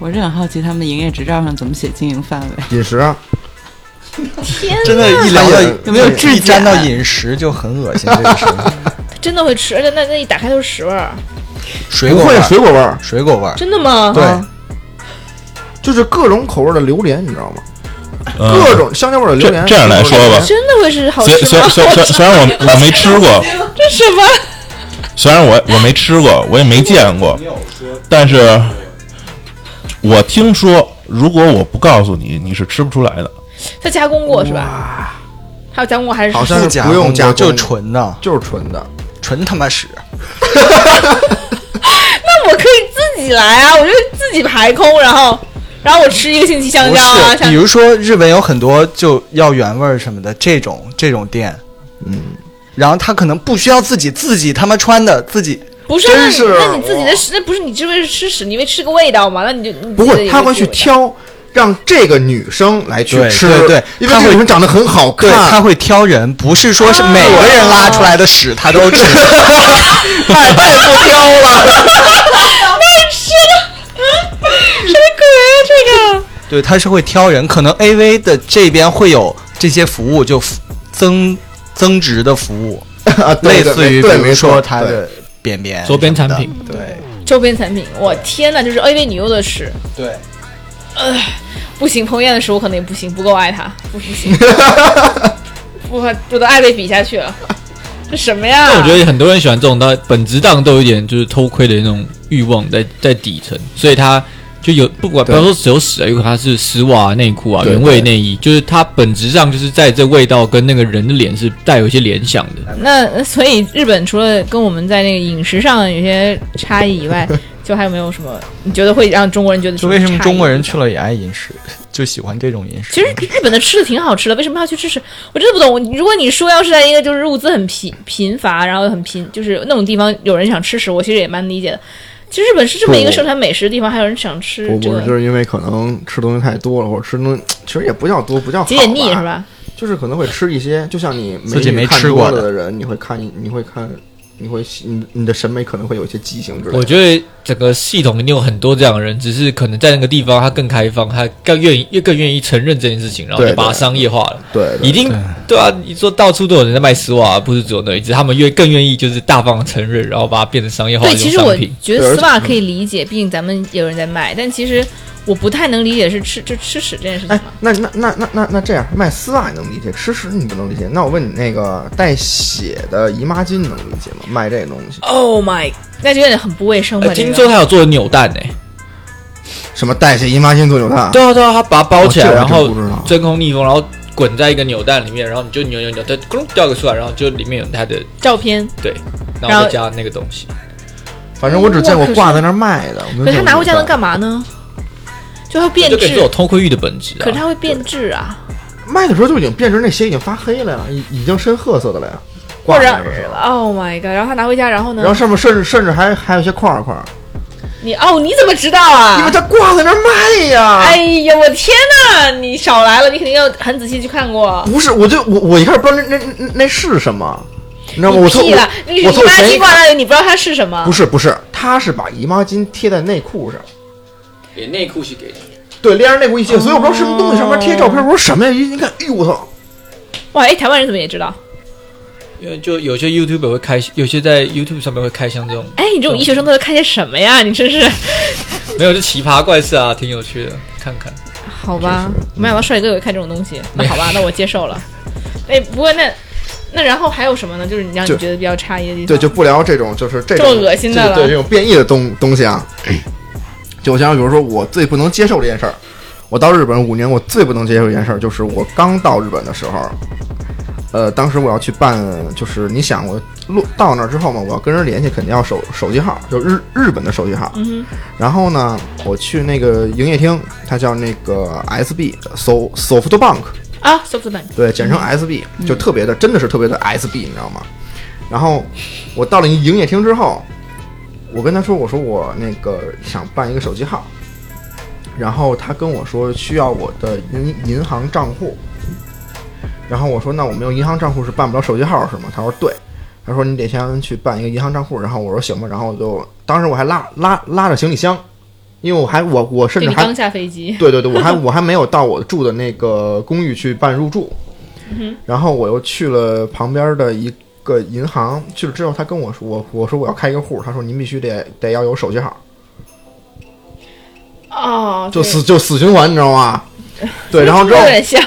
[SPEAKER 4] 我是很好奇他们的营业执照上怎么写经营范围。
[SPEAKER 2] 饮食啊，
[SPEAKER 1] 天
[SPEAKER 5] 真的，一聊到
[SPEAKER 2] 哎呀
[SPEAKER 5] 有没有
[SPEAKER 2] 质
[SPEAKER 5] 一沾到饮食就很恶心，这个事儿
[SPEAKER 1] 真的会吃，而且那那一打开都是屎味儿，
[SPEAKER 5] 水
[SPEAKER 2] 不
[SPEAKER 5] 果味
[SPEAKER 2] 会
[SPEAKER 5] 儿
[SPEAKER 2] 水果味儿，
[SPEAKER 5] 水果味儿，
[SPEAKER 1] 真的吗？啊
[SPEAKER 5] 对，
[SPEAKER 2] 就是各种口味的榴莲，你知道吗？
[SPEAKER 6] 嗯
[SPEAKER 2] 各种香蕉味的榴莲。
[SPEAKER 6] 这这样来说吧
[SPEAKER 1] 真的会是好
[SPEAKER 6] 虽
[SPEAKER 1] 吃
[SPEAKER 6] 虽
[SPEAKER 1] 吗？
[SPEAKER 6] 虽虽虽然我我没吃过，
[SPEAKER 1] 这 什么？
[SPEAKER 6] 虽然我我没吃过，我也没见过，但是我听说，如果我不告诉你，你是吃不出来的。
[SPEAKER 1] 它加工过是吧？还有加工过还是
[SPEAKER 2] 好像
[SPEAKER 5] 不
[SPEAKER 2] 但是
[SPEAKER 5] 加
[SPEAKER 2] 不用
[SPEAKER 5] 工
[SPEAKER 2] 加
[SPEAKER 5] 过
[SPEAKER 2] 工
[SPEAKER 5] 就是纯的，
[SPEAKER 2] 就是纯的，
[SPEAKER 5] 纯他妈屎。
[SPEAKER 1] 那我可以自己来啊，我就自己排空，然后然后我吃一个星期香
[SPEAKER 5] 不
[SPEAKER 1] 蕉啊，
[SPEAKER 5] 是，
[SPEAKER 1] 像
[SPEAKER 5] 比如说日本有很多就要原味儿什么的这种这种店，
[SPEAKER 2] 嗯，
[SPEAKER 5] 然后他可能不需要自己自己他妈穿的自己，
[SPEAKER 1] 不是
[SPEAKER 2] 真
[SPEAKER 1] 那你
[SPEAKER 2] 是
[SPEAKER 1] 那你自己的屎，那不是你是为了吃屎，你为吃个味道嘛？那你就你
[SPEAKER 2] 不
[SPEAKER 1] 自己
[SPEAKER 2] 会，
[SPEAKER 1] 也
[SPEAKER 2] 他会
[SPEAKER 1] 自己
[SPEAKER 2] 去
[SPEAKER 1] 味道
[SPEAKER 2] 挑。让这个女生来去
[SPEAKER 5] 对
[SPEAKER 2] 吃，
[SPEAKER 5] 对对
[SPEAKER 2] 因为这
[SPEAKER 5] 他
[SPEAKER 2] 个
[SPEAKER 5] 会
[SPEAKER 2] 女生长得很好看，
[SPEAKER 5] 对，他会挑人，不是说是每个人拉出来的屎他都吃，
[SPEAKER 2] 啊
[SPEAKER 5] 太太不挑了。
[SPEAKER 1] 什么鬼啊这个？
[SPEAKER 5] 对，他是会挑人，可能 A V 的这边会有这些服务，就增增值的服务，
[SPEAKER 2] 啊，对
[SPEAKER 5] 类
[SPEAKER 2] 对
[SPEAKER 5] 似于比
[SPEAKER 2] 对，
[SPEAKER 5] 如
[SPEAKER 2] 没错
[SPEAKER 5] 说它
[SPEAKER 2] 对
[SPEAKER 5] 的便便
[SPEAKER 3] 周边
[SPEAKER 5] 什
[SPEAKER 3] 产
[SPEAKER 5] 么的
[SPEAKER 3] 品，
[SPEAKER 5] 对
[SPEAKER 1] 周边产品，我天呐，就是 AV 女优的屎，
[SPEAKER 5] 对，
[SPEAKER 1] 不行，彭于晏的屎我可能也不行，不够爱他，不不 行，我我的爱被比下去了，这什么呀？
[SPEAKER 3] 但我觉得很多人喜欢这种，但本质上都有一点就是偷窥的那种欲望在在底层，所以他就有不管不
[SPEAKER 2] 对
[SPEAKER 3] 要说只有屎啊，有可能他是丝袜啊、内裤啊、
[SPEAKER 2] 对
[SPEAKER 3] 原味内衣，就是它本质上就是在这味道跟那个人的脸是带有一些联想的。
[SPEAKER 1] 呃 那所以日本除了跟我们在那个饮食上有些差异以外，就还有没有什么你觉得会让中国人觉得
[SPEAKER 5] 就为什么
[SPEAKER 1] 差异
[SPEAKER 5] 中国人
[SPEAKER 1] 的地方
[SPEAKER 5] 去了也爱饮食，就喜欢这种饮食？
[SPEAKER 1] 其实日本的吃的挺好吃的，为什么要去支持？我真的不懂。如果你说要是在一个就是物资很贫贫乏，然后很贫，就是那种地方有人想吃屎，我其实也蛮理解的。其实日本是这么一个
[SPEAKER 2] 不
[SPEAKER 1] 盛产美食的地方，还有人想吃
[SPEAKER 2] 我
[SPEAKER 1] 这
[SPEAKER 2] 我
[SPEAKER 1] 个，
[SPEAKER 2] 就是因为可能吃东西太多了，或者吃东西其实也不叫多，不叫好
[SPEAKER 1] 解解腻
[SPEAKER 2] 吧
[SPEAKER 1] 是吧？
[SPEAKER 2] 就是可能会吃一些，就像你美
[SPEAKER 5] 自己
[SPEAKER 2] 女
[SPEAKER 5] 没
[SPEAKER 2] 看
[SPEAKER 5] 吃
[SPEAKER 2] 多
[SPEAKER 5] 过
[SPEAKER 2] 了
[SPEAKER 5] 的
[SPEAKER 2] 的人，你会看，你会看，你会你你的审美可能会有一些畸形之类
[SPEAKER 3] 我
[SPEAKER 2] 的。
[SPEAKER 3] 觉得整个系统一定有很多这样的人，只是可能在那个地方他更开放，他更愿意越更愿意承认这件事情，然后
[SPEAKER 2] 对
[SPEAKER 3] 就把它
[SPEAKER 2] 对
[SPEAKER 3] 商业化了。
[SPEAKER 2] 对，对
[SPEAKER 3] 一定对啊！你说到处都有人在卖丝袜，不是只有那一只，他们越更愿意就是大方地承认，然后把它变成商业化的
[SPEAKER 1] 对，其
[SPEAKER 3] 一种
[SPEAKER 1] 实
[SPEAKER 3] 商
[SPEAKER 1] 我
[SPEAKER 3] 品。
[SPEAKER 1] 觉
[SPEAKER 2] 对而
[SPEAKER 1] 得
[SPEAKER 2] 且
[SPEAKER 1] 丝袜可以理解，毕竟咱们也有人在卖。但其实我不太能理解是吃就吃屎这件事情啊
[SPEAKER 2] 哎
[SPEAKER 1] 嘛。，
[SPEAKER 2] 那那那那那那这样，卖丝袜你能理解，吃屎你不能理解。那我问你，那个带血的姨妈巾你能理解吗？卖这个东西，
[SPEAKER 1] Oh my，那就有点很不卫生吧？
[SPEAKER 3] 呃听
[SPEAKER 1] 这
[SPEAKER 3] 说
[SPEAKER 1] 个
[SPEAKER 3] 他有做扭蛋诶、
[SPEAKER 2] 什么带血姨妈巾做扭蛋？
[SPEAKER 3] 对啊对啊，他把它包起来，
[SPEAKER 2] 哦这我
[SPEAKER 3] 然
[SPEAKER 2] 还真
[SPEAKER 3] 后
[SPEAKER 2] 不知道
[SPEAKER 3] 真空密封，然后滚在一个扭蛋里面，然后你就扭扭扭，它咕噜掉个出来，然后就里面有它的
[SPEAKER 1] 照片，
[SPEAKER 3] 对，然
[SPEAKER 1] 然
[SPEAKER 3] 后
[SPEAKER 1] 后
[SPEAKER 3] 再加那个东西。
[SPEAKER 2] 反正我只见过挂在那儿卖的。
[SPEAKER 1] 可是他拿回家能
[SPEAKER 2] 能
[SPEAKER 1] 干嘛呢？就会变
[SPEAKER 3] 这个是有
[SPEAKER 1] 质，
[SPEAKER 3] 偷窥欲的本质啊。
[SPEAKER 1] 可是它会变质啊。
[SPEAKER 2] 卖的时候就已经变成那鞋已经发黑了呀，已已经深褐色的了呀，挂
[SPEAKER 1] 或
[SPEAKER 2] 在
[SPEAKER 1] 者
[SPEAKER 2] 那儿的时候。
[SPEAKER 1] ，Oh my god！然后他拿回家，然后呢
[SPEAKER 2] 然？后上面甚至甚至还还有一些块儿
[SPEAKER 1] 啊
[SPEAKER 2] 块儿，
[SPEAKER 1] 你哦，你怎么知道
[SPEAKER 2] 因为
[SPEAKER 1] 啊？
[SPEAKER 2] 它挂在那儿卖呀。
[SPEAKER 1] 哎呀，我天哪！你少来了，你肯定要很仔细去看过。
[SPEAKER 2] 不是，我就我我一开始不知道那那那那是什么，你知道吗？
[SPEAKER 1] 你
[SPEAKER 2] 嗯我从
[SPEAKER 1] 屁了！你
[SPEAKER 2] 我
[SPEAKER 1] 你
[SPEAKER 2] 从
[SPEAKER 1] 妈
[SPEAKER 2] 前一
[SPEAKER 1] 鸡挂那里，你不知道它是什么？
[SPEAKER 2] 不是不是，他是把姨妈巾贴在内裤上，
[SPEAKER 3] 给内裤去给你，
[SPEAKER 2] 对，连着内裤一起，所以我不知道什么东西上面贴照片，我说什么呀？一一看，哎呦我操！
[SPEAKER 1] 哇，哎，台湾人怎么也知道？
[SPEAKER 3] 因为就有些 YouTube 会开，有些在 YouTube 上面会开箱这种，
[SPEAKER 1] 哎，你
[SPEAKER 2] 嗯
[SPEAKER 1] 这种医学生都在看些什么呀？你真是
[SPEAKER 3] 没有就奇葩怪事啊，挺有趣的，看看。
[SPEAKER 1] 好吧？没想到帅哥也会看这种东 西。那好吧，那我接受了。哎，不过那那然后还有什么呢？就是你让你
[SPEAKER 2] 就
[SPEAKER 1] 觉得比较诧异的地方。
[SPEAKER 2] 对，就不聊这种就是这
[SPEAKER 1] 这
[SPEAKER 2] 种
[SPEAKER 1] 么恶心的
[SPEAKER 2] 这个对
[SPEAKER 1] 了
[SPEAKER 2] 这种变异的东东西啊。就像比如说我最不能接受这件事儿，我到日本五年，我最不能接受一件事儿就是我刚到日本的时候，呃，当时我要去办，就是你想我落到那儿之后嘛，我要跟人联系，肯定要手手机号，就日日本的手机号。
[SPEAKER 1] 嗯
[SPEAKER 2] 然后呢，我去那个营业厅，它叫那个呃 SB，so SoftBank，
[SPEAKER 1] 哼啊，SoftBank
[SPEAKER 2] 对，简称 SB，就特别的，真的是特别的 SB，你知道吗？然后我到了营业厅之后，我跟他说，我说我那个想办一个手机号，然后他跟我说需要我的银银行账户，然后我说那我没有银行账户是办不了手机号是吗？他说对，他说你得先去办一个银行账户，然后我说行吧，然后我就当时我还拉拉拉着行李箱，因为我还我我甚
[SPEAKER 1] 就
[SPEAKER 2] 至
[SPEAKER 1] 你
[SPEAKER 2] 还
[SPEAKER 1] 刚下飞机，
[SPEAKER 2] 对对对，我还我还没有到我住的那个公寓去办入住，
[SPEAKER 1] 嗯
[SPEAKER 2] 然后我又去了旁边的一个银行，去了之后他跟我说，我我说我要开一个户，他说您必须得得要有手机号，
[SPEAKER 1] 哦，
[SPEAKER 2] 就
[SPEAKER 1] 对
[SPEAKER 2] 死就死循环，你知道吗？对，然后之
[SPEAKER 1] 中
[SPEAKER 2] 后
[SPEAKER 1] 国有点像，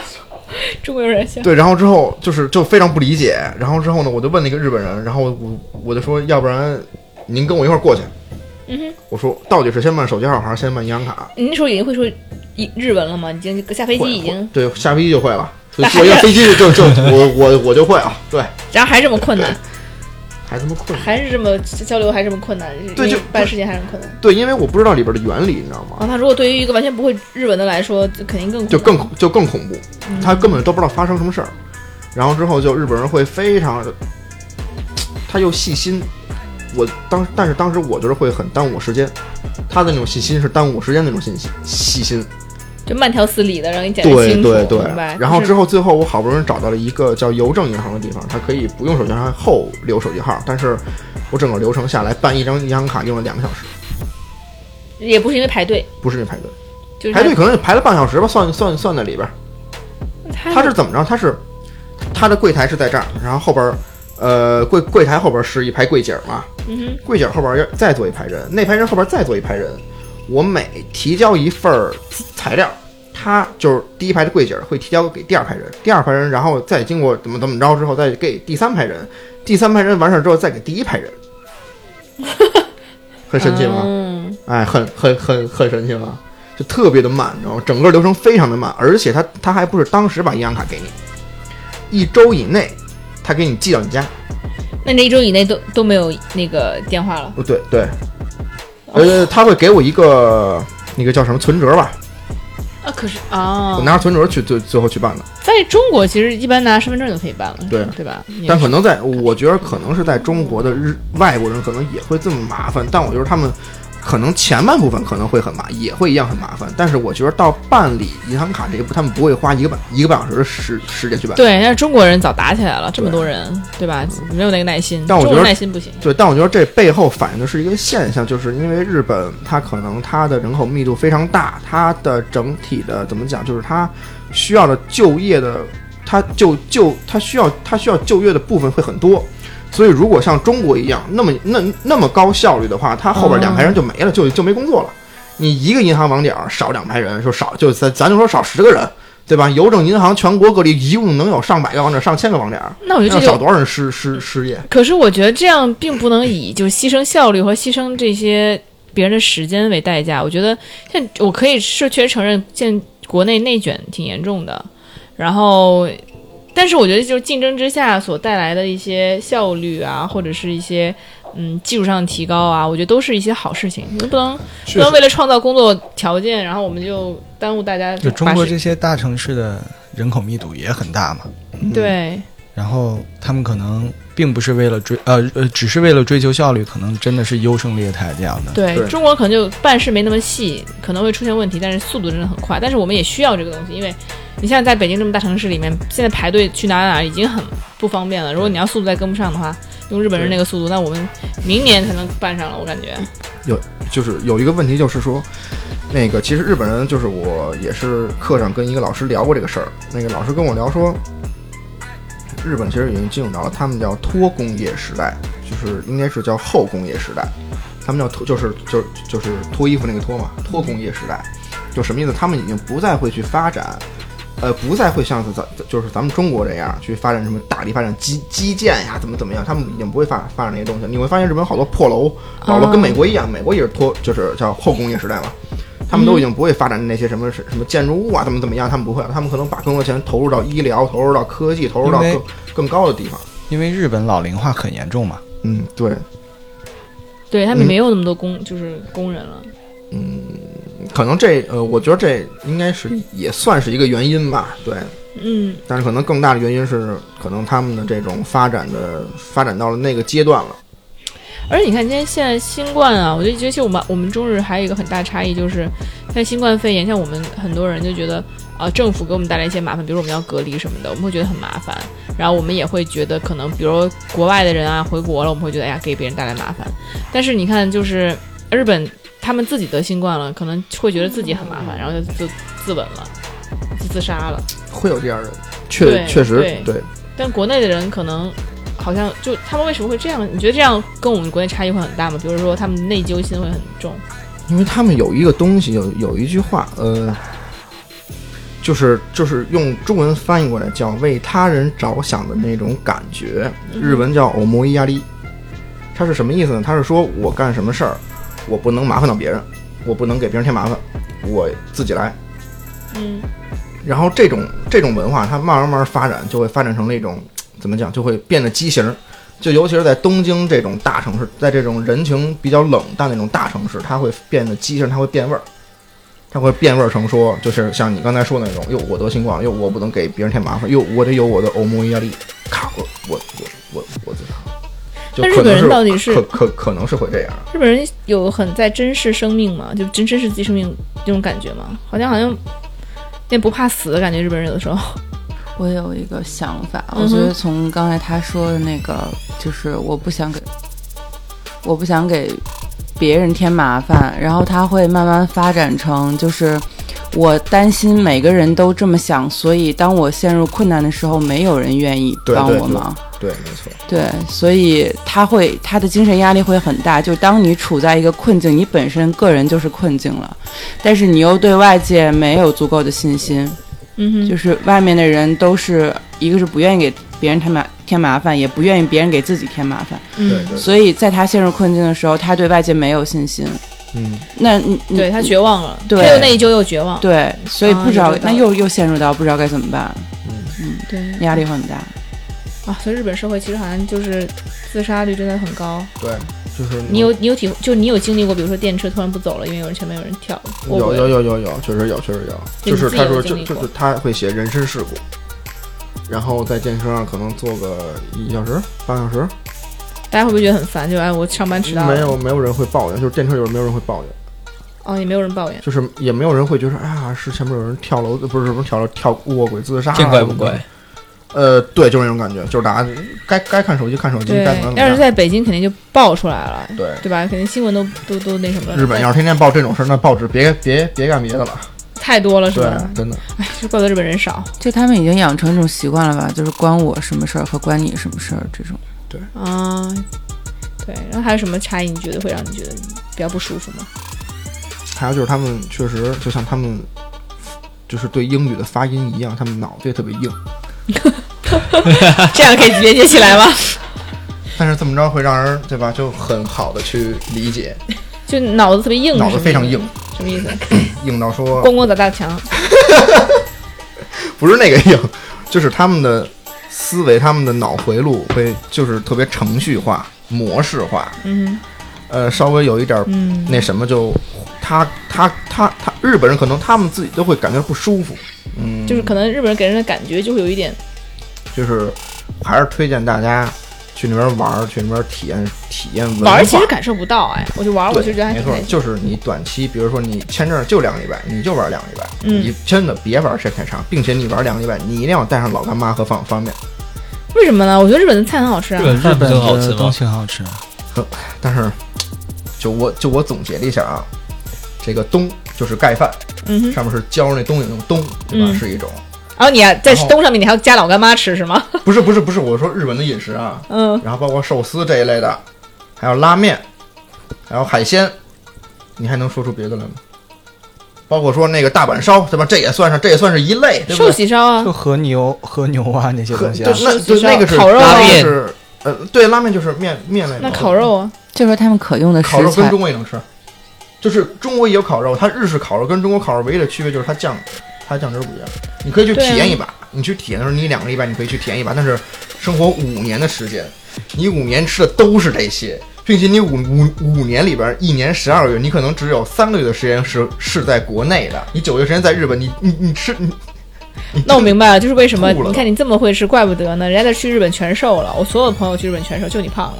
[SPEAKER 1] 中国有点像。
[SPEAKER 2] 对，然后之后就是就非常不理解，然后之后呢，我就问了一个日本人，然后我我就说，要不然您跟我一块儿过去，
[SPEAKER 1] 嗯哼，
[SPEAKER 2] 我说到底是先办手机号还是先办银行卡？
[SPEAKER 1] 你那时候已经会说日日文了吗？已经下飞机已
[SPEAKER 2] 会
[SPEAKER 1] 经，
[SPEAKER 2] 对下飞机就会 了，
[SPEAKER 1] 那还
[SPEAKER 2] 坐一个
[SPEAKER 1] 是
[SPEAKER 2] 飞机就就就我我我就会了，对，
[SPEAKER 1] 然后还这么困难，
[SPEAKER 2] 还他妈困难。
[SPEAKER 1] 还是这么交流，还这么困难，
[SPEAKER 2] 对就
[SPEAKER 1] 办事情还是很困难。
[SPEAKER 2] 对，因为我不知道里边的原理，你知道吗？
[SPEAKER 1] 啊，那如果对于一个完全不会日文的来说，就肯定更困难
[SPEAKER 2] 就更就更恐怖，
[SPEAKER 1] 嗯
[SPEAKER 2] 他根本都不知道发生什么事儿。然后之后就日本人会非常的，他又细心。我当但是当时我觉得会很耽误我时间，他的那种细心是耽误我时间的那种细心细心。
[SPEAKER 1] 就慢条斯理的让你讲得
[SPEAKER 2] 对
[SPEAKER 1] 清楚，
[SPEAKER 2] 对对
[SPEAKER 1] 明白。。
[SPEAKER 2] 然后
[SPEAKER 1] 就是
[SPEAKER 2] 之后最后我好不容易找到了一个叫邮政银行的地方，它可以不用手机号后留手机号，但是我整个流程下来办一张银行卡用了两个小时，
[SPEAKER 1] 也不是因为排队，
[SPEAKER 2] 不是那排队，
[SPEAKER 1] 就是
[SPEAKER 2] 排队可能也排了半小时吧，算算算在里边。
[SPEAKER 1] 他
[SPEAKER 2] 他是怎么着？他是他的柜台是在这儿，然后后边儿，呃，柜柜台后边儿是一排柜姐儿嘛，
[SPEAKER 1] 嗯哼
[SPEAKER 2] 柜姐儿后边儿又再坐一排人，那排人后边儿再坐一排人。我每提交一份儿材料，他就是第一排的柜姐儿会提交给第二排人，第二排人然后再经过怎么怎么着之后再给第三排人，第三排人完事儿之后再给第一排人，很神奇吗？
[SPEAKER 1] 嗯，
[SPEAKER 2] 哎，很很很很神奇吧？就特别的慢，你知道吗？整个流程非常的慢，而且他他还不是当时把银行卡给你，一周以内他给你寄到你家。
[SPEAKER 1] 那这一周以内都都没有那个电话了。
[SPEAKER 2] 哦，对对，呃，他会给我一个那个叫什么存折吧，
[SPEAKER 1] 啊，可是啊
[SPEAKER 2] 我，拿着存折去最最后去办的。
[SPEAKER 1] 在中国其实一般拿身份证就可以办了，
[SPEAKER 2] 对
[SPEAKER 1] 对吧？你也
[SPEAKER 2] 但
[SPEAKER 1] 是
[SPEAKER 2] 可能在，我觉得可能是在中国的日外国人可能也会这么麻烦，但我觉得他们可能前半部分可能会很麻，也会一样很麻烦。但是我觉得到办理银行卡这一步，他们不会花一个半一个半小时的时时间去办。
[SPEAKER 1] 对，但是中国人早打起来了，这么
[SPEAKER 2] 对
[SPEAKER 1] 多人，对吧？没有那个耐心，
[SPEAKER 2] 但我
[SPEAKER 1] 中
[SPEAKER 2] 觉
[SPEAKER 1] 国
[SPEAKER 2] 得
[SPEAKER 1] 耐心不行。
[SPEAKER 2] 对，但我觉得这背后反映的是一个现象，就是因为日本它可能它的人口密度非常大，它的整体的怎么讲，就是它需要的就业的，它就就它需要它需要就业的部分会很多。所以，如果像中国一样那么那那么高效率的话，它后边两排人就没了，就就没工作了。你一个银行网点儿少两排人，说少就咱咱就说少十个人，对吧？邮政银行全国各地一共能有上百个网点儿、上千个网点儿，
[SPEAKER 1] 那我觉
[SPEAKER 2] 那
[SPEAKER 1] 得这
[SPEAKER 2] 少
[SPEAKER 1] 就，
[SPEAKER 2] 多少人失失失业？
[SPEAKER 1] 可是我觉得这样并不能以就是牺牲效率和牺牲这些别人的时间为代价。我觉得现我可以是确实承认，现在国内内卷挺严重的，然后。但是我觉得，就是竞争之下所带来的一些效率啊，或者是一些嗯技术上的提高啊，我觉得都是一些好事情。你不能不能为了创造工作条件，然后我们就耽误大家
[SPEAKER 5] 就中
[SPEAKER 1] 把
[SPEAKER 5] 国
[SPEAKER 1] 时
[SPEAKER 5] 这些大城市的人口密度也很大嘛，
[SPEAKER 1] 对
[SPEAKER 5] 然后他们可能并不是为了追呃呃，只是为了追求效率，可能真的是优胜劣汰这样的。
[SPEAKER 1] 对
[SPEAKER 2] 对
[SPEAKER 1] 中国可能就办事没那么细，可能会出现问题，但是速度真的很快。但是我们也需要这个东西，因为你像在北京这么大城市里面，现在排队去哪哪已经很不方便了。如果你要速度再跟不上的话，用日本人那个速度，那我们明年才能办上了，我感觉。
[SPEAKER 2] 嗯就是有一个问题，就是说，那个其实日本人就是我也是课上跟一个老师聊过这个事儿，那个老师跟我聊说，日本其实已经进入到了他们叫脱工业时代，就是应该是叫后工业时代，他们叫脱就是就是就是脱衣服那个脱嘛，脱工业时代，就什么意思？他们已经不再会去发展。呃，不再会像咱就是咱们中国这样去发展什么大力发展基基建呀，怎么怎么样，他们已经不会发发展那些东西。你会发现日本有好多破楼，老了跟美国一样，美国也是脱，就是叫后工业时代嘛。他们都已经不会发展那些什么什么建筑物啊，怎么怎么样，他们不会了，他们可能把更多钱投入到医疗，投入到科技，投入到
[SPEAKER 5] 因为
[SPEAKER 2] 更更高的地方。
[SPEAKER 5] 因为日本老龄化很严重嘛，
[SPEAKER 2] 嗯，对，
[SPEAKER 1] 对他们
[SPEAKER 2] 嗯
[SPEAKER 1] 没有那么多工，就是工人了。
[SPEAKER 2] 可能这呃，我觉得这应该是也算是一个原因吧。对，
[SPEAKER 1] 嗯，
[SPEAKER 2] 但是可能更大的原因是，可能他们的这种发展的发展到了那个阶段了。
[SPEAKER 1] 而且你看，今天现在新冠啊，我就觉得其实我们我们中日还有一个很大差异，就是像新冠肺炎，像我们很多人就觉得啊、呃政府给我们带来一些麻烦，比如我们要隔离什么的，我们会觉得啊很麻烦。然后我们也会觉得，可能比如国外的人啊回国了，我们会觉得哎呀给别人带来麻烦。但是你看，就是日本他们自己得新冠了，可能会觉得自己很麻烦，然后就自自刎了，自自杀了。
[SPEAKER 2] 会有这样的，
[SPEAKER 1] 对
[SPEAKER 2] 确确实
[SPEAKER 1] 对
[SPEAKER 2] 对，
[SPEAKER 1] 但国内的人可能好像就他们为什么会这样？你觉得这样跟我们国内差异会很大吗？比如说他们内疚心会很重。
[SPEAKER 2] 因为他们有一个东西，有有一句话，呃，就是就是用中文翻译过来叫为他人着想的那种感觉，日文叫欧摩伊压力。它是什么意思呢？它是说我干什么事儿，我不能麻烦到别人，我不能给别人添麻烦，我自己来。
[SPEAKER 1] 嗯，
[SPEAKER 2] 然后这种这种文化，它慢慢慢慢发展，就会发展成了一种怎么讲，就会变得畸形儿。就尤其是在东京这种大城市，在这种人情比较冷淡的那种大城市，它会变得畸形，它会变味儿，它会变味儿成说，就是像你刚才说的那种，哟，我得新冠了，哟，我不能给别人添麻烦，哟，我得有我的欧盟压力，卡，我我我我我自杀了。就
[SPEAKER 1] 那日
[SPEAKER 2] 可能
[SPEAKER 1] 本人到底是
[SPEAKER 2] 可可可能是会这样，
[SPEAKER 1] 日本人有很在珍视生命吗？就真珍视自己生命这种感觉吗？好像好像有点不怕死的感觉。日本人有的时候，
[SPEAKER 4] 我有一个想法，
[SPEAKER 1] 嗯哼
[SPEAKER 4] 我觉得从刚才他说的那个，就是我不想给，我不想给别人添麻烦，然后他会慢慢发展成，就是我担心每个人都这么想，所以当我陷入困难的时候，没有人愿意
[SPEAKER 2] 对
[SPEAKER 4] 帮
[SPEAKER 2] 对
[SPEAKER 4] 我
[SPEAKER 2] 对
[SPEAKER 4] 忙。
[SPEAKER 2] 对，没错，
[SPEAKER 4] 对，所以他会他的精神压力会很大。就当你处在一个困境，你本身个人就是困境了，但是你又对外界没有足够的信心，
[SPEAKER 1] 嗯哼，
[SPEAKER 4] 就是外面的人都是一个是不愿意给别人添麻添麻烦，也不愿意别人给自己添麻烦，
[SPEAKER 2] 对
[SPEAKER 1] 嗯，
[SPEAKER 2] 对，
[SPEAKER 4] 所以在他陷入困境的时候，他对外界没有信心。
[SPEAKER 2] 嗯，
[SPEAKER 4] 那你你
[SPEAKER 1] 对他绝望了，
[SPEAKER 4] 对
[SPEAKER 1] 他又内疚又绝望。
[SPEAKER 4] 对，所以
[SPEAKER 1] 啊
[SPEAKER 4] 不哦知道、
[SPEAKER 1] 有这道
[SPEAKER 4] 那
[SPEAKER 1] 理
[SPEAKER 4] 又又陷入到不知道该怎么办，
[SPEAKER 1] 对
[SPEAKER 4] 压力会很大。
[SPEAKER 1] 啊，所以日本社会其实好像就是自杀率真的很高。
[SPEAKER 2] 对，就是
[SPEAKER 1] 你有你有体会，就你有经历过，比如说电车突然不走了，因为有人前面有人跳过
[SPEAKER 2] 有
[SPEAKER 1] 轨
[SPEAKER 2] 有有有有，确实有，确实有，
[SPEAKER 1] 对
[SPEAKER 2] 就是
[SPEAKER 1] 你自己
[SPEAKER 2] 他
[SPEAKER 1] 有
[SPEAKER 2] 说
[SPEAKER 1] 经
[SPEAKER 2] 就
[SPEAKER 1] 历
[SPEAKER 2] 就
[SPEAKER 1] 过
[SPEAKER 2] 是他会写人身事故，然后在电车上可能坐个一小时、半小时，
[SPEAKER 1] 大家会不会觉得很烦？就哎，我上班迟到了，
[SPEAKER 2] 没有没有人会抱怨，就是电车有没有人会抱怨，
[SPEAKER 1] 哦，也没有人抱怨，
[SPEAKER 2] 就是也没有人会觉得哎呀是前面有人跳楼，不是什么跳楼跳卧轨自杀啊，
[SPEAKER 3] 见怪不
[SPEAKER 2] 什么
[SPEAKER 3] 怪
[SPEAKER 2] 的。。呃，对，就是那种感觉，就是大家该该看手机看手机，
[SPEAKER 1] 对
[SPEAKER 2] 该怎么，怎
[SPEAKER 1] 要是
[SPEAKER 2] 么样。
[SPEAKER 1] 在北京肯定就爆出来了，
[SPEAKER 2] 对，
[SPEAKER 1] 对吧？肯定新闻都都都那什么了。
[SPEAKER 2] 日本要是天天报这种事儿，那报纸别别别干别的了，
[SPEAKER 1] 太多了是
[SPEAKER 2] 对
[SPEAKER 1] 吧？，
[SPEAKER 2] 真的。
[SPEAKER 1] 哎， 就怪不得日本人少
[SPEAKER 4] 就他们已经养成一种习惯了吧，就是关我什么事儿和关你什么事儿这种。
[SPEAKER 1] 啊。对，然后还有什么差异？你觉得会让你觉得比较不舒服吗？
[SPEAKER 2] 还有就是他们确实就像他们就是对英语的发音一样，他们脑子也特别硬，
[SPEAKER 1] 这样可以连接起来 吗？
[SPEAKER 2] 但是这么着会让人对吧，就很好的去理解，
[SPEAKER 1] 就脑子特别硬，
[SPEAKER 2] 脑子非常硬，，嗯
[SPEAKER 1] 什么意思？
[SPEAKER 2] 硬到说
[SPEAKER 1] 咣咣砸大墙，
[SPEAKER 2] 不是那个硬，就是他们的思维、他们的脑回路会就是特别程序化、模式化，
[SPEAKER 1] 嗯
[SPEAKER 2] 呃，稍微有一点儿
[SPEAKER 1] 嗯，
[SPEAKER 2] 那什么就他他他他日本人可能他们自己都会感觉不舒服，嗯，
[SPEAKER 1] 就是可能日本人给人的感觉就会有一点，
[SPEAKER 2] 就是还是推荐大家去那边玩儿，去那边体验体验文化。
[SPEAKER 1] 玩儿其实感受不到，哎，我就玩儿，我
[SPEAKER 2] 对，
[SPEAKER 1] 就觉得还
[SPEAKER 2] 没
[SPEAKER 1] 挺
[SPEAKER 2] 错
[SPEAKER 1] 开，心。
[SPEAKER 2] 就是你短期，比如说你签证就两个礼拜，你就玩两个礼拜，
[SPEAKER 1] 嗯
[SPEAKER 2] 你真的别玩时间太长，并且你玩两个礼拜，你一定要带上老干妈和方方便面。
[SPEAKER 1] 为什么呢？我觉得日本的菜很好吃啊
[SPEAKER 3] 日。本
[SPEAKER 5] 日
[SPEAKER 3] 呃饭不
[SPEAKER 5] 本
[SPEAKER 3] 是很好吃
[SPEAKER 5] 的东
[SPEAKER 3] 吗？
[SPEAKER 5] 西很好吃，
[SPEAKER 2] 但是，就我就我总结了一下啊，这个东就是盖饭，
[SPEAKER 1] 嗯哼，
[SPEAKER 2] 上面是浇着那东西那种东，对吧？
[SPEAKER 1] 嗯
[SPEAKER 2] 是一种，
[SPEAKER 1] 然后你还在
[SPEAKER 2] 然后
[SPEAKER 1] 东上面，你还要加老干妈吃是吗？
[SPEAKER 2] 不是不是不是，我说日本的饮食啊，
[SPEAKER 1] 嗯，
[SPEAKER 2] 然后包括寿司这一类的，还有拉面，还有海鲜，你还能说出别的来吗？包括说那个大阪烧，对吧？这也算上，这也算是一类，对
[SPEAKER 1] 寿
[SPEAKER 2] 不对？
[SPEAKER 1] 喜烧啊
[SPEAKER 5] 就，和牛和牛啊那些
[SPEAKER 2] 可
[SPEAKER 5] 东西
[SPEAKER 2] 对
[SPEAKER 5] 啊，
[SPEAKER 2] 那
[SPEAKER 1] 寿
[SPEAKER 2] 对
[SPEAKER 1] 司
[SPEAKER 2] 那个
[SPEAKER 1] 烧
[SPEAKER 2] 是
[SPEAKER 1] 烤肉
[SPEAKER 3] 啊
[SPEAKER 2] 面是呃，对，拉面就是面面类嘛。
[SPEAKER 1] 那烤肉啊，
[SPEAKER 4] 这时候他们可用的食
[SPEAKER 2] 烤肉跟
[SPEAKER 4] 材
[SPEAKER 2] 中国也能吃，就是中国也有烤肉，它日式烤肉跟中国烤肉唯一的区别就是它酱，它酱汁不一样。你可以去
[SPEAKER 1] 对啊
[SPEAKER 2] 体验一把，你去体验的时候，你两个礼拜你可以去体验一把，但是生活五年的时间，你五年吃的都是这些。并且你五五五年里边，一年十二个月，你可能只有三个月的时间是是在国内的，你九个月时间在日本，你你你吃你，你
[SPEAKER 1] 那我明白了，就是为什么
[SPEAKER 2] 吐了
[SPEAKER 1] 你看你这么会吃，怪不得呢，人家在去日本全瘦了，我所有的朋友去日本全瘦，就你胖了，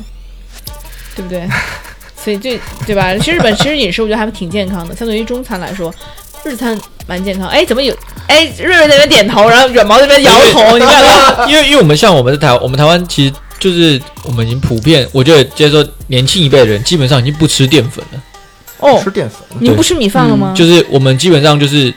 [SPEAKER 1] 对不对？ 所以这对吧？其实日本其实饮食我觉得还挺健康的，相对于中餐来说，日餐蛮健康。哎，怎么有？哎，瑞瑞那边点头，然后软毛那边摇头，你看看，
[SPEAKER 3] 因为因为我们像我们在台我们台湾其实就是我们已经普遍，我觉得接受年轻一辈的人基本上已经不吃淀粉了，
[SPEAKER 1] 哦
[SPEAKER 2] 吃，淀粉，
[SPEAKER 1] 你们不吃米饭了吗？
[SPEAKER 3] 就是我们基本上就是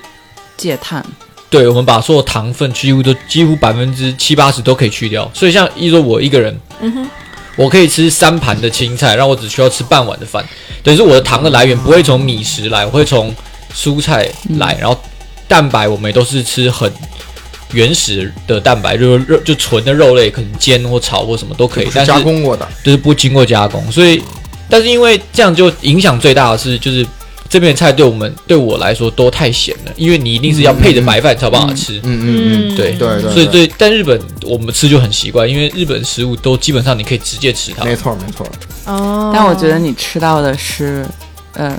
[SPEAKER 4] 戒碳，
[SPEAKER 3] 对，我们把所有糖分几乎都几乎百分之七八十都可以去掉。所以像一说我一个人，
[SPEAKER 1] 嗯哼，
[SPEAKER 3] 我可以吃三盘的青菜，然后我只需要吃半碗的饭，等于是我的糖的来源不会从米食来，我会从蔬菜来，然后蛋白我们也都是吃很。原始的蛋白就是肉，就纯的肉类，可能煎或炒或什么都可以，
[SPEAKER 2] 不
[SPEAKER 3] 但
[SPEAKER 2] 是
[SPEAKER 3] 是
[SPEAKER 2] 加工过的，
[SPEAKER 3] 就是不经过加工，所以，但是因为这样就影响最大的是，就是这边的菜对我们对我来说都太咸了，因为你一定是要配着白饭才有办法吃，
[SPEAKER 2] 嗯嗯嗯，
[SPEAKER 3] 对
[SPEAKER 2] 对对，
[SPEAKER 3] 所以对，但日本我们吃就很习惯，因为日本食物都基本上你可以直接吃它，
[SPEAKER 2] 没错没错，
[SPEAKER 1] 哦，
[SPEAKER 4] 嗯但我觉得你吃到的是，呃，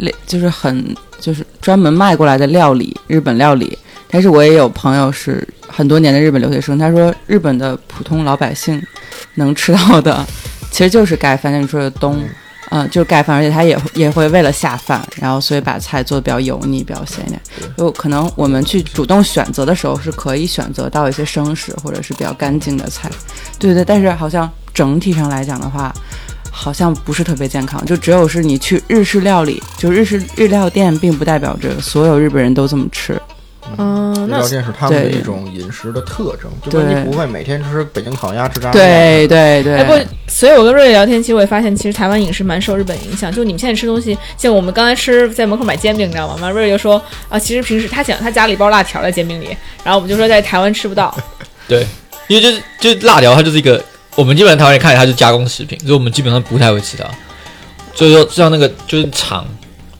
[SPEAKER 4] 类就是很就是专门卖过来的料理，日本料理。但是我也有朋友是很多年的日本留学生，他说日本的普通老百姓能吃到的，其实就是盖饭，像你说的东， 嗯、就是盖饭，而且他也也会为了下饭，然后所以把菜做的比较油腻，比较咸一点。就可能我们去主动选择的时候，是可以选择到一些生食或者是比较干净的菜，对对。但是好像整体上来讲的话，好像不是特别健康，就只有是你去日式料理，就日式日料店，并不代表着所有日本人都这么吃。
[SPEAKER 1] 嗯，那
[SPEAKER 2] 料店是他们的
[SPEAKER 4] 对
[SPEAKER 2] 一种饮食的特征，就跟
[SPEAKER 4] 对
[SPEAKER 2] 你不会每天吃北京烤鸭、吃炸酱面，
[SPEAKER 4] 对对对，
[SPEAKER 1] 哎，不，所以我跟瑞瑞聊天，其实我也发现，其实台湾饮食蛮受日本影响。就你们现在吃东西，像我们刚才吃在门口买煎饼，你知道吗？完瑞瑞就说啊，其实平时他想他家里包辣条在煎饼里，然后我们就说在台湾吃不 到。
[SPEAKER 3] 因为就是就是辣条它就是一个我们基本上台湾人看起来它是加工食品，所以我们基本上不太会吃它，所以说像那个就是肠，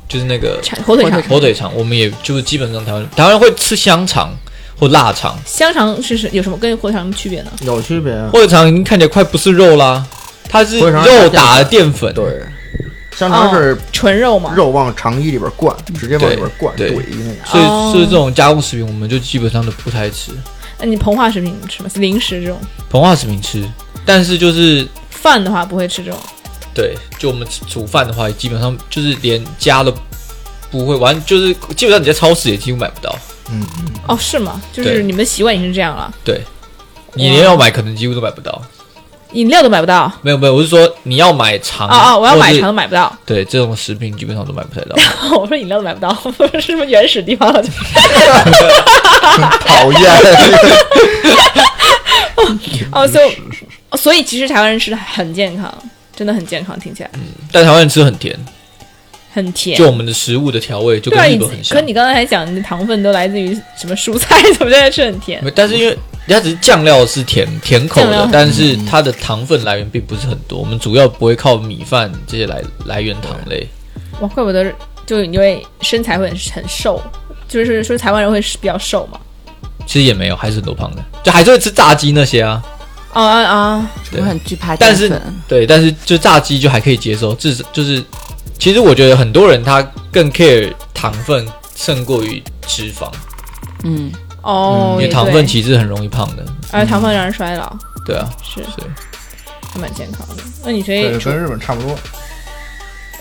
[SPEAKER 3] 就是那个
[SPEAKER 1] 肠火腿肠、
[SPEAKER 3] 火腿肠，我们也就是基本上台湾台湾人会吃香肠或腊肠。
[SPEAKER 1] 香肠是是有什么跟火腿肠有什么区别呢？
[SPEAKER 2] 有区别啊。
[SPEAKER 3] 火腿肠已经看起来快不是肉啦，它是
[SPEAKER 2] 不会让人
[SPEAKER 3] 肉打淀粉，
[SPEAKER 2] 对，香肠是
[SPEAKER 1] 哦纯肉嘛，
[SPEAKER 2] 肉往肠衣里边灌，直接往里边灌，
[SPEAKER 3] 对
[SPEAKER 2] 怼
[SPEAKER 3] 对
[SPEAKER 2] 那个。
[SPEAKER 3] 所以
[SPEAKER 1] 哦
[SPEAKER 3] 所以这种加工食品我们就基本上都不太吃，
[SPEAKER 1] 那你膨化食品吃吗？零食这种
[SPEAKER 3] 膨化食品吃，但是就是
[SPEAKER 1] 饭的话不会吃这种。
[SPEAKER 3] 对，就我们吃煮饭的话，基本上就是连加都不会完，就是基本上你在超市也几乎买不到，
[SPEAKER 2] 嗯，
[SPEAKER 1] 哦，是吗？就是
[SPEAKER 3] 对
[SPEAKER 1] 你们的习惯已经是这样了，
[SPEAKER 3] 你连要买可能几乎都买不到。
[SPEAKER 1] 饮料都买不到。
[SPEAKER 3] 没有没有，我是说你要买肠
[SPEAKER 1] 哦哦，我要买
[SPEAKER 3] 或是
[SPEAKER 1] 糖都买不到。
[SPEAKER 3] 对，这种食品基本上都买不太到。
[SPEAKER 1] 我说饮料都买不到，是不是原始地方 了？
[SPEAKER 2] 讨厌，
[SPEAKER 1] 哦，所以哦所以其实台湾人吃的很健康，真的很健康，听起来
[SPEAKER 3] 但台湾人吃很甜，
[SPEAKER 1] 很甜。
[SPEAKER 3] 嗯就我们的食物的调味就
[SPEAKER 1] 对啊，
[SPEAKER 3] 跟日
[SPEAKER 1] 你
[SPEAKER 3] 本很
[SPEAKER 1] 可
[SPEAKER 3] 像。
[SPEAKER 1] 你刚才还讲，你的糖分都来自于什么蔬菜，怎么现在吃很甜？
[SPEAKER 3] 没但是因为它只是酱料是甜甜口
[SPEAKER 1] 酱料
[SPEAKER 3] 的
[SPEAKER 1] 很，
[SPEAKER 3] 但是它的糖分来源并不是很多。我们主要不会靠米饭这些来来源糖类。
[SPEAKER 1] 哇，怪不得就因为身材会很很瘦，就是说台湾人会是比较瘦嘛。
[SPEAKER 3] 其实也没有，还是很多胖的，就还是会吃炸鸡那些啊。
[SPEAKER 1] 啊啊啊！
[SPEAKER 3] 对
[SPEAKER 4] 我很惧怕淀
[SPEAKER 3] 但是
[SPEAKER 4] 粉。
[SPEAKER 3] 对，但是就炸鸡就还可以接受，至少就是其实我觉得很多人他更 care 糖分胜过于脂肪，
[SPEAKER 4] 嗯，
[SPEAKER 1] 哦，
[SPEAKER 3] 因为
[SPEAKER 1] 也
[SPEAKER 3] 糖
[SPEAKER 1] 对
[SPEAKER 3] 分其实很容易胖的。
[SPEAKER 1] 而且糖分让人衰老，
[SPEAKER 3] 对啊，
[SPEAKER 1] 是
[SPEAKER 3] 所以
[SPEAKER 1] 还蛮健康的。那你所以
[SPEAKER 2] 对，跟日本差不多。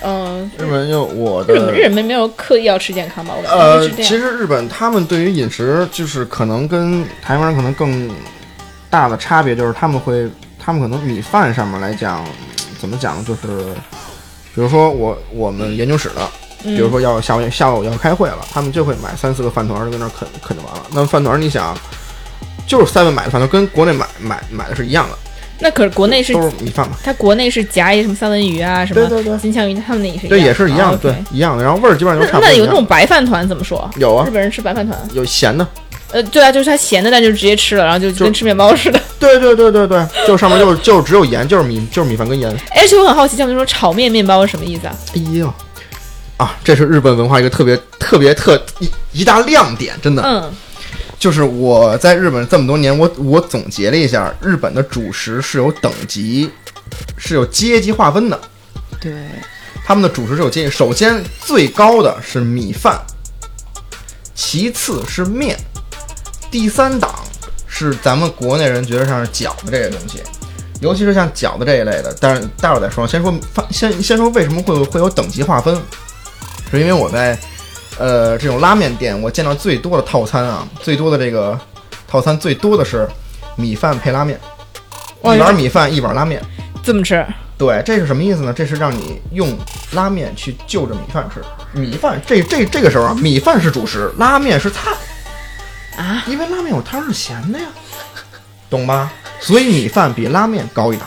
[SPEAKER 1] 嗯，
[SPEAKER 2] 日本就我
[SPEAKER 1] 日本
[SPEAKER 2] 的
[SPEAKER 1] 日本没有刻意要吃健康吧？我感觉
[SPEAKER 2] 呃
[SPEAKER 1] 是，这
[SPEAKER 2] 其
[SPEAKER 1] 样。
[SPEAKER 2] 实日本他们对于饮食就是可能跟台湾人可能更大的差别就是他们会，他们可能米饭上面来讲，怎么讲就是，比如说我我们研究室的，
[SPEAKER 1] 比
[SPEAKER 2] 比如说要下午下午要开会了，他们就会买三四个饭团儿就跟那儿啃啃就完了。那饭团儿你想，就是三份买的饭团儿，跟国内买买买的是一样的，
[SPEAKER 1] 那可是国内是
[SPEAKER 2] 都是米饭嘛。
[SPEAKER 1] 它国内是夹一什么三文鱼啊，什么
[SPEAKER 2] 对对对
[SPEAKER 1] 金枪鱼，他们那也是
[SPEAKER 2] 对，也是一样的，
[SPEAKER 1] 的。
[SPEAKER 2] 对
[SPEAKER 1] 哦 OK，
[SPEAKER 2] 一样的。然后味儿基本上都
[SPEAKER 1] 那
[SPEAKER 2] 差不多
[SPEAKER 1] 那
[SPEAKER 2] 一
[SPEAKER 1] 有
[SPEAKER 2] 样。
[SPEAKER 1] 那种白饭团怎么说？
[SPEAKER 2] 有啊
[SPEAKER 1] 日，本人吃白饭团，
[SPEAKER 2] 有咸的，
[SPEAKER 1] 呃，对啊，就是它咸的，但就直接吃了，然后就
[SPEAKER 2] 就
[SPEAKER 1] 跟吃面包似的。
[SPEAKER 2] 对对对对对，就上面就就只有盐，就是米就是米饭跟盐。
[SPEAKER 1] 而哎且我很好奇，像那种炒面面包是什么意思啊？
[SPEAKER 2] 哎呦，啊，这是日本文化一个特别特别特一一大亮点，真的。
[SPEAKER 1] 嗯，
[SPEAKER 2] 就是我在日本这么多年，我我总结了一下，日本的主食是有等级，是有阶级划分的。
[SPEAKER 4] 对，
[SPEAKER 2] 他们的主食是有阶级，首先最高的是米饭，其次是面，第三档是咱们国内人觉得像是饺子这类东西，尤其是像饺子这一类的。但是待会儿再说，先说饭，先先说为什么会有会有等级划分，是因为我在呃这种拉面店，我见到最多的套餐啊，最多的这个套餐最多的是米饭配拉面，
[SPEAKER 1] 哇
[SPEAKER 2] 一碗米饭一碗拉面。
[SPEAKER 1] 这么吃，
[SPEAKER 2] 对，这是什么意思呢？这是让你用拉面去就着米饭吃。
[SPEAKER 1] 嗯
[SPEAKER 2] 米饭这这这个时候啊，米饭是主食，拉面是菜
[SPEAKER 1] 啊，
[SPEAKER 2] 因为拉面有汤是咸的呀，懂吧？所以米饭比拉面高一档。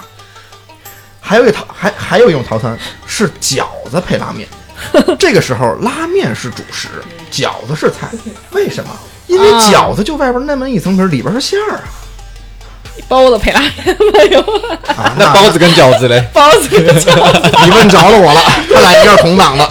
[SPEAKER 2] 还有一套，还还有一种套餐是饺子配拉面， 这个时候拉面是主食，饺子是菜。为什么？因为
[SPEAKER 1] 啊
[SPEAKER 2] 饺子就外边那么一层皮，里边是馅儿
[SPEAKER 1] 包子配拉面， 哎呦，
[SPEAKER 2] 啊 啊。
[SPEAKER 3] 那包子跟饺子嘞，
[SPEAKER 1] 包子跟饺子，
[SPEAKER 2] 你问着了我 了，他俩一个是同档的。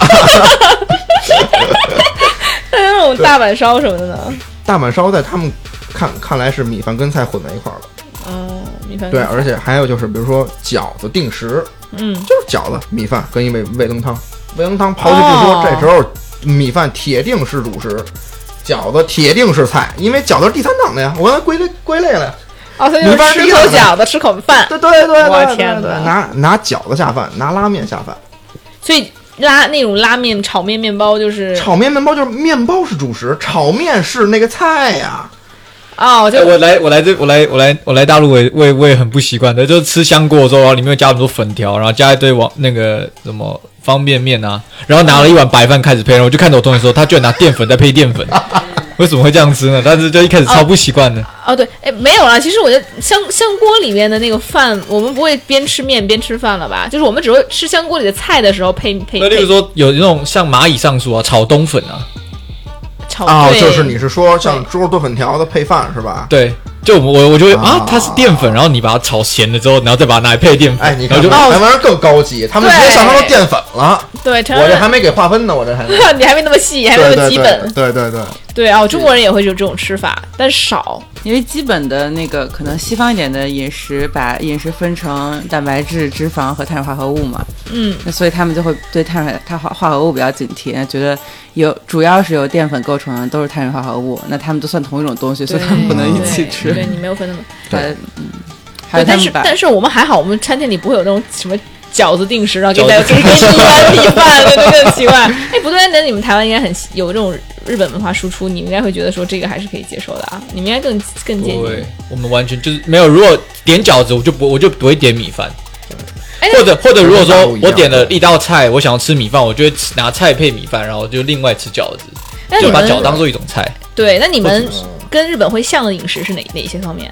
[SPEAKER 1] 那种大阪烧什么的呢？
[SPEAKER 2] 大阪烧在他们看看来是米饭跟菜混在一块儿了。
[SPEAKER 1] 哦，米饭
[SPEAKER 2] 对，而且还有就是，比如说饺子定时，
[SPEAKER 1] 嗯，
[SPEAKER 2] 就是饺子、米饭跟一味味增汤。味增汤刨去不说，
[SPEAKER 1] 哦
[SPEAKER 2] 这时候米饭铁定是主食，饺子铁定是菜，因为饺子是第三档的呀，我刚才归类归类了呀。
[SPEAKER 1] 哦，所以就是
[SPEAKER 2] 米饭是
[SPEAKER 1] 吃
[SPEAKER 2] 一
[SPEAKER 1] 口
[SPEAKER 2] 样的
[SPEAKER 1] 饺子，吃口饭，
[SPEAKER 2] 对对对对
[SPEAKER 1] 我
[SPEAKER 2] 对
[SPEAKER 1] 天
[SPEAKER 2] 对对
[SPEAKER 1] 哪
[SPEAKER 2] 拿拿饺子下饭，拿拉面下饭，
[SPEAKER 1] 所以拉那种拉面、炒面、面包就是
[SPEAKER 2] 炒面面包就是面包是主食，炒面是那个菜呀。
[SPEAKER 1] 哦，就
[SPEAKER 3] 哎我来我来这我来我来我来大陆我也我也我也很不习惯的，就是吃香锅之后，然后里面又加很多粉条，然后加一堆往那个什么方便面啊，然后拿了一碗白饭开始配，然后我就看着我同学说，他居然拿淀粉在 配淀粉，为什么会这样吃呢？但是就一开始超不习惯的。
[SPEAKER 1] 哦，对，哎，没有啦。其实我觉得香香锅里面的那个饭，我们不会边吃面边吃饭了吧？就是我们只会吃香锅里的菜的时候配配
[SPEAKER 3] 那例如
[SPEAKER 1] 配
[SPEAKER 3] 说有那种像蚂蚁上树啊、炒冬粉啊，
[SPEAKER 1] 炒
[SPEAKER 2] 哦，
[SPEAKER 1] 对
[SPEAKER 2] 就是你是说像猪肉炖粉条的配饭是吧？
[SPEAKER 3] 对，就我我我就会
[SPEAKER 2] 啊
[SPEAKER 3] 啊，它是淀粉，然后你把它炒咸了之后，然后再把它拿来配淀粉，
[SPEAKER 2] 哎，你
[SPEAKER 3] 然
[SPEAKER 2] 看
[SPEAKER 3] 后就
[SPEAKER 2] 台湾人更高级，他们直接上升到淀粉了。
[SPEAKER 1] 对，承
[SPEAKER 2] 我这
[SPEAKER 1] 认
[SPEAKER 2] 还没给划分呢，我这还没。
[SPEAKER 1] 你还没那么细，还没那
[SPEAKER 2] 对对
[SPEAKER 1] 么
[SPEAKER 2] 对
[SPEAKER 1] 基本。
[SPEAKER 2] 对对对，
[SPEAKER 1] 对啊，中国人也会有这种吃法，但少。
[SPEAKER 4] 因为基本的那个可能西方一点的饮食，把饮食分成蛋白质、脂肪和碳水化合物嘛，
[SPEAKER 1] 嗯，
[SPEAKER 4] 那所以他们就会对碳水碳化化合物比较警惕，觉得有主要是由淀粉构成的都是碳水化合物，那他们都算同一种东西，所以他们不能一起
[SPEAKER 1] 对
[SPEAKER 4] 吃。
[SPEAKER 1] 对你没有分那么。
[SPEAKER 4] 对，嗯，
[SPEAKER 1] 对，
[SPEAKER 4] 还有他
[SPEAKER 1] 但
[SPEAKER 4] 们
[SPEAKER 1] 是
[SPEAKER 4] 把
[SPEAKER 1] 但是我们还好，我们餐厅里不会有那种什么饺子定时，然后给大家给给你一 碗米饭，对对对，很奇怪。哎，不对，那你们台湾应该很有这种日本文化输出，你们应该会觉得说这个还是可以接受的啊，你们应该更更建议。
[SPEAKER 3] 对，我们完全就是没有。如果点饺子，我就不我就不会点米饭，
[SPEAKER 1] 哎
[SPEAKER 3] 或者或者如果
[SPEAKER 2] 跟大
[SPEAKER 3] 说
[SPEAKER 2] 陆一样
[SPEAKER 3] 我点了一道菜，我想要吃米饭，我就会吃拿菜配米饭，然后就另外吃饺子，
[SPEAKER 1] 那你
[SPEAKER 3] 就把饺
[SPEAKER 1] 们
[SPEAKER 3] 子当做一种菜。
[SPEAKER 1] 对，那你们跟日本会像的饮食是哪哪些方面？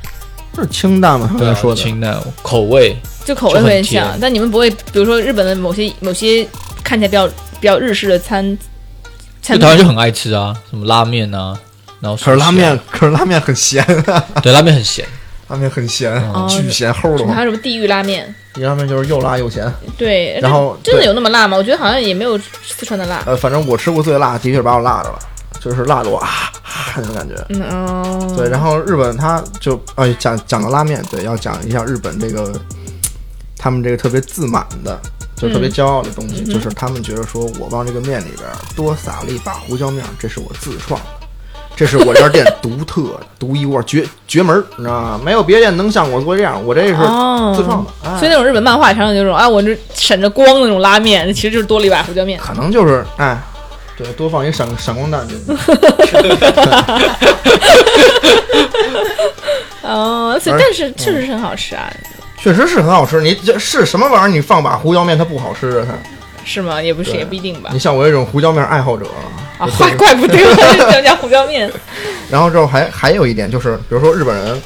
[SPEAKER 2] 就是清淡嘛，他刚
[SPEAKER 3] 啊
[SPEAKER 2] 才说的，
[SPEAKER 3] 清淡口味，
[SPEAKER 1] 就口味会很
[SPEAKER 3] 就很
[SPEAKER 1] 像，
[SPEAKER 3] 甜
[SPEAKER 1] 但你们不会，比如说日本的某些某些看起来比较比较日式的餐
[SPEAKER 3] 就
[SPEAKER 1] 餐
[SPEAKER 3] 台湾就
[SPEAKER 1] 品，
[SPEAKER 3] 很爱吃啊，什么拉面啊，然后
[SPEAKER 2] 可是拉
[SPEAKER 3] sushi 啊
[SPEAKER 2] 面，啊可是拉面很咸，
[SPEAKER 3] 对，拉面很咸。
[SPEAKER 2] 拉面很咸，
[SPEAKER 1] 哦
[SPEAKER 2] 巨咸齁的
[SPEAKER 1] 什么还
[SPEAKER 2] 慌。
[SPEAKER 1] 有什么地狱拉面？
[SPEAKER 2] 一拉面就是又辣又咸，
[SPEAKER 1] 对，
[SPEAKER 2] 然后
[SPEAKER 1] 真的
[SPEAKER 2] 对
[SPEAKER 1] 有那么辣吗？我觉得好像也没有四川的辣。
[SPEAKER 2] 呃，反正我吃过最辣，的确是把我辣着了，就是辣的我啊啊那种感觉。
[SPEAKER 1] 嗯哦，
[SPEAKER 2] 对，然后日本它就呃讲讲到拉面，对，要讲一下日本这个他们这个特别自满的，就特别
[SPEAKER 1] 嗯
[SPEAKER 2] 骄傲的东西，
[SPEAKER 1] 嗯哼
[SPEAKER 2] 就是他们觉得说我往这个面里边多撒了一把胡椒面，这是我自创的。这是我这家店独特的、独一无二、绝绝门儿，你知道吗？没有别店能像我做这样，我这是
[SPEAKER 1] 哦
[SPEAKER 2] 自创的。哎
[SPEAKER 1] 所以那种日本漫画常常有那种啊，我这闪着光的那种拉面，其实就是多了一把胡椒 面。
[SPEAKER 2] 可能就是哎，对，多放一闪闪光弹就。
[SPEAKER 1] 哦，所以
[SPEAKER 2] 而
[SPEAKER 1] 但是确实是很好吃啊，
[SPEAKER 2] 确实是很好吃。你这是什么玩意儿？你放把胡椒面，它不好吃啊！它，
[SPEAKER 1] 是吗？也不是，
[SPEAKER 2] 对
[SPEAKER 1] 也不一定吧
[SPEAKER 2] 你。像我这种胡椒面爱好者，
[SPEAKER 1] 啊，怪怪不得 想讲胡椒面。
[SPEAKER 2] 然后之后还还有一点就是，比如说日本人，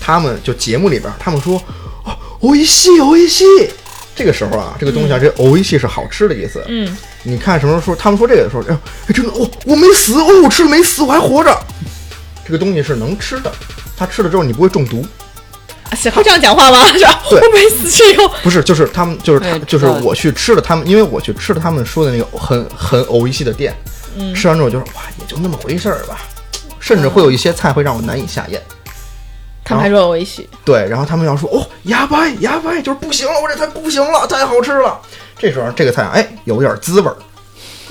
[SPEAKER 2] 他们就节目里边儿他们说，哦，おいしい，おいしい。这个时候啊，这个东西啊，这おいしい是好吃的意思。
[SPEAKER 1] 嗯，
[SPEAKER 2] 你看什么时候说他们说这个的时候，哎呦，哎真的，我我没死，哦，我吃了没死，我还活着。这个东西是能吃的，它吃了之后你不会中毒。
[SPEAKER 1] 啊是会这样讲话吗？是吧？
[SPEAKER 2] 对
[SPEAKER 1] 我没死去以后，
[SPEAKER 2] 不是，就是他们，就是他
[SPEAKER 4] 对，
[SPEAKER 2] 就是
[SPEAKER 4] 知道
[SPEAKER 2] 我去吃了他们，因为我去吃了他们说的那个很很偶一系的店，
[SPEAKER 1] 嗯
[SPEAKER 2] 吃完之后我就说哇，也就那么回事儿吧，甚至会有一些菜会让我难以下咽。
[SPEAKER 1] 他们还说我一起。
[SPEAKER 2] 对，然后他们要说哦，牙掰牙掰，就是不行了，我这菜不行了，太好吃了。这时候这个菜啊，哎，有点滋味儿，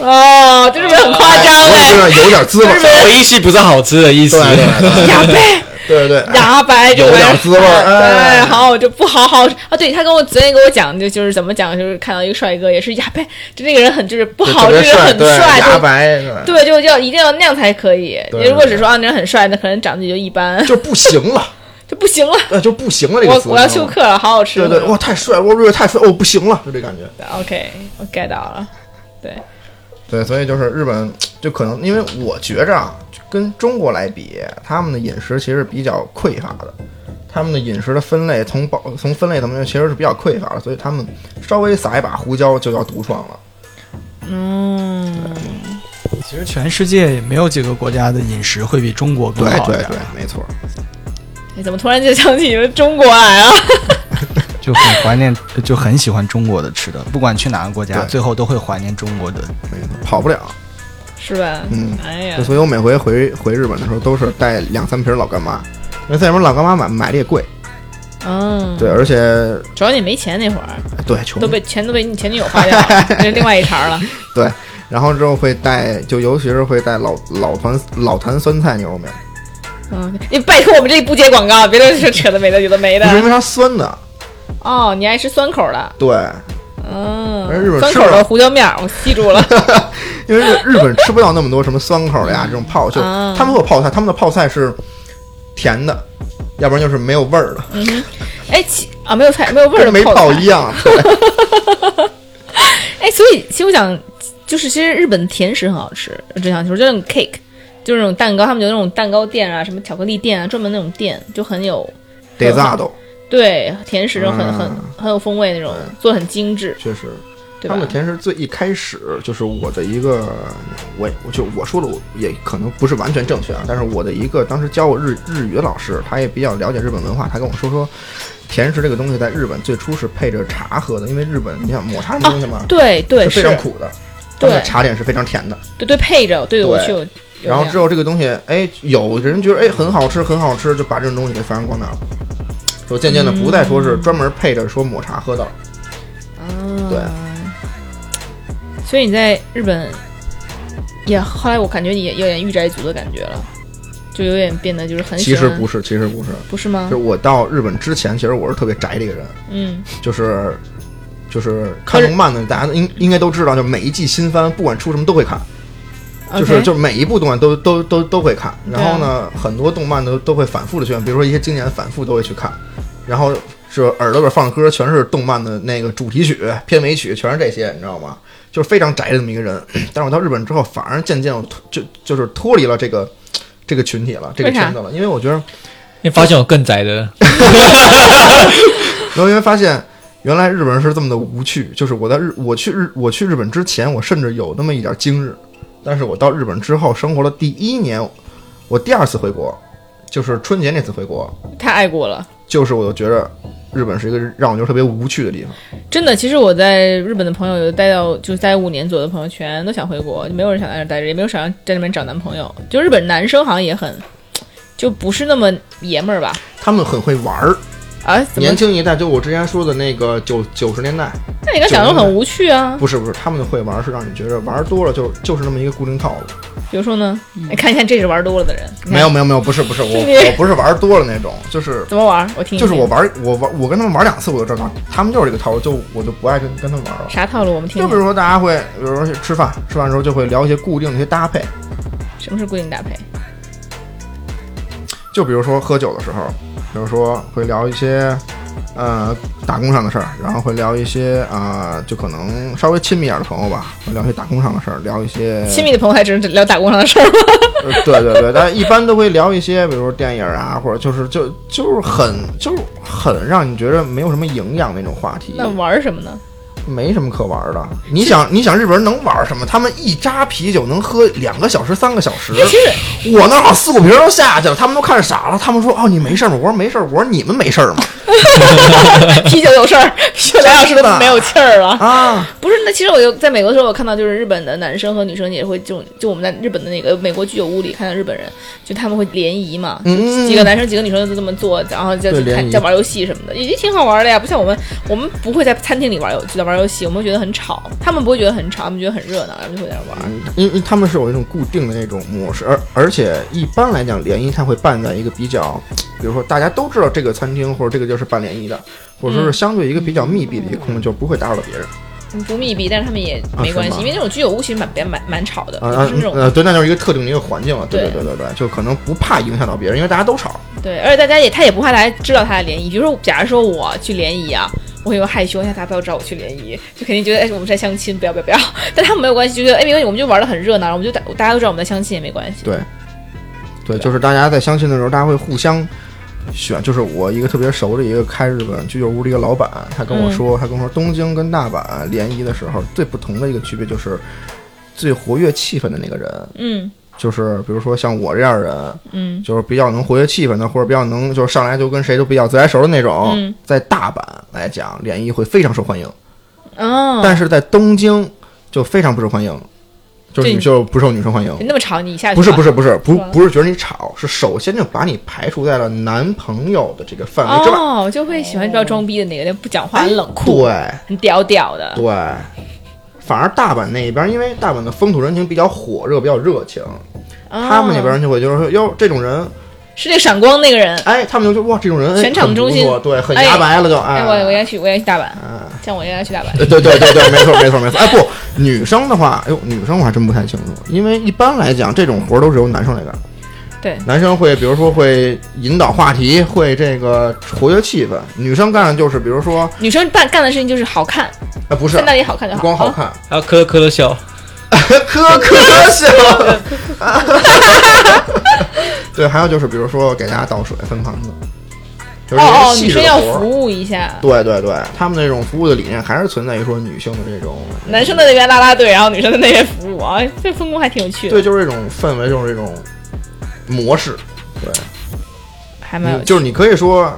[SPEAKER 1] 哦，这日本很夸张
[SPEAKER 2] 我
[SPEAKER 1] 哎，
[SPEAKER 2] 觉得有点滋味儿，
[SPEAKER 3] 我意思不是好吃的意思
[SPEAKER 2] 啊对，啊 对
[SPEAKER 1] 牙呗，
[SPEAKER 2] 对对对，哎
[SPEAKER 1] 牙白这
[SPEAKER 2] 有
[SPEAKER 1] 玩意儿
[SPEAKER 2] 点滋味儿，
[SPEAKER 1] 对，
[SPEAKER 2] 哎，
[SPEAKER 1] 好，我就不好好啊。对他跟我昨天跟我讲，就就是怎么讲，就是看到一个帅哥，也是呀，呸，就那个人很就是不
[SPEAKER 2] 就
[SPEAKER 1] 好，
[SPEAKER 2] 特
[SPEAKER 1] 这
[SPEAKER 2] 别
[SPEAKER 1] 个人
[SPEAKER 2] 帅，
[SPEAKER 1] 很
[SPEAKER 2] 对，
[SPEAKER 1] 帅，
[SPEAKER 2] 牙
[SPEAKER 1] 就
[SPEAKER 2] 白，对
[SPEAKER 1] 对，就要一定要那样才可以。
[SPEAKER 2] 对
[SPEAKER 1] 你如果只说啊，那人很帅，那可能长得也就一般，
[SPEAKER 2] 就不行了，
[SPEAKER 1] 就不行了。
[SPEAKER 2] 呃，就不行了这个
[SPEAKER 1] 我
[SPEAKER 2] 词，
[SPEAKER 1] 我要
[SPEAKER 2] 你知道
[SPEAKER 1] 休
[SPEAKER 2] 吗。
[SPEAKER 1] 克了，好好吃。
[SPEAKER 2] 对对，哇，太帅，我瑞太帅，哦，不行了，就这感觉。
[SPEAKER 1] ，OK，我 get 到了。对，
[SPEAKER 2] 对，所以就是日本，就可能因为我觉着啊，就跟中国来比，他们的饮食其实比较匮乏的，他们的饮食的分类从保从分类层面其实是比较匮乏的，所以他们稍微撒一把胡椒就叫独创了。
[SPEAKER 1] 嗯，
[SPEAKER 5] 其实全世界也没有几个国家的饮食会比中国更好一点，，
[SPEAKER 2] 没错。
[SPEAKER 1] 哎怎么突然就想起你们中国来了？
[SPEAKER 5] 就很怀念，就很喜欢中国的吃的，不管去哪个国家，
[SPEAKER 2] 对
[SPEAKER 5] 最后都会怀念中国的。
[SPEAKER 2] 没错，跑不了。
[SPEAKER 1] 是吧？
[SPEAKER 2] 嗯，
[SPEAKER 1] 哎呀
[SPEAKER 2] 就，所以我每回回回日本的时候，都是带两三瓶老干妈，因为在日本老干妈买买的也贵，
[SPEAKER 1] 嗯，
[SPEAKER 2] 对，而且
[SPEAKER 1] 主要你没钱那会儿
[SPEAKER 2] 对穷
[SPEAKER 1] 都被钱都被你前女友花掉了，这是另外一茬儿了。
[SPEAKER 2] 然后之后会带，就尤其是会带老老坛老坛酸菜牛肉面，
[SPEAKER 1] 嗯，你拜托我们这里不接广告，别的是扯的没的，有的没
[SPEAKER 2] 不是
[SPEAKER 1] 的。
[SPEAKER 2] 因为它酸的，
[SPEAKER 1] 哦，你爱吃酸口的，
[SPEAKER 2] 对，
[SPEAKER 1] 嗯
[SPEAKER 2] 哎而日本，
[SPEAKER 1] 酸
[SPEAKER 2] 吃
[SPEAKER 1] 口的
[SPEAKER 2] 了
[SPEAKER 1] 胡椒面儿，我记住 了。
[SPEAKER 2] 因为日日本吃不到那么多什么酸口的呀，这种泡就
[SPEAKER 1] 啊
[SPEAKER 2] 他们会有泡菜，他们的泡菜是甜的，要不然就是没有味儿的，
[SPEAKER 1] 哎，其啊，没有菜，没有 味儿
[SPEAKER 2] 跟
[SPEAKER 1] 的
[SPEAKER 2] 没
[SPEAKER 1] 泡
[SPEAKER 2] 泡
[SPEAKER 1] 菜
[SPEAKER 2] 一 样。对
[SPEAKER 1] 哎，所以其实我想，就是其实日本甜食很好吃，我只想说，就那种 cake，就是那种蛋糕，他们有那种蛋糕店啊，什么巧克力店啊，专门那种店就很有
[SPEAKER 2] 得 炸都，
[SPEAKER 1] 对甜食就很、很
[SPEAKER 2] 嗯
[SPEAKER 1] 很有风味那种，做的很精致，
[SPEAKER 2] 确实，
[SPEAKER 1] 对
[SPEAKER 2] 他
[SPEAKER 1] 吧
[SPEAKER 2] 们的？甜食最一开始就是我的一个，我也我就我说的我也可能不是完全正确啊，但是我的一个当时教我日日语的老师，他也比较了解日本文化，他跟我说说，甜食这个东西在日本最初是配着茶喝的，因为日本你想抹茶什么东西嘛，
[SPEAKER 1] 对对
[SPEAKER 2] 是非
[SPEAKER 1] 是
[SPEAKER 2] 常苦的。他们
[SPEAKER 1] 对
[SPEAKER 2] 的茶点是非常甜的。
[SPEAKER 1] 对对配着，对
[SPEAKER 2] 对
[SPEAKER 1] 我去有有这
[SPEAKER 2] 然
[SPEAKER 1] 样
[SPEAKER 2] 后之后这个东西，哎，有人觉得哎很好吃，很好吃，就把这种东西给发扬光大了。就渐
[SPEAKER 1] 嗯
[SPEAKER 2] 渐的不再说是专门配着说抹茶喝的了，对
[SPEAKER 1] 啊所以你在日本也后来我感觉你也有点御宅族的感觉了，就有点变得就是很喜
[SPEAKER 2] 其实
[SPEAKER 1] 欢嗯
[SPEAKER 2] 不是，其实不是。
[SPEAKER 1] 不是吗
[SPEAKER 2] 就是？我到日本之前，其实我是特别宅的一个人，
[SPEAKER 1] 嗯，
[SPEAKER 2] 就是就是看动漫的，大家应应该都知道，就每一季新番不管出什么都会看，就是
[SPEAKER 1] OK 啊
[SPEAKER 2] 就每一部动漫都都都都会看。然后呢，很多动漫都都会反复的去看，比如说一些经典反复都会去看。然后是耳朵里边放歌，全是动漫的那个主题曲、片尾曲，全是这些，你知道吗？就是非常宅的这么一个人。 但是我到日本之后，反而渐渐我脱就就是脱离了这个这个群体了，这个
[SPEAKER 1] 为啥
[SPEAKER 2] 圈子了，因为我觉得。
[SPEAKER 3] 你发现我更宅的，
[SPEAKER 2] 然后因为发现原来日本人是这么的无趣，就是我在日我去日我去日本之前，我甚至有那么一点今日，但是我到日本之后生活了第一年，我第二次回国，就是春节那次回国，
[SPEAKER 1] 太爱国了。
[SPEAKER 2] 就是我就觉得日本是一个让我觉得特别无趣的地方。
[SPEAKER 1] 真的，其实我在日本的朋友有待到就是待五年左右的朋友，全都想回国，就没有人想在那儿待着，也没有想在那边找男朋友。就日本男生好像也很，就不是那么爷们儿吧？
[SPEAKER 2] 他们很会玩儿，
[SPEAKER 1] 啊，怎么
[SPEAKER 2] 年？轻一代，就我之前说的那个九九十年代，
[SPEAKER 1] 那你刚讲的很无趣啊。
[SPEAKER 2] 不是不是，他们会玩儿是让你觉得玩儿多了就就是那么一个固定套路。
[SPEAKER 1] 比如说呢，你看一下这是玩多了的人，你看
[SPEAKER 2] 嗯没有没有没有，不是不是，我我不是玩儿多了那种，就是
[SPEAKER 1] 怎么玩？我听一听
[SPEAKER 2] 就是我玩儿，我玩儿，我跟他们玩儿两次，我就知道他们就是这个套路，就我就不爱跟跟他们玩儿了。
[SPEAKER 1] 啥套路，我们听
[SPEAKER 2] 就比
[SPEAKER 1] 听
[SPEAKER 2] 如。说，大家会，比如说去吃饭，吃饭的时候就会聊一些固定的一些搭配，
[SPEAKER 1] 什么是固定搭配？
[SPEAKER 2] 嗯就比如说喝酒的时候，比如说会聊一些，呃，打工上的事儿，然后会聊一些啊、呃就可能稍微亲密一点的朋友吧，会聊一些打工上的事儿，聊一些
[SPEAKER 1] 亲密的朋友还只能聊打工上的事儿吗？
[SPEAKER 2] 呃对对对，但一般都会聊一些，比如说电影啊，或者就是就就是很就是很让你觉得没有什么营养那种话题。
[SPEAKER 1] 那玩什么呢？
[SPEAKER 2] 没什么可玩的。你想，你想日本人能玩什么？他们一扎啤酒能喝两个小时、三个小时。我那儿好四五瓶都下去了，他们都看傻了。他们说：“哦，你没事儿吗？”我说：“没事儿。”我说：“你们没事儿吗
[SPEAKER 1] 啤酒有事儿，啤酒俩小时都没有气儿了？”。
[SPEAKER 2] 啊，
[SPEAKER 1] 不是，那其实我有在美国的时候，我看到就是日本的男生和女生也会这种，就我们在日本的那个美国居酒屋里看到日本人，就他们会联谊嘛，
[SPEAKER 2] 嗯嗯嗯
[SPEAKER 1] 就几个男生几个女生就这么做，然后再
[SPEAKER 2] 对联
[SPEAKER 1] 看
[SPEAKER 2] 谊
[SPEAKER 1] 再玩游戏什么的，也挺好玩的呀。不像我们，我们不会在餐厅里玩游就在玩游戏，我们会觉得很吵，他们不会觉得很吵，他们觉得很热闹，然后就会在那玩。
[SPEAKER 2] 因为他们是有一种固定的那种模式，而而且一般来讲，联谊它会办在一个比较，比如说大家都知道这个餐厅或者这个地儿是办联谊的，或者说是相对一个比较密闭的一个空间，就不会打扰到别人。
[SPEAKER 1] 嗯不密闭，但是他们也没
[SPEAKER 2] 啊是
[SPEAKER 1] 关系，
[SPEAKER 2] 吗
[SPEAKER 1] 因为那种居酒屋其实蛮蛮蛮蛮吵的，
[SPEAKER 2] 啊
[SPEAKER 1] 就
[SPEAKER 2] 啊
[SPEAKER 1] 是那种
[SPEAKER 2] 呃，对，那就是一个特定的一个环境了。对
[SPEAKER 1] 对
[SPEAKER 2] 对对对，就可能不怕影响到别人，因为大家都吵。
[SPEAKER 1] 对，而且大家也他也不怕大家知道他的联谊。比如说，假如说我去联谊啊，我会有害羞，哎呀，大家不要知道我去联谊，就肯定觉得哎，我们在相亲，不要不要不要。但他们没有关系，就觉得哎没关系，我们就玩的很热闹，我们就大大家都知道我们在相亲也没关系。
[SPEAKER 2] 对，对，就是大家在相亲的时候，大家会互相选。就是我一个特别熟的一个开日本居酒屋的一个老板，他跟我说，他跟我说，东京跟大阪联谊的时候，最不同的一个区别就是最活跃气氛的那个人，
[SPEAKER 1] 嗯
[SPEAKER 2] 就是比如说像我这样的人，
[SPEAKER 1] 嗯
[SPEAKER 2] 就是比较能活跃气氛的，或者比较能就是上来就跟谁都比较自来熟的那种。
[SPEAKER 1] 嗯
[SPEAKER 2] 在大阪来讲，联谊会非常受欢迎，
[SPEAKER 1] 哦，
[SPEAKER 2] 但是在东京就非常不受欢迎，就是
[SPEAKER 1] 对
[SPEAKER 2] 你就不受女生欢迎。
[SPEAKER 1] 那么吵，你一下去
[SPEAKER 2] 不是
[SPEAKER 1] 吧
[SPEAKER 2] 不是不是不
[SPEAKER 1] 吧
[SPEAKER 2] 不是觉得你吵，是首先就把你排除在了男朋友的这个范围之外。
[SPEAKER 1] 哦，就会喜欢比较装逼的那个，就不讲话，
[SPEAKER 2] 哎
[SPEAKER 1] 很冷酷，
[SPEAKER 2] 对
[SPEAKER 1] 很屌屌的。
[SPEAKER 2] 对，反而大阪那边，因为大阪的风土人情比较火热，比较热情，他们那边
[SPEAKER 1] 哦
[SPEAKER 2] 人就会觉得说，哟，这种人，
[SPEAKER 1] 是那个闪光那个人，
[SPEAKER 2] 哎，他们就说，哇，这种人哎
[SPEAKER 1] 全场
[SPEAKER 2] 很不
[SPEAKER 1] 中心
[SPEAKER 2] 错对，很
[SPEAKER 1] 哎
[SPEAKER 2] 牙白了就，
[SPEAKER 1] 哎，
[SPEAKER 2] 哎，
[SPEAKER 1] 我我应该去，我应该去大阪，
[SPEAKER 2] 哎
[SPEAKER 1] 像我应该去大阪。
[SPEAKER 2] 对对对对对，没错没错没错。哎，不，女生的话，哎呦，女生我还真不太清楚，因为一般来讲，这种活儿都是由男生来干。
[SPEAKER 1] 对
[SPEAKER 2] 男生会比如说会引导话题，会这个活跃气氛。女生干的就是，比如说，
[SPEAKER 1] 女生办干的事情就是好看，
[SPEAKER 2] 哎，不是
[SPEAKER 1] 在，那里好看就
[SPEAKER 2] 不
[SPEAKER 1] 好，
[SPEAKER 2] 光好
[SPEAKER 1] 啊
[SPEAKER 2] 看，
[SPEAKER 3] 还要咯咯咯的笑。
[SPEAKER 2] 可可笑。 对，还有就是，比如说给大家倒水、分盘子，就是这
[SPEAKER 1] 哦哦，
[SPEAKER 2] 些
[SPEAKER 1] 女
[SPEAKER 2] 细致
[SPEAKER 1] 生
[SPEAKER 2] 的
[SPEAKER 1] 要
[SPEAKER 2] 活儿。
[SPEAKER 1] 服务一下。
[SPEAKER 2] 对对对，他们那种服务的理念还是存在于说女性的这种
[SPEAKER 1] 男生在那边拉拉队，然后女生在那边服务啊，这分工还挺有趣的，
[SPEAKER 2] 对，就是这种氛围，就是这种模式。对，
[SPEAKER 1] 还蛮有
[SPEAKER 2] 嗯
[SPEAKER 1] 趣。
[SPEAKER 2] 就是你可以说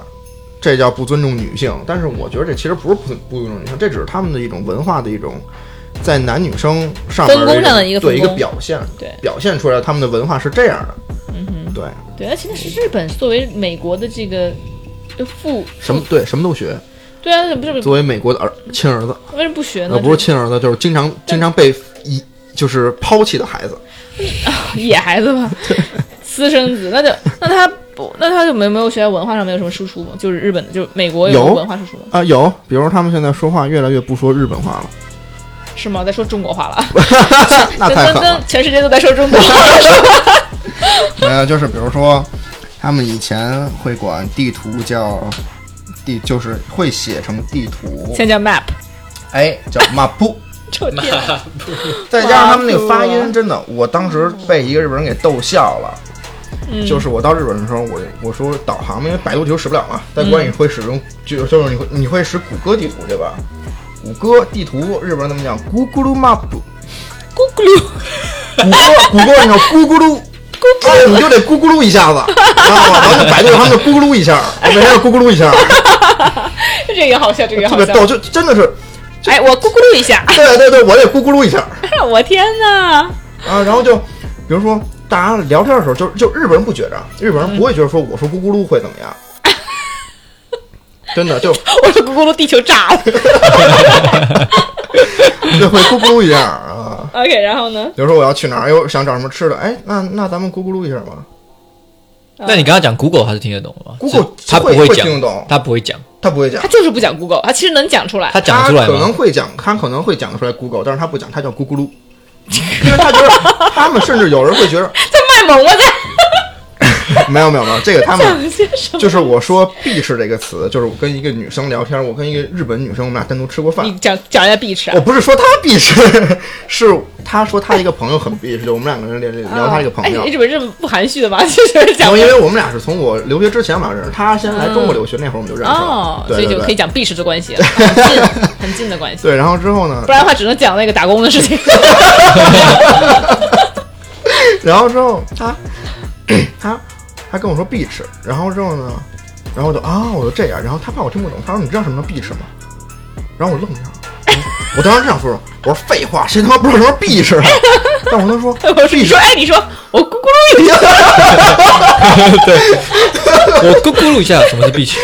[SPEAKER 2] 这叫不尊重女性，但是我觉得这其实不是不尊不尊重女性，这只是他们的一种文化的一种在男女生上面
[SPEAKER 1] 分工上的一个
[SPEAKER 2] 对
[SPEAKER 1] 分
[SPEAKER 2] 一个
[SPEAKER 1] 工
[SPEAKER 2] 表现，
[SPEAKER 1] 对
[SPEAKER 2] 表现出来他们的文化是这样的，
[SPEAKER 1] 嗯哼，
[SPEAKER 2] 对，
[SPEAKER 1] 对，而且那是日本作为美国的这个就父
[SPEAKER 2] 什么对什么都学。
[SPEAKER 1] 对啊，不是嗯为
[SPEAKER 2] 作为美国的儿亲儿子，
[SPEAKER 1] 什么不学呢？
[SPEAKER 2] 呃，不是亲儿子，就是经常经常被遗就是抛弃的孩子，
[SPEAKER 1] 野孩子吧，私生子， 那就那他不那他有没有没有学到文化上没有什么输出吗？就是日本的，就是美国
[SPEAKER 2] 有
[SPEAKER 1] 文化输出吗？
[SPEAKER 2] 啊，有，比如他们现在说话越来越不说日本话了，
[SPEAKER 1] 是吗？在说中国话了，
[SPEAKER 2] 那太狠
[SPEAKER 1] 噔噔
[SPEAKER 2] 了。
[SPEAKER 1] 噔全世界都在说中 国话。
[SPEAKER 2] 没有，就是比如说，他们以前会管地图叫地，就是会写成地图，
[SPEAKER 1] 现在叫 map，
[SPEAKER 2] 哎，叫马布。
[SPEAKER 1] 臭天啊，
[SPEAKER 2] 再加上他们那个发音，真的，我当时被一个日本人给逗笑了。
[SPEAKER 1] 嗯
[SPEAKER 2] 就是我到日本的时候，我我说导航，因为百度地图使不了嘛，但关键你会使用，就就是你会你会使谷歌地图对吧？谷歌地图日本人怎么讲？Google Map，谷
[SPEAKER 1] 咕咕噜，
[SPEAKER 2] 歌谷歌你要咕咕噜。哎，你就得咕咕噜一下子，知道吗？然后就百度他们就咕咕噜一下，我每天就咕咕噜一下，
[SPEAKER 1] 这个也好笑，这个也
[SPEAKER 2] 特
[SPEAKER 1] 好
[SPEAKER 2] 别
[SPEAKER 1] 笑。
[SPEAKER 2] 逗，就真的是，
[SPEAKER 1] 哎，我咕咕噜一下，
[SPEAKER 2] 对对对，我得咕咕噜一下
[SPEAKER 1] 我天哪！
[SPEAKER 2] 啊。然后就，比如说大家聊天的时候，就就日本人不觉着，日本人不会觉得说我说咕咕噜会怎么 样，真的就
[SPEAKER 1] 我说咕咕噜，地球炸了。
[SPEAKER 2] 对，会咕咕噜一下啊。
[SPEAKER 1] OK，然后呢？
[SPEAKER 2] 比如说我要去哪儿，又想找什么吃的，哎，那那咱们咕咕噜一下吧。
[SPEAKER 1] 啊
[SPEAKER 3] 那你跟他讲 Google，他是听得懂的吗
[SPEAKER 2] Google
[SPEAKER 3] 是他不
[SPEAKER 2] 会会
[SPEAKER 3] 讲，
[SPEAKER 2] 听得懂
[SPEAKER 3] 他不会讲，
[SPEAKER 2] 他不会讲
[SPEAKER 1] 他，就是不讲 Google，他其实能讲出来
[SPEAKER 3] 他。讲得出
[SPEAKER 2] 他
[SPEAKER 3] 来
[SPEAKER 2] 可能
[SPEAKER 3] 吗？
[SPEAKER 2] 会讲，他可能会讲得出来 Google，但是他不讲，他叫咕咕噜，因为他觉得他们甚至有人会觉得
[SPEAKER 1] 在卖萌吗？在
[SPEAKER 2] 没有没有没有，这个他 们
[SPEAKER 1] 讲些什么？
[SPEAKER 2] 就是我说“必是”这个词，就是我跟一个女生聊天，我跟一个日本女生，我们俩单独吃过饭
[SPEAKER 1] 你。讲讲一下 B 池
[SPEAKER 2] 我
[SPEAKER 1] 啊？
[SPEAKER 2] 不是 说她鄙视，是她说她一个朋友很鄙视，就我们两个人聊聊她一个朋友
[SPEAKER 1] 哎，。日哎本这么不含蓄的吗？就是
[SPEAKER 2] 然
[SPEAKER 1] 讲
[SPEAKER 2] 后因为我们俩是从我留学之前嘛认识，她先来中国留学那会儿我们就认识
[SPEAKER 1] 哦
[SPEAKER 2] 了，，
[SPEAKER 1] 所
[SPEAKER 2] 对
[SPEAKER 1] 以就
[SPEAKER 2] 对
[SPEAKER 1] 可以
[SPEAKER 2] 对。
[SPEAKER 1] 讲 B 池的关 系了，很近很近的关系。
[SPEAKER 2] 对，然后之后呢
[SPEAKER 1] 不？然的话，只能讲那个打工的 事情。
[SPEAKER 2] 然后之后她她她跟我说 beach，然后之后呢，然后我就啊，我就这样，然后她怕我听不懂，她说你知道什么叫 beach 吗？然后我愣一下，我当时这样说，我说废话，谁他妈不知道什么 beach 啊？ 但我跟她说
[SPEAKER 1] 我说，你说，哎，你说我咕咕噜一下，
[SPEAKER 3] 我 Google 一下什么是 beach，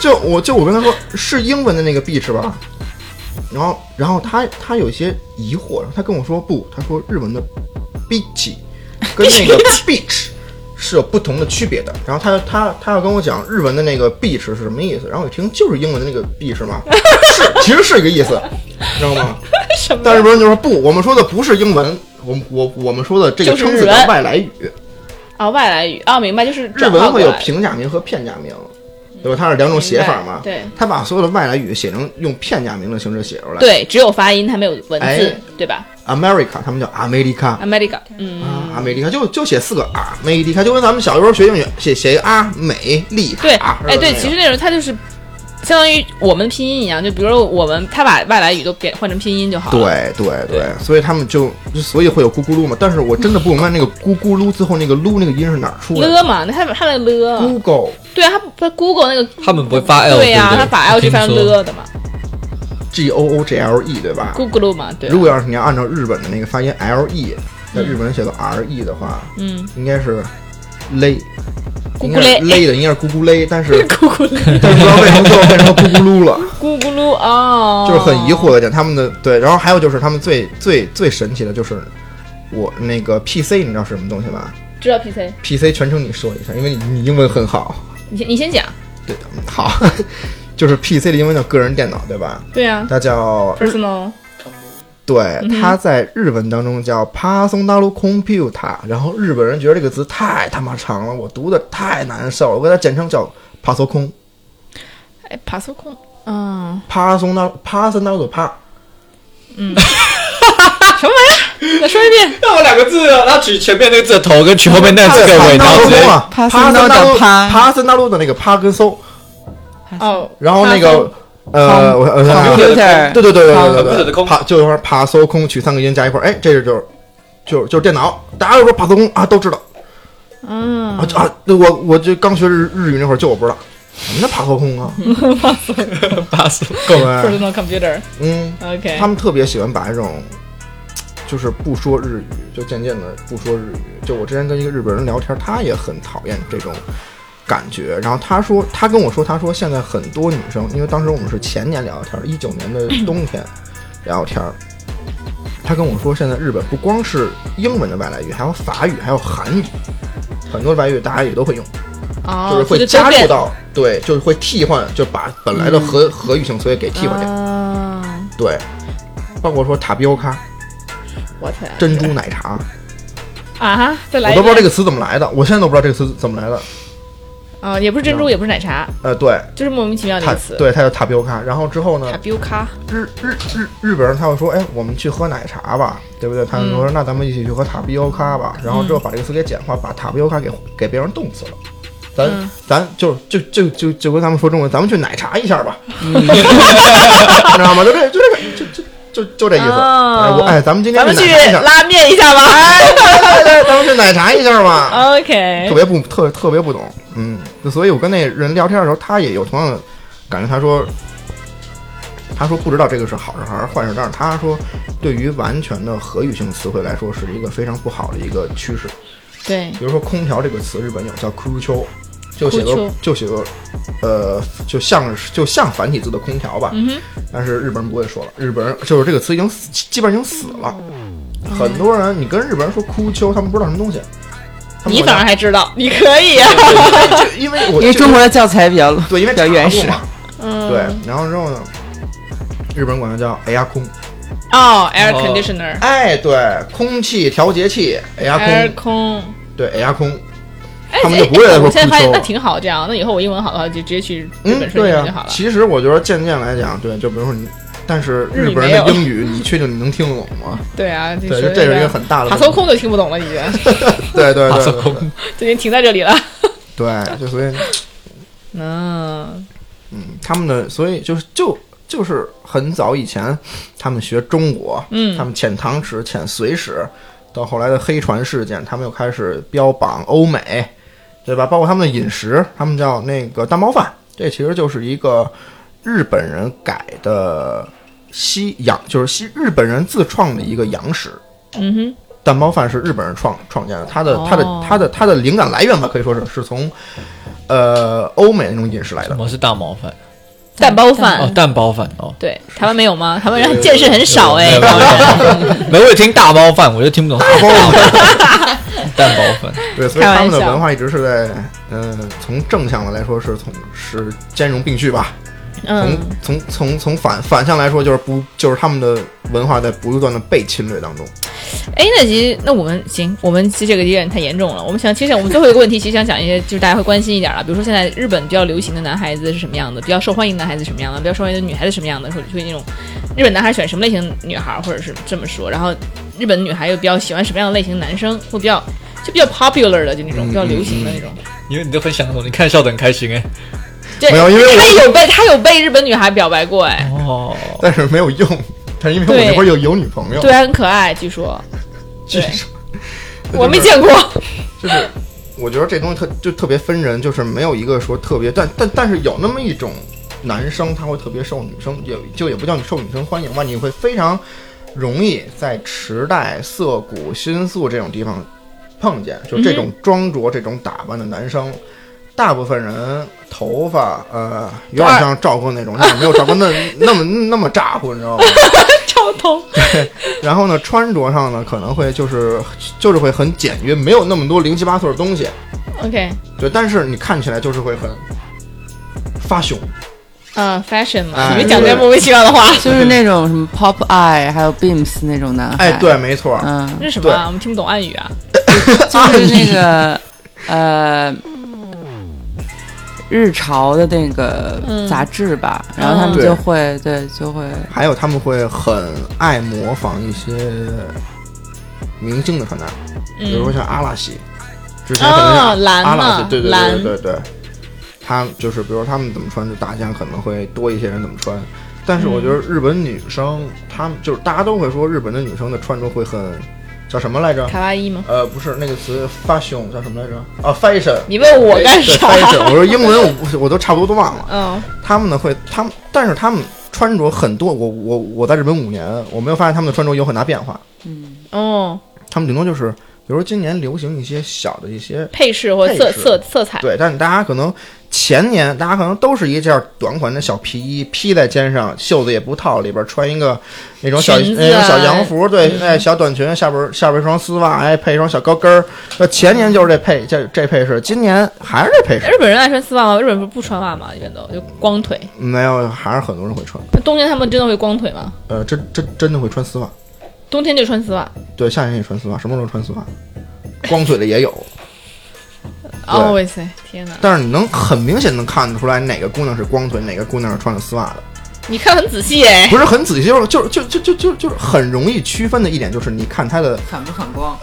[SPEAKER 2] 就我就我跟他说是英文的那个 beach 吧，然后然后他他有些疑惑，然后他跟我说不，他说日文的 beach 跟 那个 beach 是有不同的区别的，然后他他他要跟我讲日文的那个 beach 是什么意思，然后我一听就是英文的那个 beach 嘛，是其实是一个意思，知道吗？
[SPEAKER 1] 什么？
[SPEAKER 2] 但是日本人就说不，我们说的不是英文，我们我我们说的这个
[SPEAKER 1] 就是
[SPEAKER 2] 称
[SPEAKER 1] 日
[SPEAKER 2] 词叫
[SPEAKER 1] 文
[SPEAKER 2] 外来语，
[SPEAKER 1] 啊，外来语啊，明白，就是
[SPEAKER 2] 日
[SPEAKER 1] 转化
[SPEAKER 2] 文会有
[SPEAKER 1] 过来
[SPEAKER 2] 平假名和片假名，对吧？它是两种写法嘛。
[SPEAKER 1] 嗯明白对
[SPEAKER 2] 他把所有的外来语写成用片假名的形式写出来。
[SPEAKER 1] 对，只有发音，它没有文字
[SPEAKER 2] 哎，
[SPEAKER 1] 对吧
[SPEAKER 2] ，America 他们叫 America。
[SPEAKER 1] ？America，嗯，
[SPEAKER 2] 啊，阿美利卡就就写四个啊，美利卡就跟咱们小时候学英语写写一个啊美利卡，
[SPEAKER 1] 对，
[SPEAKER 2] 啊
[SPEAKER 1] 哎，对，其实那种它就是相当于我们拼音一样，就比如说我们，他把外来语都变换成拼音就好了。
[SPEAKER 2] 啊对对对，所以他们就就所以会有咕咕噜嘛，但是我真的不明白那个咕咕噜最后那个噜那个音是哪儿出来的
[SPEAKER 1] 了嘛，那他他那个了，
[SPEAKER 2] ？Google
[SPEAKER 1] 对啊，他他 Google 那个，
[SPEAKER 3] 他们不会发 L，
[SPEAKER 1] 对呀，
[SPEAKER 3] 不
[SPEAKER 1] 他把 L 就翻成
[SPEAKER 3] 听说
[SPEAKER 1] 了的嘛
[SPEAKER 2] G O O G L E 对吧？
[SPEAKER 1] ，Google 嘛，对啊
[SPEAKER 2] 如，果要是你要按照日本的那个发音 L E，在日本写作 R E 的话，
[SPEAKER 1] 嗯，
[SPEAKER 2] 应该是勒，
[SPEAKER 1] 咕
[SPEAKER 2] 应
[SPEAKER 1] 咕
[SPEAKER 2] 该
[SPEAKER 1] 嘞
[SPEAKER 2] 是，勒的应该是咕 咕勒，但是
[SPEAKER 1] 咕咕嘞，
[SPEAKER 2] 但是不知道为什么最后变成了咕咕噜了，
[SPEAKER 1] 咕咕噜哦，
[SPEAKER 2] 就是很疑惑的点。他们的对，然后还有就是他们最最最神奇的就是我那个 PC，你知道是什么东西吧
[SPEAKER 1] 知道 PC，
[SPEAKER 2] ？PC 全称你说一下，因为你你英文很好，
[SPEAKER 1] 你先你先讲，
[SPEAKER 2] 对，好，就是 PC 的英文叫个人电脑，对吧？
[SPEAKER 1] 对啊
[SPEAKER 2] 它叫日，
[SPEAKER 1] ，personal，
[SPEAKER 2] 对，
[SPEAKER 1] 嗯
[SPEAKER 2] 它在日文当中叫 p a s o n a l computer，然后日本人觉得这个词太他妈长了，我读的太难受了，我给它简称叫 p a s o 空
[SPEAKER 1] 哎，pass 控，嗯，
[SPEAKER 2] p a s o n a l p a s o n a l 的 p
[SPEAKER 1] 再说一遍，
[SPEAKER 3] 那我两个字啊，他取前面那个字的头跟取后面那个字的尾，然
[SPEAKER 2] 大
[SPEAKER 3] 后
[SPEAKER 2] 陆
[SPEAKER 3] 直接
[SPEAKER 2] 空啊，
[SPEAKER 4] 帕
[SPEAKER 2] 帕
[SPEAKER 4] 森
[SPEAKER 2] 森
[SPEAKER 4] 纳鲁
[SPEAKER 2] 纳
[SPEAKER 4] 的
[SPEAKER 2] 鲁
[SPEAKER 4] 帕
[SPEAKER 2] 帕森纳鲁的那个帕跟搜，
[SPEAKER 1] 哦，
[SPEAKER 2] 然后那个呃，我我想想啊，
[SPEAKER 4] computer
[SPEAKER 2] 对对对对对
[SPEAKER 3] 帕
[SPEAKER 2] 对
[SPEAKER 3] 的
[SPEAKER 2] 对，
[SPEAKER 3] 空
[SPEAKER 2] 帕就是说帕搜空取三个音加一块儿，哎，这个就是就就是电脑，大家都说帕搜空啊，都知道
[SPEAKER 1] 嗯
[SPEAKER 2] 啊，就啊，我我这刚学日日语那会儿就我不知道什么叫帕搜空啊，
[SPEAKER 3] 八十
[SPEAKER 2] 各位，
[SPEAKER 1] ，personal computer，OK，
[SPEAKER 2] 嗯，他们特别喜欢把这种就是不说日语，就渐渐的不说日语。就我之前跟一个日本人聊天，他也很讨厌这种感觉。然后他说，他跟我说，他说现在很多女生，因为当时我们是前年聊的天，一九年的冬天聊天，他跟我说，现在日本不光是英文的外来语，还有法语，还有韩语，很多外语大家也都会用。
[SPEAKER 1] 哦，
[SPEAKER 2] 就是
[SPEAKER 1] 这
[SPEAKER 2] 会
[SPEAKER 1] 个
[SPEAKER 2] 加
[SPEAKER 1] 周
[SPEAKER 2] 入
[SPEAKER 1] 边
[SPEAKER 2] 到，对，就是会替换，就把本来的和、和语性词汇给替换掉。
[SPEAKER 1] 啊，
[SPEAKER 2] 对，包括说塔比欧卡、
[SPEAKER 1] 我天
[SPEAKER 2] 珍珠奶茶，
[SPEAKER 1] 啊哈，再来
[SPEAKER 2] 我
[SPEAKER 1] 一
[SPEAKER 2] 都不知道这
[SPEAKER 1] 遍
[SPEAKER 2] 个词怎么来的，我现在都不知道这个词怎么来的。
[SPEAKER 1] 啊，也不是珍珠，也不是奶茶，
[SPEAKER 2] 呃，对，
[SPEAKER 1] 就是莫名其妙的一
[SPEAKER 2] 塔
[SPEAKER 1] 个词。
[SPEAKER 2] 对，它叫塔比欧卡。然后之后呢
[SPEAKER 1] 塔，比乌卡，
[SPEAKER 2] 日日日日本人他会说，哎，我们去喝奶茶吧，对不对？他们说，那咱们一起去喝塔比欧卡吧。然后之后把这个词给简化，把塔比欧卡给给变成动词了。咱、
[SPEAKER 1] 嗯
[SPEAKER 2] 咱就就就就就跟他们说中文，咱们去奶茶一下吧，你知道吗？就这就这个就就就就这意思。
[SPEAKER 1] 哦
[SPEAKER 2] 哎，我哎，咱们今天
[SPEAKER 1] 咱们
[SPEAKER 2] 奶
[SPEAKER 1] 去
[SPEAKER 2] 茶一下，
[SPEAKER 1] 拉面一下 吧。
[SPEAKER 2] 对对，咱们去奶茶一下吧。特
[SPEAKER 1] OK，
[SPEAKER 2] 别不特特别不懂，嗯，就所以我跟那人聊天的时候，他也有同样的感觉，他说，他说不知道这个是好事还是坏事，但是他说，对于完全的合语性词汇来说，是一个非常不好的一个趋势。
[SPEAKER 1] 对，
[SPEAKER 2] 比如说空调这个词，日本有叫 c u c h o 就写
[SPEAKER 1] 空
[SPEAKER 2] 个
[SPEAKER 1] 秋
[SPEAKER 2] 就写个，呃，就像就像繁体字的空调吧，
[SPEAKER 1] 嗯哼，
[SPEAKER 2] 但是日本人不会说了，日本人就是这个词已经死基本上已经死了。很多人，你跟日本人说哭秋，他们不知道什么东西。他们
[SPEAKER 1] 你
[SPEAKER 2] 国家
[SPEAKER 1] 反而还知道，你可以啊。
[SPEAKER 2] 就因为我
[SPEAKER 4] 因为中国的教材 比较
[SPEAKER 2] 对，因为
[SPEAKER 4] 比较
[SPEAKER 2] 查
[SPEAKER 4] 原
[SPEAKER 2] 过
[SPEAKER 4] 始
[SPEAKER 2] 嘛，
[SPEAKER 1] 嗯，
[SPEAKER 2] 对。然后之后呢，日本管它叫 air 空，
[SPEAKER 1] 哦，air
[SPEAKER 3] 哦
[SPEAKER 1] conditioner，air
[SPEAKER 2] 哎，对，空气调节器哦 air
[SPEAKER 1] 哎
[SPEAKER 2] 空，
[SPEAKER 1] 空。
[SPEAKER 2] 对 air 空，
[SPEAKER 1] 哎
[SPEAKER 2] 他们就
[SPEAKER 1] 哎
[SPEAKER 2] 不会再
[SPEAKER 1] 哎
[SPEAKER 2] 说
[SPEAKER 1] 我现在
[SPEAKER 2] 空
[SPEAKER 1] 发现
[SPEAKER 2] 手
[SPEAKER 1] 那挺好，这样，那以后我英文好的话，就直接去日
[SPEAKER 2] 嗯
[SPEAKER 1] 本，说
[SPEAKER 2] 对
[SPEAKER 1] 英
[SPEAKER 2] 呀、
[SPEAKER 1] 文就好了。
[SPEAKER 2] 其实我觉得渐渐来讲，对，就比如说你，但是
[SPEAKER 1] 日
[SPEAKER 2] 日
[SPEAKER 1] 语
[SPEAKER 2] 本
[SPEAKER 1] 没
[SPEAKER 2] 人的
[SPEAKER 1] 有
[SPEAKER 2] 英语，你确定你能听得懂吗？
[SPEAKER 1] 对啊，就
[SPEAKER 2] 对，
[SPEAKER 1] 说
[SPEAKER 2] 就这是一
[SPEAKER 1] 个
[SPEAKER 2] 个很大的
[SPEAKER 1] 塔
[SPEAKER 2] 问题
[SPEAKER 1] 搜空都听不懂了，已经。
[SPEAKER 2] 对对
[SPEAKER 3] 他
[SPEAKER 2] 对
[SPEAKER 3] 说
[SPEAKER 2] 对
[SPEAKER 3] 空
[SPEAKER 1] 最近停在这里了。
[SPEAKER 2] 对，就所以
[SPEAKER 1] 嗯，
[SPEAKER 2] 嗯，他们的所以就是就就是很早以前，他们学中国，
[SPEAKER 1] 嗯
[SPEAKER 2] 他们遣唐使、遣隋使，到后来的黑船事件，他们又开始标榜欧美，对吧？包括他们的饮食，他们叫那个蛋包饭，这其实就是一个日本人改的西洋，就是西日本人自创的一个洋食。
[SPEAKER 1] 嗯哼，
[SPEAKER 2] 蛋包饭是日本人创创建的，它的它的
[SPEAKER 1] 哦
[SPEAKER 2] 它的它的灵感来源吧，可以说是是从，呃，欧美那种饮食来的
[SPEAKER 3] 什。么是大毛饭？
[SPEAKER 1] 蛋包
[SPEAKER 3] 哦，
[SPEAKER 1] 饭。
[SPEAKER 3] 蛋包饭哦。
[SPEAKER 1] 对，台湾没有吗？台湾人见识很少
[SPEAKER 3] 没
[SPEAKER 1] 哎
[SPEAKER 3] 有，没有没有，我也听大包饭，我就听不懂
[SPEAKER 2] 大包饭
[SPEAKER 3] 蛋包饭。
[SPEAKER 2] 对，所以
[SPEAKER 1] 开玩
[SPEAKER 2] 他们的
[SPEAKER 1] 笑
[SPEAKER 2] 文化一直是在，呃，从正向的来说是从是兼容并蓄吧，从
[SPEAKER 1] 嗯，
[SPEAKER 2] 从从从反反向来说就是不就是他们的文化在不断的被侵略当中。
[SPEAKER 1] 哎，那其实那我们行，我们其实这个有点太严重了。我们想，其实我们最后一个问题，其实想讲一些就是大家会关心一点了，比如说现在日本比较流行的男孩子是什么样的，比较受欢迎的男孩子是什么样的，比较受欢迎的女孩子是什么样的，或者会那种日本男孩喜欢什么类型的女孩，或者是这么说，然后日本女孩又比较喜欢什么样的类型的男生，会比较就比较 popular 的就那种
[SPEAKER 2] 嗯
[SPEAKER 1] 比较流行的那种。
[SPEAKER 3] 因为你都很想懂，你看笑得很开心哎。
[SPEAKER 1] 对，
[SPEAKER 2] 没有因为我
[SPEAKER 1] 他有被他有被日本女孩表白过哎。
[SPEAKER 3] 哦，
[SPEAKER 2] 但是没有用， 但是因为我
[SPEAKER 1] 对
[SPEAKER 2] 那会儿有有女朋友，
[SPEAKER 1] 对，很可爱，据说
[SPEAKER 2] 据
[SPEAKER 1] 对
[SPEAKER 2] 说
[SPEAKER 1] 我没见过。
[SPEAKER 2] 就是我觉得这东西特就特别分人，就是没有一个说特别，但但但是有那么一种男生他会特别受女生，也就也不叫你受女生欢迎吧，你会非常容易在池袋、涩谷、新宿这种地方碰见，就这种装着、这种打扮的男生。大部分人头发呃有点像赵哥那种，但是没有赵哥那那么那么咋呼，你知道吗？
[SPEAKER 1] 超 痛，
[SPEAKER 2] 然后呢，穿着上呢可能会就是就是会很简约，没有那么多零七八碎的东西。
[SPEAKER 1] OK，
[SPEAKER 2] 对，但是你看起来就是会很发熊，
[SPEAKER 1] 呃，fashion 嘛，
[SPEAKER 2] 哎
[SPEAKER 1] 你们讲这莫名其妙的话，
[SPEAKER 4] 就是那种什么 Pop Eye，还有 Beams 那种男孩。
[SPEAKER 2] 哎，对，，没错，
[SPEAKER 4] 嗯，
[SPEAKER 1] 这是什么啊？我们听不懂暗语啊。
[SPEAKER 4] 就是那个呃。日潮的那个
[SPEAKER 1] 嗯
[SPEAKER 4] 杂志吧，然后他们
[SPEAKER 2] 对
[SPEAKER 4] 就会对就会
[SPEAKER 2] 还有他们会很爱模仿一些明星的穿搭，比如说
[SPEAKER 1] 嗯，
[SPEAKER 2] 像阿拉西，之前可能是
[SPEAKER 1] 哦蓝
[SPEAKER 2] 阿拉西，
[SPEAKER 1] 嘛
[SPEAKER 2] 对对
[SPEAKER 1] 蓝
[SPEAKER 2] 对对对，他就是比如说他们怎么穿，就大家可能会多一些人怎么穿。但是我觉
[SPEAKER 1] 嗯
[SPEAKER 2] 得日本女生，她们就是大家都会说日本的女生的穿着会很叫什么来着？
[SPEAKER 1] 卡哇伊吗？
[SPEAKER 2] 呃，不是那个词，fashion 叫什么来着？啊，fashion。
[SPEAKER 1] 你问我干
[SPEAKER 2] 对
[SPEAKER 1] 啥？
[SPEAKER 2] ？fashion，我说英文我我都差不多都忘了。
[SPEAKER 1] 嗯
[SPEAKER 2] 他们呢会，他们但是他们穿着很多，我我我在日本五年，我没有发现他们的穿着有很大变化，
[SPEAKER 4] 嗯，
[SPEAKER 1] 哦，
[SPEAKER 2] 他们顶多就是，比如说今年流行一些小的一些，
[SPEAKER 1] 配饰或
[SPEAKER 2] 配
[SPEAKER 1] 色
[SPEAKER 2] 饰
[SPEAKER 1] 色色彩，
[SPEAKER 2] 对，但是大家可能前年大家可能都是一件短款的小皮衣披在肩上，袖子也不套，里边穿一个那种小、
[SPEAKER 1] 裙子啊嗯
[SPEAKER 2] 那种小洋服，对，哎，小短裙，下边下边一双丝袜，哎，配一双小高跟儿。那前年就是这配这这配饰，今年还是这配饰，
[SPEAKER 1] 日本人爱穿丝袜吗？日本人不不穿袜吗？一般都就光腿。
[SPEAKER 2] 没有，还是很多人会穿。
[SPEAKER 1] 那冬天他们真的会光腿吗？
[SPEAKER 2] 呃，真真真的会穿丝袜，
[SPEAKER 1] 冬天就穿丝袜。
[SPEAKER 2] 对，夏天也穿丝袜，什么时候穿丝袜？光腿的也有，
[SPEAKER 1] 哦，哇塞，天哪！
[SPEAKER 2] 但是你能很明显能看得出来哪个姑娘是光腿，哪个姑娘是穿着丝袜的，
[SPEAKER 1] 你看很仔细哎。
[SPEAKER 2] 不是很仔细，就是就就就就就就是很容易区分的一点就是你看她的，
[SPEAKER 4] 砍不砍光？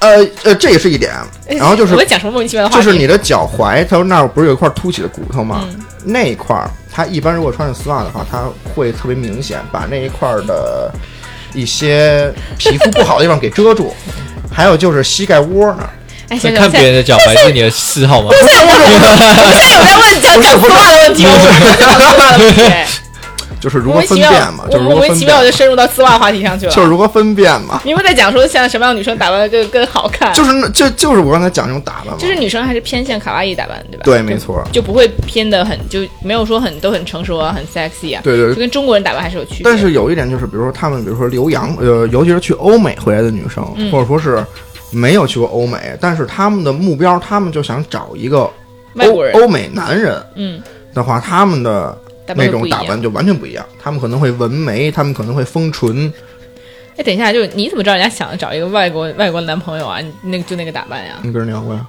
[SPEAKER 2] 呃呃，这也是一点，然后就是
[SPEAKER 1] 哎我们讲什么莫名其妙的话
[SPEAKER 2] 就
[SPEAKER 1] 题？嗯
[SPEAKER 2] 是你的脚踝，它那儿不是有一块凸起的骨头吗？那一块儿，它一般如果穿着丝袜的话，它会特别明显，把那一块儿的一些皮肤不好的地方给遮住。还有就是膝盖窝那儿，
[SPEAKER 1] 哎，行
[SPEAKER 3] 在
[SPEAKER 1] 行，
[SPEAKER 3] 看
[SPEAKER 1] 现
[SPEAKER 3] 别
[SPEAKER 1] 在
[SPEAKER 3] 人的脚踝是你的嗜好吗？
[SPEAKER 1] 现在我们现在我在问讲讲丝袜的问题，我们不讲丝袜的问题哎。
[SPEAKER 2] 就是如
[SPEAKER 1] 莫
[SPEAKER 2] 何
[SPEAKER 1] 名
[SPEAKER 2] 分
[SPEAKER 1] 其
[SPEAKER 2] 辨
[SPEAKER 1] 妙
[SPEAKER 2] 嘛，，
[SPEAKER 1] 我
[SPEAKER 2] 就是如
[SPEAKER 1] 莫
[SPEAKER 2] 何
[SPEAKER 1] 名
[SPEAKER 2] 分
[SPEAKER 1] 其妙就
[SPEAKER 2] 辨，
[SPEAKER 1] 深入到丝袜话题上去了。
[SPEAKER 2] 就是如何分辨嘛，
[SPEAKER 1] 你们在讲说像什么样的女生打扮得更更好看？
[SPEAKER 2] 就是那就就是我刚才讲那种打扮嘛，
[SPEAKER 1] 就是女生还是偏向卡哇伊打扮，对吧？
[SPEAKER 2] 对，没错，
[SPEAKER 1] 就不会偏的很，就没有说很都很成熟啊，很 sexy 啊。
[SPEAKER 2] 对对
[SPEAKER 1] 就跟中国人打扮还是有区别。
[SPEAKER 2] 但是有一点就是，比如说他们，比如说留洋，呃，尤其是去欧美回来的女生，
[SPEAKER 1] 嗯
[SPEAKER 2] 或者说是没有去过欧美，但是他们的目标，他们就想找一个
[SPEAKER 1] 外
[SPEAKER 2] 欧
[SPEAKER 1] 国人，
[SPEAKER 2] 欧美男人
[SPEAKER 1] 嗯，
[SPEAKER 2] 的话，他们的
[SPEAKER 1] 打扮
[SPEAKER 2] 那
[SPEAKER 1] 会不
[SPEAKER 2] 种
[SPEAKER 1] 一
[SPEAKER 2] 打
[SPEAKER 1] 样。
[SPEAKER 2] 扮就完全不一样。他们可能会纹眉，他们可能会丰唇，
[SPEAKER 1] 哎，等一下，就是你怎么知道人家想找一个外国外国男朋友啊？你那个就那个打扮呀、
[SPEAKER 2] 你跟人聊过呀？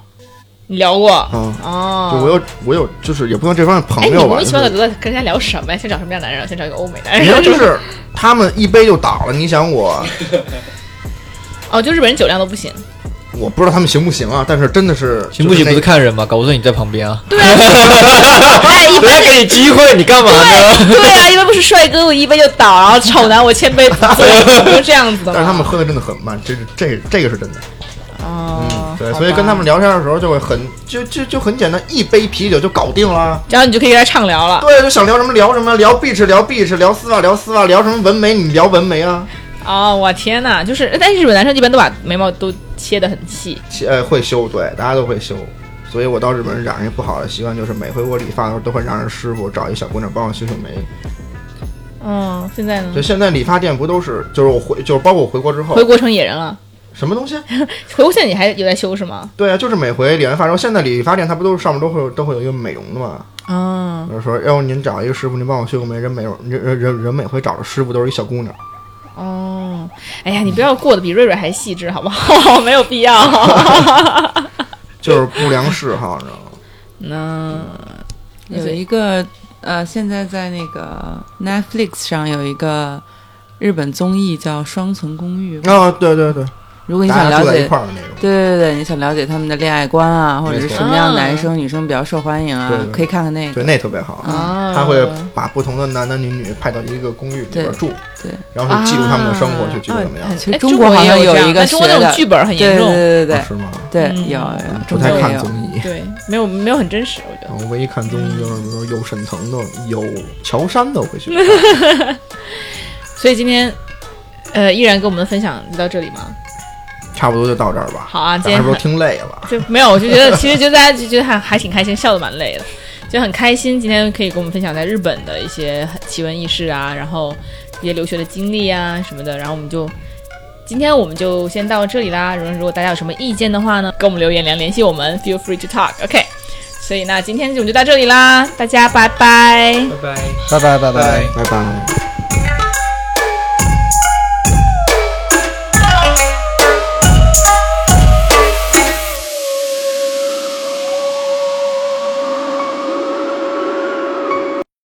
[SPEAKER 1] 你聊过
[SPEAKER 2] 啊，
[SPEAKER 1] 哦？
[SPEAKER 2] 就我有我有，就是也不算这方面朋
[SPEAKER 1] 哎，你
[SPEAKER 2] 友
[SPEAKER 1] 莫
[SPEAKER 2] 吧
[SPEAKER 1] 名，其妙的
[SPEAKER 2] 就
[SPEAKER 1] 都
[SPEAKER 2] 是
[SPEAKER 1] 在跟人家聊什么呀？先找什么样的男人啊？先找一个欧美男
[SPEAKER 2] 你
[SPEAKER 1] 人
[SPEAKER 2] 看，就是他们一杯就倒了。你想我，
[SPEAKER 1] 哦，就日本人酒量都不行。
[SPEAKER 2] 我不知道他们行不行啊，但是真的是
[SPEAKER 3] 行不行？
[SPEAKER 2] 就是
[SPEAKER 3] 不是
[SPEAKER 2] 那
[SPEAKER 3] 看人吗？搞不定你在旁边啊，
[SPEAKER 1] 对啊， 哎，一
[SPEAKER 3] 人家
[SPEAKER 1] 般
[SPEAKER 3] 给你机会，你干嘛呢？
[SPEAKER 1] 对啊，一般不是帅哥我一杯就倒，然后丑男我千 杯不醉，不是这样子的吗？
[SPEAKER 2] 但是他们喝的真的很慢，这是这这个是真的。
[SPEAKER 1] 哦，
[SPEAKER 2] 对，
[SPEAKER 1] 好
[SPEAKER 2] 所以跟
[SPEAKER 1] 吧
[SPEAKER 2] 他们聊天的时候就会很就就就很简单，一杯啤酒就搞定了。
[SPEAKER 1] 然后你就可以跟他畅聊了。
[SPEAKER 2] 对，就想聊什么聊什么，聊 beach 聊 beach，聊丝袜聊丝袜，聊什么纹眉你聊纹眉啊，
[SPEAKER 1] 哦，我天哪，就是，但是日本男生一般都把眉毛都切得很细，
[SPEAKER 2] 呃会修，对，大家都会修。所以我到日本染上一不好的习惯，就是每回我理发的时候都会让人师傅找一小姑娘帮我修修眉。
[SPEAKER 1] 嗯，现在呢
[SPEAKER 2] 就？现在理发店不都是，就是我回，就是包括我回国之后
[SPEAKER 1] 回，国成野人了，
[SPEAKER 2] 什么东西？
[SPEAKER 1] 回国现在你还有在修是吗？
[SPEAKER 2] 对啊，就是每回理完发之后，现在理发店它不都是上面都会有都会有一个美容的嘛？
[SPEAKER 1] 啊，
[SPEAKER 2] 我就说，要不您找一个师傅，您帮我修个眉，人美容人人人人每回找的师傅都是一小姑娘。
[SPEAKER 1] 哦，哎呀，你不要过得比瑞瑞还细致好不好？ 没有必要。
[SPEAKER 2] 就是不良嗜好，你知道吗？
[SPEAKER 1] 那
[SPEAKER 4] 呃有一个呃，现在在那个 Netflix 上有一个日本综艺叫《双层公寓》，
[SPEAKER 2] 啊、对对对，
[SPEAKER 4] 如果你想
[SPEAKER 2] 大家
[SPEAKER 4] 了
[SPEAKER 2] 住在一
[SPEAKER 4] 解
[SPEAKER 2] 块。儿的那种。
[SPEAKER 4] 对对对，你想了解他们的恋爱观啊，或者是
[SPEAKER 2] 没错
[SPEAKER 4] 什么样的男生、女生比较受欢迎啊
[SPEAKER 2] 对对，对
[SPEAKER 4] 可以看看那个。
[SPEAKER 2] 对，那特别好，
[SPEAKER 4] 哦
[SPEAKER 1] 啊，
[SPEAKER 2] 他会把不同的男男女女派到一个公寓里边住，
[SPEAKER 4] 对对
[SPEAKER 2] 然后去记录他们的生活，
[SPEAKER 1] 啊
[SPEAKER 2] 去记录怎么样
[SPEAKER 4] 哎，其
[SPEAKER 1] 哎
[SPEAKER 4] 实中国好像
[SPEAKER 1] 也有这样
[SPEAKER 4] 一个
[SPEAKER 1] 但
[SPEAKER 4] 学
[SPEAKER 1] 中国那
[SPEAKER 4] 的
[SPEAKER 1] 种，剧本很
[SPEAKER 4] 对
[SPEAKER 1] 严
[SPEAKER 4] 对
[SPEAKER 1] 重，
[SPEAKER 4] 对对对
[SPEAKER 2] 是吗？
[SPEAKER 4] 对，
[SPEAKER 1] 嗯
[SPEAKER 4] 有有，
[SPEAKER 2] 不
[SPEAKER 4] 中国
[SPEAKER 2] 太
[SPEAKER 4] 也
[SPEAKER 2] 看
[SPEAKER 4] 有
[SPEAKER 2] 综艺，
[SPEAKER 1] 对，没有没有很真实，我觉得。
[SPEAKER 2] 我唯一看综艺就是比如说有沈腾的、有乔杉的，我会去看。
[SPEAKER 1] 所以今天，呃，依然跟我们的分享就到这里吗？
[SPEAKER 2] 差不多就到这儿吧。
[SPEAKER 1] 好啊，今
[SPEAKER 2] 大家
[SPEAKER 1] 天
[SPEAKER 2] 是不是
[SPEAKER 1] 很
[SPEAKER 2] 听累了？
[SPEAKER 1] 就没有，我就觉得其实就大家就觉得还还挺开心，笑得蛮累的，就很开心。今天可以跟我们分享在日本的一些奇闻异事啊，然后一些留学的经历啊什么的，然后我们就。今天我们就先到这里啦。如果如果大家有什么意见的话呢，跟我们留言，联联系我们，feel free to talk。OK，所以那今天我们就到这里啦，大家拜拜。
[SPEAKER 3] 拜拜。
[SPEAKER 5] 拜拜拜拜。
[SPEAKER 2] 拜拜。